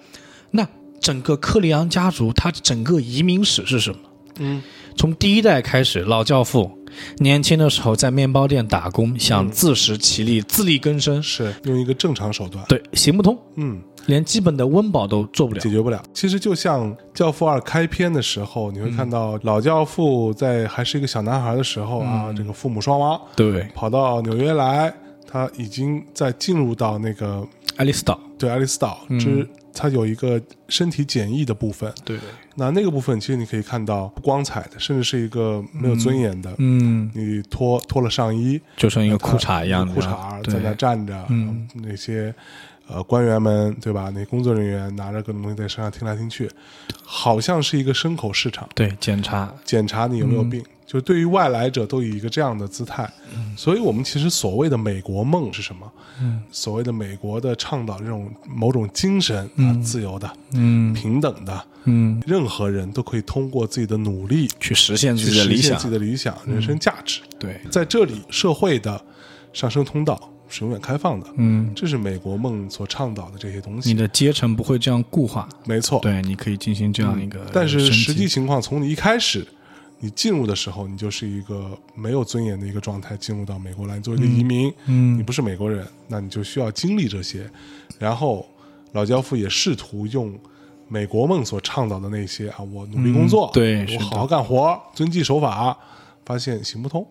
Speaker 1: 那整个克里昂家族，它整个移民史是什么？
Speaker 2: 嗯
Speaker 1: 从第一代开始，老教父年轻的时候在面包店打工，想自食其力、自力更生，
Speaker 2: 是用一个正常手段，
Speaker 1: 对，行不通，
Speaker 2: 嗯。
Speaker 1: 连基本的温饱都做不了
Speaker 2: 解。决不了。其实就像《教父二》开篇的时候，你会
Speaker 1: 嗯
Speaker 2: 看到老教父在还是一个小男孩的时候啊，
Speaker 1: 嗯
Speaker 2: 这个父母双亡，
Speaker 1: 对，
Speaker 2: 跑到纽约来，他已经在进入到那个
Speaker 1: 爱丽丝岛，
Speaker 2: 对爱丽丝岛
Speaker 1: 嗯
Speaker 2: 之，他有一个身体检疫的部分。
Speaker 1: 对，
Speaker 2: 那那个部分其实你可以看到不光彩的，甚至是一个没有尊严的。
Speaker 1: 嗯，
Speaker 2: 你脱脱了上衣，
Speaker 1: 就像一个裤衩一样的
Speaker 2: 裤衩
Speaker 1: 对
Speaker 2: 在那站着，嗯，那些呃官员们对吧？那工作人员拿着各种东西在身上听来听去，好像是一个牲口市场，
Speaker 1: 对，检查，
Speaker 2: 检查你有
Speaker 1: 嗯
Speaker 2: 没有病。就对于外来者都以一个这样的姿态，
Speaker 1: 嗯
Speaker 2: 所以我们其实所谓的美国梦是什么？所谓的美国的倡导这种某种精神啊，自由的、
Speaker 1: 嗯
Speaker 2: 平等的，
Speaker 1: 嗯，
Speaker 2: 任何人都可以通过自己的努力
Speaker 1: 去实现
Speaker 2: 去
Speaker 1: 自己的
Speaker 2: 实
Speaker 1: 理
Speaker 2: 现
Speaker 1: 想嗯
Speaker 2: 自己，的理想、人生价值。
Speaker 1: 对，
Speaker 2: 在这里，社会的上升通道是永远开放的。
Speaker 1: 嗯，
Speaker 2: 这是美国梦所倡导的这些东
Speaker 1: 你
Speaker 2: 西，
Speaker 1: 的阶层不会这样固化，
Speaker 2: 没错。
Speaker 1: 对，你可以进行这样一个、
Speaker 2: 但是
Speaker 1: 身体
Speaker 2: 实际情况，从你一开始，你进入的时候，你就是一个没有尊严的一个状态进入到美国来，你作为一个移民，
Speaker 1: 嗯
Speaker 2: 你不是美国人，那你就需要经历这些。然后老教父也试图用美国梦所倡导的那些啊，我努力工作，
Speaker 1: 嗯对是
Speaker 2: 我
Speaker 1: 的
Speaker 2: 好好干活，遵纪守法，发现行不通，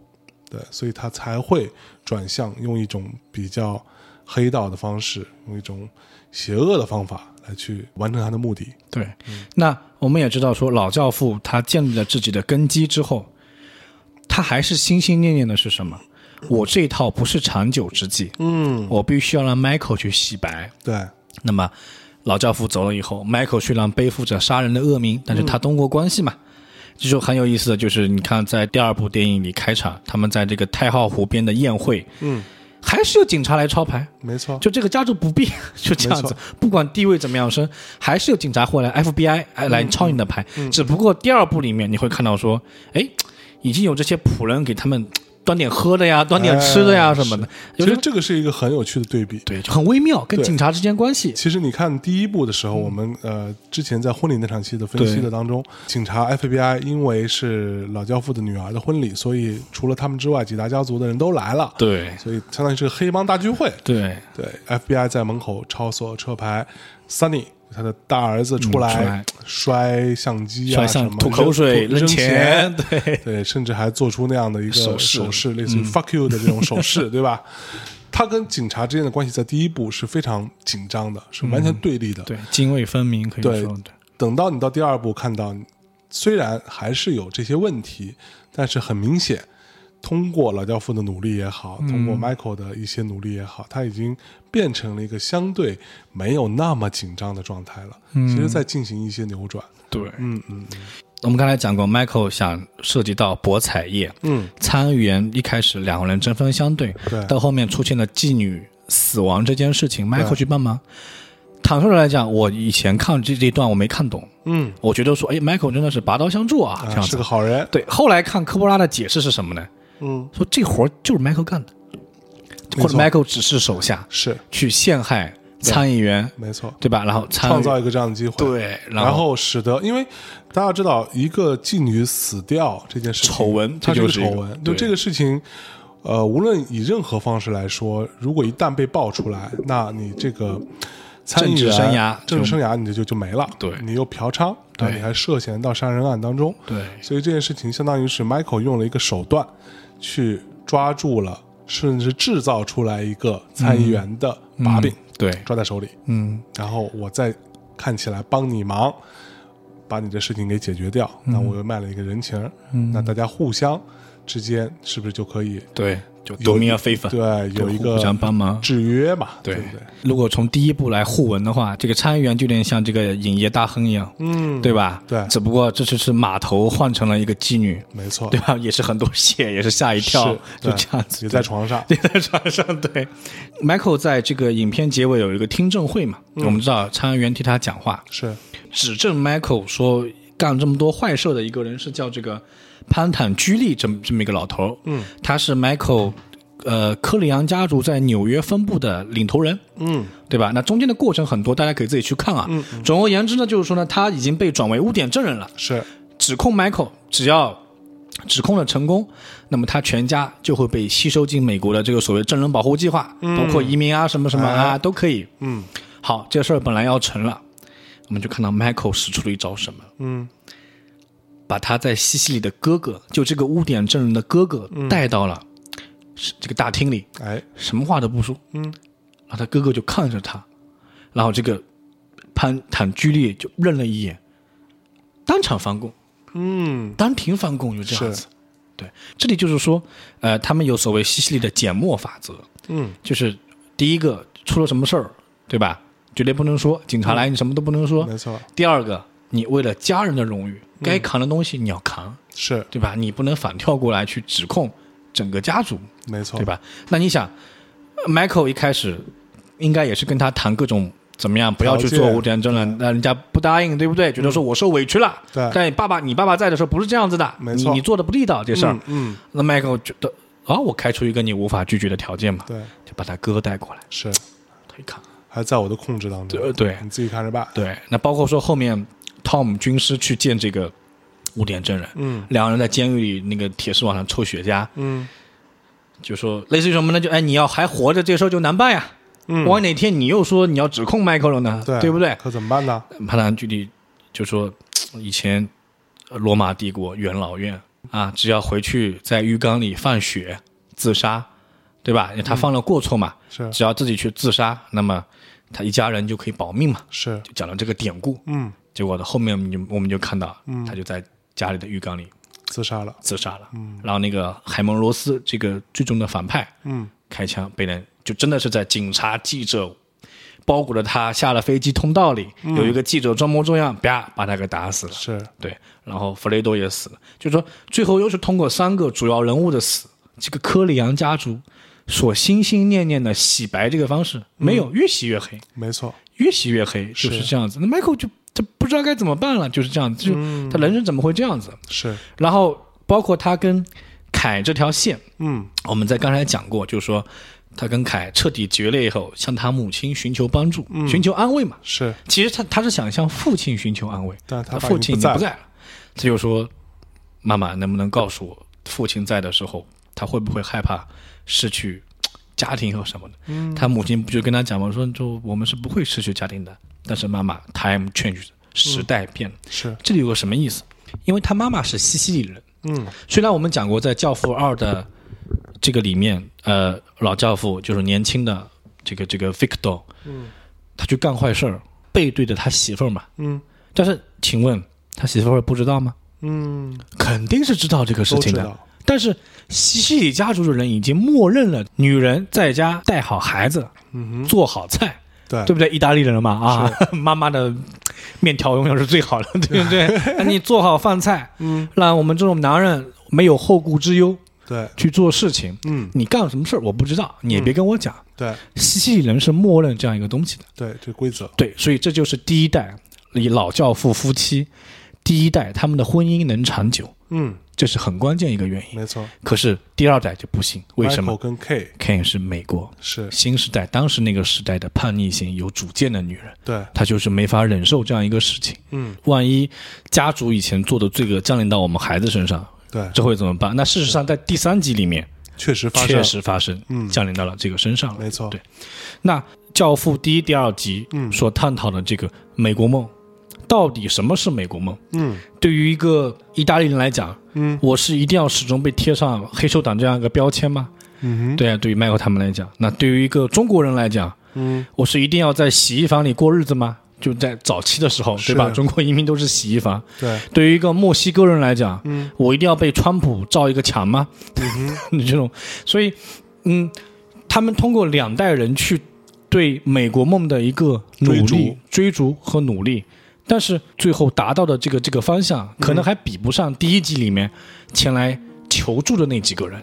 Speaker 2: 对，所以他才会转向用一种比较黑道的方式，用一种邪恶的方法来去完成他的目的。
Speaker 1: 对，
Speaker 2: 嗯
Speaker 1: 那我们也知道说，老教父他建立了自己的根基之后，他还是心心念念的是什么？我这一套不是长久之计，
Speaker 2: 嗯，
Speaker 1: 我必须要让 Michael 去洗白。
Speaker 2: 对，
Speaker 1: 那么，老教父走了以后，Michael 虽然背负着杀人的恶名，但是
Speaker 2: 嗯
Speaker 1: 他通过关系嘛，这就很有意思的就是，你看在第二部电影里开场，他们在这个太浩湖边的宴会，
Speaker 2: 嗯，
Speaker 1: 还是有警察来抄牌，
Speaker 2: 没错，
Speaker 1: 就这个家族不变， 就这样
Speaker 2: 没
Speaker 1: 子
Speaker 2: 错，
Speaker 1: 不管地位怎么样升，还是有警察会来 FBI
Speaker 2: 嗯
Speaker 1: 哎来抄你的牌。只不过第二部里面你会看到说，哎，已经有这些仆人给他们端点喝的呀，端点吃的呀
Speaker 2: 哎
Speaker 1: 什么的，
Speaker 2: 其
Speaker 1: 有
Speaker 2: 实
Speaker 1: 点
Speaker 2: 这个是一个很有趣的对比。
Speaker 1: 对，就很微妙，跟
Speaker 2: 对
Speaker 1: 警察之间关系。
Speaker 2: 其实你看第一部的
Speaker 1: 嗯
Speaker 2: 时候，我们呃之前在婚礼那场戏的分析的当中，警察 FBI 因为是老教父的女儿的婚礼，所以除了他们之外，几大家族的人都来了，
Speaker 1: 对
Speaker 2: 所以相当于是个黑帮大聚会。
Speaker 1: 对，
Speaker 2: 对，FBI 在门口抄所有车牌，Sunny 他的大儿子出来,、
Speaker 1: 嗯出来
Speaker 2: 摔相机啊，
Speaker 1: 摔
Speaker 2: 什
Speaker 1: 相
Speaker 2: 么
Speaker 1: 吐口水
Speaker 2: 扔
Speaker 1: 扔
Speaker 2: 钱
Speaker 1: 钱， 对
Speaker 2: 对，甚至还做出那样的一个
Speaker 1: 手势嗯
Speaker 2: 手势，类似于 “fuck you” 的这种手 势，对吧？他跟警察之间的关系在第一部是非常紧张的，是完全对立的。
Speaker 1: 嗯对，泾渭分明可以
Speaker 2: 对
Speaker 1: 说。对
Speaker 2: 等到你到第二部看到，虽然还是有这些问题，但是很明显，通过老教父的努力也好，
Speaker 1: 嗯
Speaker 2: 通过 Michael 的一些努力也好，他已经变成了一个相对没有那么紧张的状态了。
Speaker 1: 嗯
Speaker 2: 其实，在进行一些扭转。
Speaker 1: 对，
Speaker 2: 嗯嗯
Speaker 1: 我们刚才讲过，Michael 想涉及到博彩业，
Speaker 2: 嗯，
Speaker 1: 参与人一开始两个人针锋相对，
Speaker 2: 对
Speaker 1: 到后面出现了妓女死亡这件事情，Michael 去帮忙。坦率的来讲，我以前看这这一段我没看懂，
Speaker 2: 嗯，
Speaker 1: 我觉得说，哎，Michael 真的是拔刀相助啊，这
Speaker 2: 啊，
Speaker 1: 样
Speaker 2: 是
Speaker 1: 子。
Speaker 2: 个好人。
Speaker 1: 对，后来看科波拉的解释是什么呢？
Speaker 2: 嗯，
Speaker 1: 说这活儿就是 Michael 干的，
Speaker 2: 没
Speaker 1: 或者
Speaker 2: 错
Speaker 1: Michael 只是手下
Speaker 2: 是
Speaker 1: 去陷害参议员，
Speaker 2: 没错，
Speaker 1: 对吧？然后参与
Speaker 2: 创造一个这样的机会。。
Speaker 1: 嗯对，
Speaker 2: 然后使得，因为大家知道，一个妓女死掉这件事情
Speaker 1: 丑闻
Speaker 2: 它
Speaker 1: 这
Speaker 2: 是个
Speaker 1: 就是一
Speaker 2: 丑
Speaker 1: 个
Speaker 2: 闻。就
Speaker 1: 对
Speaker 2: 这个事情，呃，无论以任何方式来说，如果一旦被爆出来，那你这个参
Speaker 1: 政
Speaker 2: 议
Speaker 1: 治
Speaker 2: 员
Speaker 1: 生涯
Speaker 2: 政治
Speaker 1: 就
Speaker 2: 生涯你就就就没了。
Speaker 1: 对
Speaker 2: 你又嫖娼，然后
Speaker 1: 对
Speaker 2: 你还涉嫌到杀人案当中。
Speaker 1: 对
Speaker 2: 所以这件事情相当于是 Michael 用了一个手段去抓住了，甚至制造出来一个参议员的
Speaker 1: 嗯
Speaker 2: 把柄，
Speaker 1: 对，
Speaker 2: 抓在手里。
Speaker 1: 嗯，
Speaker 2: 然后我再看起来帮你忙，把你的事情给解决掉，
Speaker 1: 嗯
Speaker 2: 那我又卖了一个人情儿，那大家互相之间是不是就可以
Speaker 1: 对，就
Speaker 2: 有
Speaker 1: 多米
Speaker 2: 一
Speaker 1: 尔非凡，
Speaker 2: 对有一个
Speaker 1: 嗯互相帮忙，
Speaker 2: 制约嘛？对
Speaker 1: 对
Speaker 2: 不对？
Speaker 1: 如果从第一部来互文的话，这个参议员就有点像这个影业大亨一样，
Speaker 2: 嗯，
Speaker 1: 对吧？
Speaker 2: 对
Speaker 1: 只不过这次是码头换成了一个妓女，
Speaker 2: 没错，
Speaker 1: 对吧？也 是很多血，也是吓一跳
Speaker 2: 哦是，
Speaker 1: 就
Speaker 2: 对
Speaker 1: 这样子。
Speaker 2: 也在床 上，
Speaker 1: 对，在床上。对，Michael 在这个影片结尾有一个听证会嘛，
Speaker 2: 嗯
Speaker 1: 我们知道参议员替他讲话，
Speaker 2: 是
Speaker 1: 指证 Michael 说干这么多坏事的一个人是叫这个潘坦居利这么这么一个老头，嗯，他是 Michael 呃科里昂家族在纽约分部的领头人，
Speaker 2: 嗯，
Speaker 1: 对吧？那中间的过程很多，大家可以自己去看啊。总而言之呢，就是说呢，他已经被转为污点证人了，
Speaker 2: 是
Speaker 1: 指控 Michael 只要。指控了成功，那么他全家就会被吸收进美国的这个所谓证人保护计划，包括移民啊什么什么啊、都可以。
Speaker 2: 嗯
Speaker 1: 好，这事儿本来要成了，我们就看到 Michael 使出了一招什么，
Speaker 2: 嗯
Speaker 1: 把他在西西里的哥哥，就这个污点证人的哥哥带到了是这个大厅里，
Speaker 2: 哎
Speaker 1: 什么话都不说，
Speaker 2: 嗯，
Speaker 1: 然后他哥哥就看着他，然后这个潘坦居利就愣了一眼，当场翻供，
Speaker 2: 嗯
Speaker 1: 当庭翻供，就这样
Speaker 2: 是
Speaker 1: 子。对，这里就是说，呃，他们有所谓西西里的缄默法则，
Speaker 2: 嗯
Speaker 1: 就是第一个出了什么事儿，对吧？绝对不能说，警察来你什么都不能说。
Speaker 2: 没错
Speaker 1: 第二个，你为了家人的荣誉，
Speaker 2: 嗯
Speaker 1: 该扛的东西你要扛，
Speaker 2: 是
Speaker 1: 对吧？你不能反跳过来去指控整个家族，
Speaker 2: 没错
Speaker 1: 对吧？那你想呃，Michael 一开始应该也是跟他谈各种怎么样不要去
Speaker 2: 条
Speaker 1: 做
Speaker 2: 件嗯
Speaker 1: 无点争了，那人家不答应，对不对？觉得说我受委屈了，
Speaker 2: 对
Speaker 1: 但爸爸你爸爸在的时候不是这样子的，
Speaker 2: 没
Speaker 1: 你
Speaker 2: 错
Speaker 1: 你做的不地道这事儿
Speaker 2: 嗯。嗯
Speaker 1: 那 Michael 觉得啊，我开出一个你无法拒绝的条件嘛，
Speaker 2: 对
Speaker 1: 就把他哥带过来，
Speaker 2: 是
Speaker 1: 他一看，
Speaker 2: 还在我的控制当中
Speaker 1: 对对
Speaker 2: 你自己看着办
Speaker 1: 对，那包括说后面 Tom 军师去见这个污点证人，
Speaker 2: 嗯
Speaker 1: 两个人在监狱里那个铁丝网上抽雪茄，
Speaker 2: 嗯
Speaker 1: 就说类似于什么呢？就哎，你要还活着，这事儿就难办呀。
Speaker 2: 嗯，
Speaker 1: 万一哪天你又说你要指控迈克尔呢，
Speaker 2: 对
Speaker 1: 不对？
Speaker 2: 可怎么办呢？
Speaker 1: 潘达具体就说，嘖以前呃罗马帝国元老院啊，只要回去在浴缸里放血自杀，对吧？因为他犯了过错嘛，
Speaker 2: 是
Speaker 1: 只要自己去自杀，那么他一家人就可以保命嘛。
Speaker 2: 是，
Speaker 1: 就讲了这个典故，
Speaker 2: 嗯，
Speaker 1: 结果的后面我们就我们就看到，他就在家里的浴缸里
Speaker 2: 自杀了，
Speaker 1: 自杀了。然后那个海蒙罗斯这个最终的反派
Speaker 2: 嗯
Speaker 1: 开枪被人，就真的是在警察记者包裹着他下了飞机通道里，有一个记者装模作样，啪把他给打死了。
Speaker 2: 嗯是，
Speaker 1: 对，然后弗雷多也死了，就是说最后又是通过三个主要人物的死，这个科里昂家族所心心念念的洗白这个方式，没
Speaker 2: 嗯
Speaker 1: 有越洗越黑。
Speaker 2: 没错，
Speaker 1: 越洗越黑，就是这样子。那 Michael 就他不知道该怎么办了，就是这样子，就、嗯
Speaker 2: 嗯
Speaker 1: 他人生怎么会这样子？
Speaker 2: 是，
Speaker 1: 然后包括他跟凯这条线，
Speaker 2: 嗯
Speaker 1: 我们在刚才讲过，就是说他跟凯彻底决裂以后，向他母亲寻求帮助，
Speaker 2: 嗯
Speaker 1: 寻求安慰嘛。
Speaker 2: 是，
Speaker 1: 其实他他是想向父亲寻求安慰，
Speaker 2: 但他爸
Speaker 1: 父亲
Speaker 2: 已经
Speaker 1: 已经
Speaker 2: 不
Speaker 1: 不
Speaker 2: 在
Speaker 1: 在了，他就说：“妈妈，能不能告诉我，父亲在的时候，他会不会害怕失去嘖家庭和什么的？”
Speaker 2: 嗯
Speaker 1: 他母亲不就跟他讲吗？说：“就我们是不会失去家庭的，但是妈妈，time change，时代变了。
Speaker 2: 是，
Speaker 1: 这里有个什么意思？因为他妈妈是西西里人，
Speaker 2: 嗯
Speaker 1: 虽然我们讲过，在《教父二》的这个里面，呃，老教父就是年轻的这个这个 Victor，
Speaker 2: 嗯
Speaker 1: 他去干坏事儿，背对着他媳妇儿嘛。
Speaker 2: 嗯
Speaker 1: 但是，请问他媳妇儿不知道吗？
Speaker 2: 嗯，
Speaker 1: 肯定是知道这个事
Speaker 2: 都
Speaker 1: 情
Speaker 2: 知
Speaker 1: 的。
Speaker 2: 道，
Speaker 1: 但是西西里家族的人已经默认了女人在家带好孩子，
Speaker 2: 嗯哼，
Speaker 1: 做好菜，
Speaker 2: 对
Speaker 1: 对，不对？意大利人嘛，啊， 妈妈的面条永远是最好的， 对不对？那你做好饭菜，
Speaker 2: 嗯
Speaker 1: 让我们这种男人没有后顾之忧
Speaker 2: 对，
Speaker 1: 去做事情。
Speaker 2: 嗯
Speaker 1: 你干了什么事儿我不知道，你也别跟我讲。
Speaker 2: 对
Speaker 1: 西西里人是默认这样一个东西的。
Speaker 2: 对，这规则，
Speaker 1: 对，所以这就是第一代以老教父夫妻，第一代他们的婚姻能长久，
Speaker 2: 嗯，
Speaker 1: 这是很关键一个原因。
Speaker 2: 没错，
Speaker 1: 可是第二代就不行，为什
Speaker 2: Michael
Speaker 1: 么
Speaker 2: 跟 K
Speaker 1: ？Ken 是美国
Speaker 2: 是
Speaker 1: 新时代，当时那个时代的叛逆型、有主见的女人，
Speaker 2: 对，
Speaker 1: 她就是没法忍受这样一个事情。
Speaker 2: 嗯
Speaker 1: 万一家族以前做的罪恶降临到我们孩子身上，
Speaker 2: 对，
Speaker 1: 这会怎么办？那事实上，在第三集里面
Speaker 2: 确实发生，
Speaker 1: 确实发生，
Speaker 2: 嗯
Speaker 1: 降临到了这个身上了。
Speaker 2: 没错，
Speaker 1: 对那《教父》第一、第二集
Speaker 2: 嗯
Speaker 1: 所探讨的这个美国梦，到底什么是美国梦？
Speaker 2: 嗯
Speaker 1: 对于一个意大利人来讲，
Speaker 2: 嗯
Speaker 1: 我是一定要始终被贴上黑手党这样一个标签吗？
Speaker 2: 嗯哼，
Speaker 1: 对啊，对于迈克他们来讲，那对于一个中国人来讲，
Speaker 2: 嗯
Speaker 1: 我是一定要在洗衣房里过日子吗？就在早期的时候，
Speaker 2: 是
Speaker 1: 对吧？中国移民都是洗衣房。
Speaker 2: 对，
Speaker 1: 对于一个墨西哥人来讲，
Speaker 2: 嗯
Speaker 1: 我一定要被川普造一个墙吗？
Speaker 2: 嗯哼，
Speaker 1: 你这种，所以，嗯，他们通过两代人去对美国梦的一个努力、
Speaker 2: 追
Speaker 1: 追
Speaker 2: 逐
Speaker 1: 逐和努力，但是最后达到的这个这个方向，可能
Speaker 2: 嗯
Speaker 1: 还比不上第一集里面前来求助的那几个人。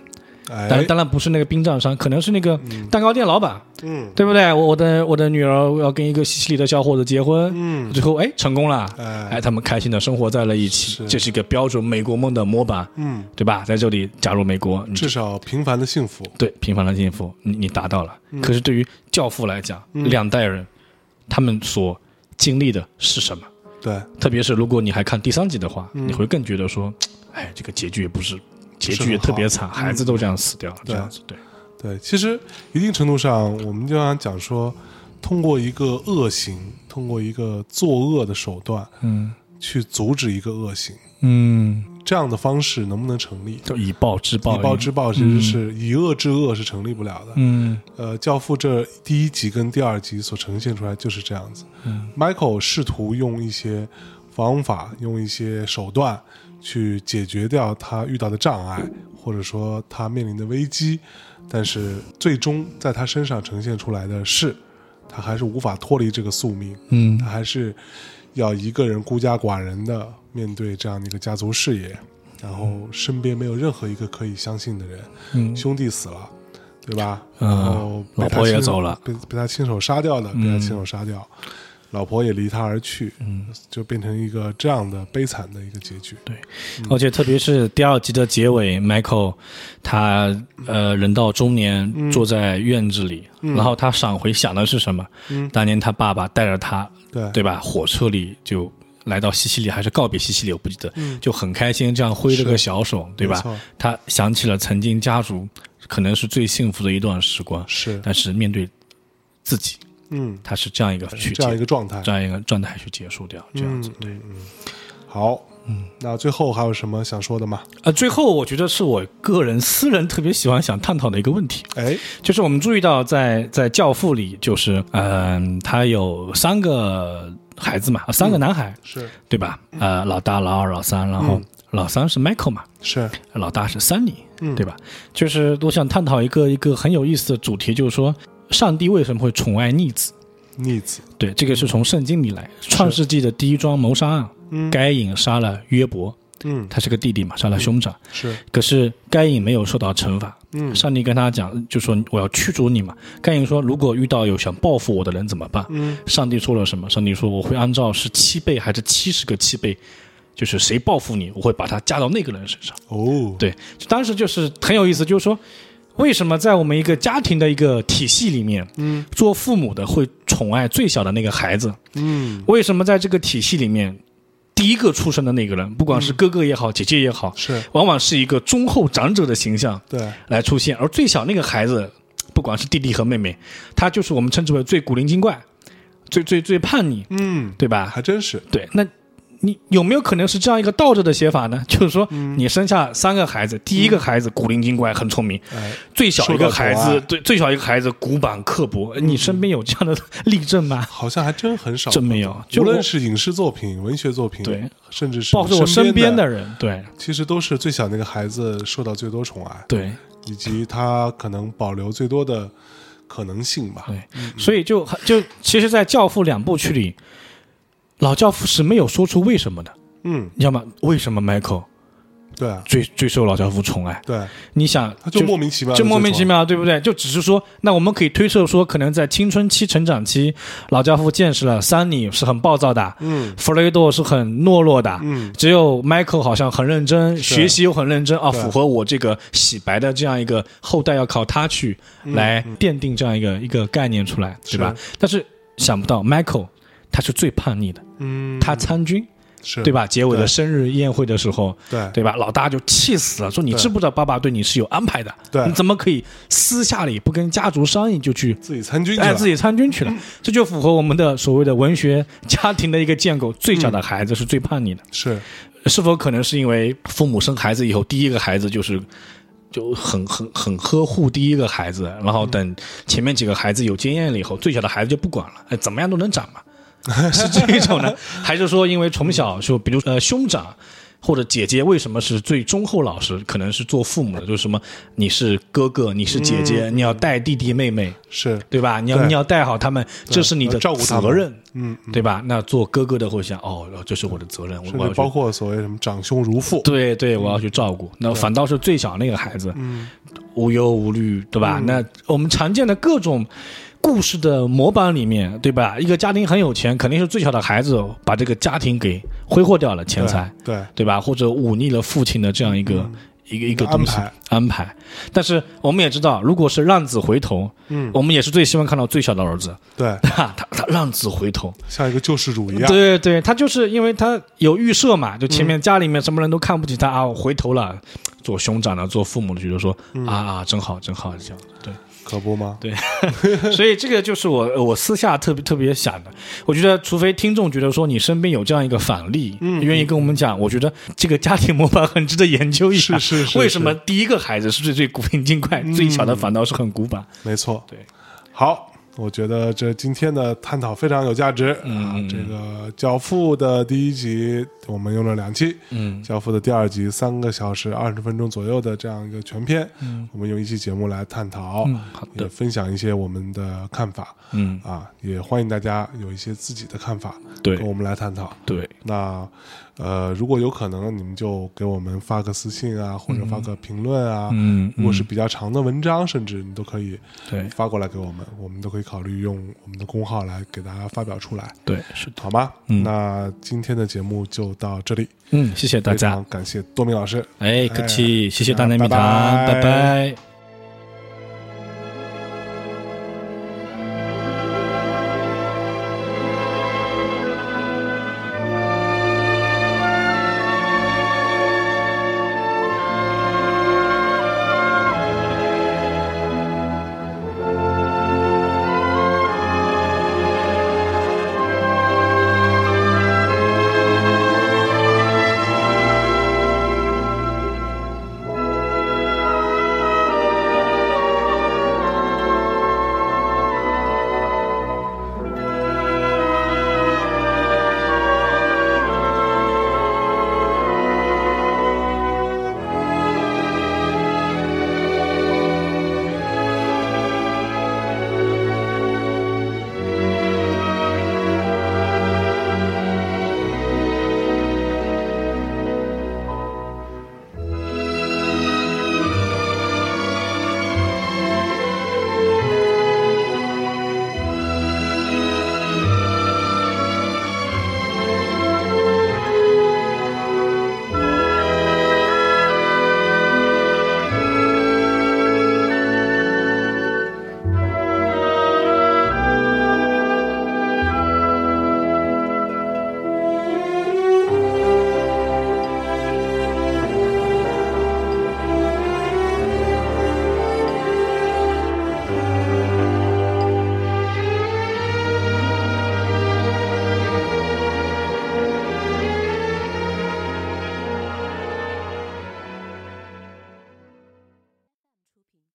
Speaker 1: 当
Speaker 2: 哎
Speaker 1: 然，，当然不是那个殡葬商，可能是那个蛋糕店老板，
Speaker 2: 嗯
Speaker 1: 对不对？我我的我的女儿要跟一个西西里的小伙子结婚，
Speaker 2: 嗯，
Speaker 1: 最后哎成功了。
Speaker 2: 哎，
Speaker 1: 哎，他们开心的生活在了一
Speaker 2: 是
Speaker 1: 起，这是一个标准美国梦的模板，
Speaker 2: 嗯，
Speaker 1: 对吧？在这里，假如美国，你
Speaker 2: 至少平凡的幸福，
Speaker 1: 对平凡的幸福，你你达到了。可是对于教父来讲，
Speaker 2: 嗯
Speaker 1: 两代人他们所经历的是什么？
Speaker 2: 对，
Speaker 1: 特别是如果你还看第三集的话，
Speaker 2: 嗯
Speaker 1: 你会更觉得说，哎，这个结局也不是，结
Speaker 2: 是
Speaker 1: 局
Speaker 2: 很
Speaker 1: 也
Speaker 2: 好嗯
Speaker 1: 特别惨，孩子都这样死掉了，
Speaker 2: 对
Speaker 1: 这样子对，
Speaker 2: 对，其实一定程度上，我们就想讲说，通过一个恶行，通过一个作恶的手段
Speaker 1: 嗯
Speaker 2: 去阻止一个恶行，
Speaker 1: 嗯，
Speaker 2: 这样的方式能不能成立？
Speaker 1: 就以暴制暴，
Speaker 2: 以暴制暴其实是以恶制恶是成立不了的。
Speaker 1: 嗯，
Speaker 2: 呃，《教父》这第一集跟第二集所呈现出来就是这样子。Michael 试图用一些方法，用一些手段去解决掉他遇到的障碍，或者说他面临的危机，但是最终在他身上呈现出来的是，他还是无法脱离这个宿命。
Speaker 1: 嗯
Speaker 2: 他还是要一个人孤家寡人的面对这样的一个家族事业，然后身边没有任何一个可以相信的人，
Speaker 1: 嗯
Speaker 2: 兄弟死了，对吧？
Speaker 1: 嗯
Speaker 2: 然后被
Speaker 1: 老
Speaker 2: 他
Speaker 1: 婆也
Speaker 2: 亲
Speaker 1: 走了嗯
Speaker 2: 被被他亲手杀掉的，被他亲手杀掉，老婆也离他而去，嗯，就变成一个这样的悲惨的一个结局。
Speaker 1: 而且特别是第二集的结尾，Michael 他呃人到中年
Speaker 2: 嗯
Speaker 1: 坐在院子里，然后他闪回想的是什么？
Speaker 2: 嗯
Speaker 1: 当年他爸爸带着他，
Speaker 2: 对
Speaker 1: 对吧？火车里就来到西西里还是告别西西里，我不记得，就很开心，这样挥着个小手，
Speaker 2: 嗯
Speaker 1: 对
Speaker 2: 没
Speaker 1: 吧
Speaker 2: 错？
Speaker 1: 他想起了曾经家族可能是最幸福的一段时光，
Speaker 2: 是，
Speaker 1: 但是面对自己，
Speaker 2: 嗯，
Speaker 1: 他是这样一个去
Speaker 2: 这样一
Speaker 1: 结
Speaker 2: 个状态，
Speaker 1: 这样一个状态去结束掉，这样子。
Speaker 2: 嗯嗯嗯，好，嗯，那最后还有什么想说的吗？
Speaker 1: 呃，最后我觉得是我个人私人特别喜欢想探讨的一个问题，
Speaker 2: 哎，
Speaker 1: 就是我们注意到在在《教父》里，就是嗯、他有三个孩子嘛，
Speaker 2: 嗯
Speaker 1: 呃三个男孩，
Speaker 2: 是
Speaker 1: 对吧？
Speaker 2: 嗯
Speaker 1: 呃，老大、老二、老三，然后老三是 Michael 嘛，
Speaker 2: 是，嗯
Speaker 1: 老大是 Sunny，、对吧？就是我想探讨一个一个很有意思的主题，就是说上帝为什么会宠爱逆子？
Speaker 2: 逆子，
Speaker 1: 对，这个是从圣经里来，《创世纪》的第一桩谋杀案，该隐杀了约伯，
Speaker 2: 嗯，
Speaker 1: 他是个弟弟嘛，杀了兄长。
Speaker 2: 是，
Speaker 1: 可是该隐没有受到惩罚，
Speaker 2: 嗯
Speaker 1: 上帝跟他讲，就说我要驱逐你嘛。该隐说，如果遇到有想报复我的人怎么办？
Speaker 2: 嗯，
Speaker 1: 上帝说了什么？上帝说我会按照是七倍还是七十个七倍，就是谁报复你，我会把它加到那个人身上。
Speaker 2: 哦，
Speaker 1: 对，就当时就是很有意思，就是说，为什么在我们一个家庭的一个体系里面，嗯，做父母的会宠爱最小的那个孩子？
Speaker 2: 嗯，
Speaker 1: 为什么在这个体系里面，第一个出生的那个人，不管是哥哥也好，姐姐也好，
Speaker 2: 是
Speaker 1: 往往是一个忠厚长者的形象
Speaker 2: 对，
Speaker 1: 来出现，而最小那个孩子，不管是弟弟和妹妹，他就是我们称之为最古灵精怪、最最最叛逆，
Speaker 2: 嗯，
Speaker 1: 对吧？
Speaker 2: 还真是，
Speaker 1: 对，那你有没有可能是这样一个倒着的写法呢？ 就是说，
Speaker 2: 嗯
Speaker 1: 你生下三个孩子，第一个孩子古灵精怪，很聪明；
Speaker 2: 哎，
Speaker 1: 最小一个孩
Speaker 2: 嗯受到宠啊
Speaker 1: 子
Speaker 2: 爱，
Speaker 1: 对，最小一个孩子古板刻薄。你身边有这样的 例证吗？
Speaker 2: 好像还真很少，
Speaker 1: 真没有，
Speaker 2: 无
Speaker 1: 就
Speaker 2: 论
Speaker 1: 我
Speaker 2: 是影视作品、文学作品，
Speaker 1: 对，
Speaker 2: 甚至是
Speaker 1: 包括我身边
Speaker 2: 边
Speaker 1: 的，人，对
Speaker 2: 其实都是最小那个孩子受到最多宠爱，
Speaker 1: 对
Speaker 2: 以及他可能保留最多的可能性吧。
Speaker 1: 对，所以就就其实，在《教父》两部曲里，老教父是没有说出为什么的，
Speaker 2: 嗯，
Speaker 1: 你知道吗？为什么 Michael
Speaker 2: 对啊，
Speaker 1: 最最受老教父宠爱？
Speaker 2: 对，啊
Speaker 1: 你想，
Speaker 2: 他就莫名其妙，
Speaker 1: 就莫名其，妙，对不对？就只是说，那我们可以推测说，可能在青春期、成长期，老教父见识了桑尼是很暴躁的，
Speaker 2: 嗯
Speaker 1: 弗雷多是很懦弱的，
Speaker 2: 嗯，
Speaker 1: 只有 Michael 好像很认真，
Speaker 2: 是
Speaker 1: 学习又很认真啊，
Speaker 2: 对
Speaker 1: 符合我这个洗白的这样一个后代要靠他去
Speaker 2: 嗯
Speaker 1: 来奠定这样一个、一个概念出来，对吧？但是想不到 Michael 他是最叛逆的，
Speaker 2: 嗯，
Speaker 1: 他参军，
Speaker 2: 是
Speaker 1: 对？吧？结尾
Speaker 2: 对
Speaker 1: 的生日宴会的时候，
Speaker 2: 对
Speaker 1: 对吧？老大就气死了，说你
Speaker 2: 对
Speaker 1: 知不知道爸爸对你是有安排的？
Speaker 2: 对
Speaker 1: 你怎么可以私下里不跟家族商议就去？
Speaker 2: 自己参军去
Speaker 1: 哎，
Speaker 2: 了，
Speaker 1: 自己参军去了，这就符合我们的所谓的文学家庭的一个建构。最小的孩子是最叛逆的，
Speaker 2: 是
Speaker 1: 是否可能是因为父母生孩子以后，第一个孩子就是就很很很呵护第一个孩子，然后等前面几个孩子有经验了以后，最小的孩子就不管了，哎，怎么样都能长 嘛，是这一种呢？还是说因为从小就比如呃兄长或者姐姐为什么是最忠厚老实？可能是做父母的就是什么你是哥哥，你是姐姐，你要带弟弟妹妹，
Speaker 2: 是，
Speaker 1: 对吧？你要
Speaker 2: 嗯对
Speaker 1: 你要带好他们，这是你的
Speaker 2: 要照顾他们
Speaker 1: 责任，
Speaker 2: 嗯，
Speaker 1: 对吧？那做哥哥的会想哦，这是我的责任，我
Speaker 2: 甚
Speaker 1: 我要
Speaker 2: 至
Speaker 1: 去
Speaker 2: 包括所谓什么长兄如父，
Speaker 1: 对对，我要去照
Speaker 2: 嗯
Speaker 1: 顾。那反倒是最小那个孩子，无忧无虑，对
Speaker 2: 嗯
Speaker 1: 吧？那我们常见的各种故事的模板里面，对吧？一个家庭很有钱，肯定是最小的孩子把这个家庭给挥霍掉了钱财，
Speaker 2: 对，对，嗯
Speaker 1: 对吧？或者忤逆了父亲的这样一个、一个一个东西
Speaker 2: 安排
Speaker 1: 安排。但是我们也知道，如果是浪子回头，
Speaker 2: 嗯，
Speaker 1: 我们也是最希望看到最小的儿子，
Speaker 2: 对，
Speaker 1: 他他浪子回头，
Speaker 2: 像一个救世主一样，嗯
Speaker 1: 对对，他就是因为他有预设嘛，就前面家里面什么人都看不起他、啊，我回头了，做兄长的，做父母的，觉得说、
Speaker 2: 嗯
Speaker 1: 啊啊，真好，真好，这样对。
Speaker 2: 可不吗？对，
Speaker 1: 所以这个就是我我私下特别特别想的，我觉得除非听众觉得说你身边有这样一个反例，
Speaker 2: 嗯
Speaker 1: 愿意跟我们讲，我觉得这个家庭模板很值得研究一下，
Speaker 2: 是是是嗯
Speaker 1: 为什么第一个孩子是最最古灵精怪，最小的反倒是很古板？
Speaker 2: 没错，
Speaker 1: 对，
Speaker 2: 好。我觉得这今天的探讨非常有价值、
Speaker 1: 嗯
Speaker 2: 啊！这个《教父》的第一集我们用了两期，
Speaker 1: 嗯
Speaker 2: 《教父》的第二集三个小时二十分钟左右的这样一个全篇，我们用一期节目来探讨，
Speaker 1: 嗯好的
Speaker 2: 也分享一些我们的看法
Speaker 1: 嗯，
Speaker 2: 啊，也欢迎大家有一些自己的看法
Speaker 1: 对
Speaker 2: 跟我们来探讨。
Speaker 1: 对，
Speaker 2: 那呃，如果有可能，你们就给我们发个私信啊，或者发个评论啊。
Speaker 1: 嗯，
Speaker 2: 如果是比较长的文章，甚至你都可以
Speaker 1: 对
Speaker 2: 发过来给我们，我们都可以考虑用我们的公号来给大家发表出来，
Speaker 1: 对是的，
Speaker 2: 好吗？
Speaker 1: 嗯
Speaker 2: 那今天的节目就到这里，
Speaker 1: 嗯，谢谢大
Speaker 2: 非
Speaker 1: 家
Speaker 2: 常。感谢多明老师，
Speaker 1: 哎，客气，谢谢大
Speaker 2: 哎
Speaker 1: 内密
Speaker 2: 拜
Speaker 1: 谈，
Speaker 2: 拜
Speaker 1: 拜拜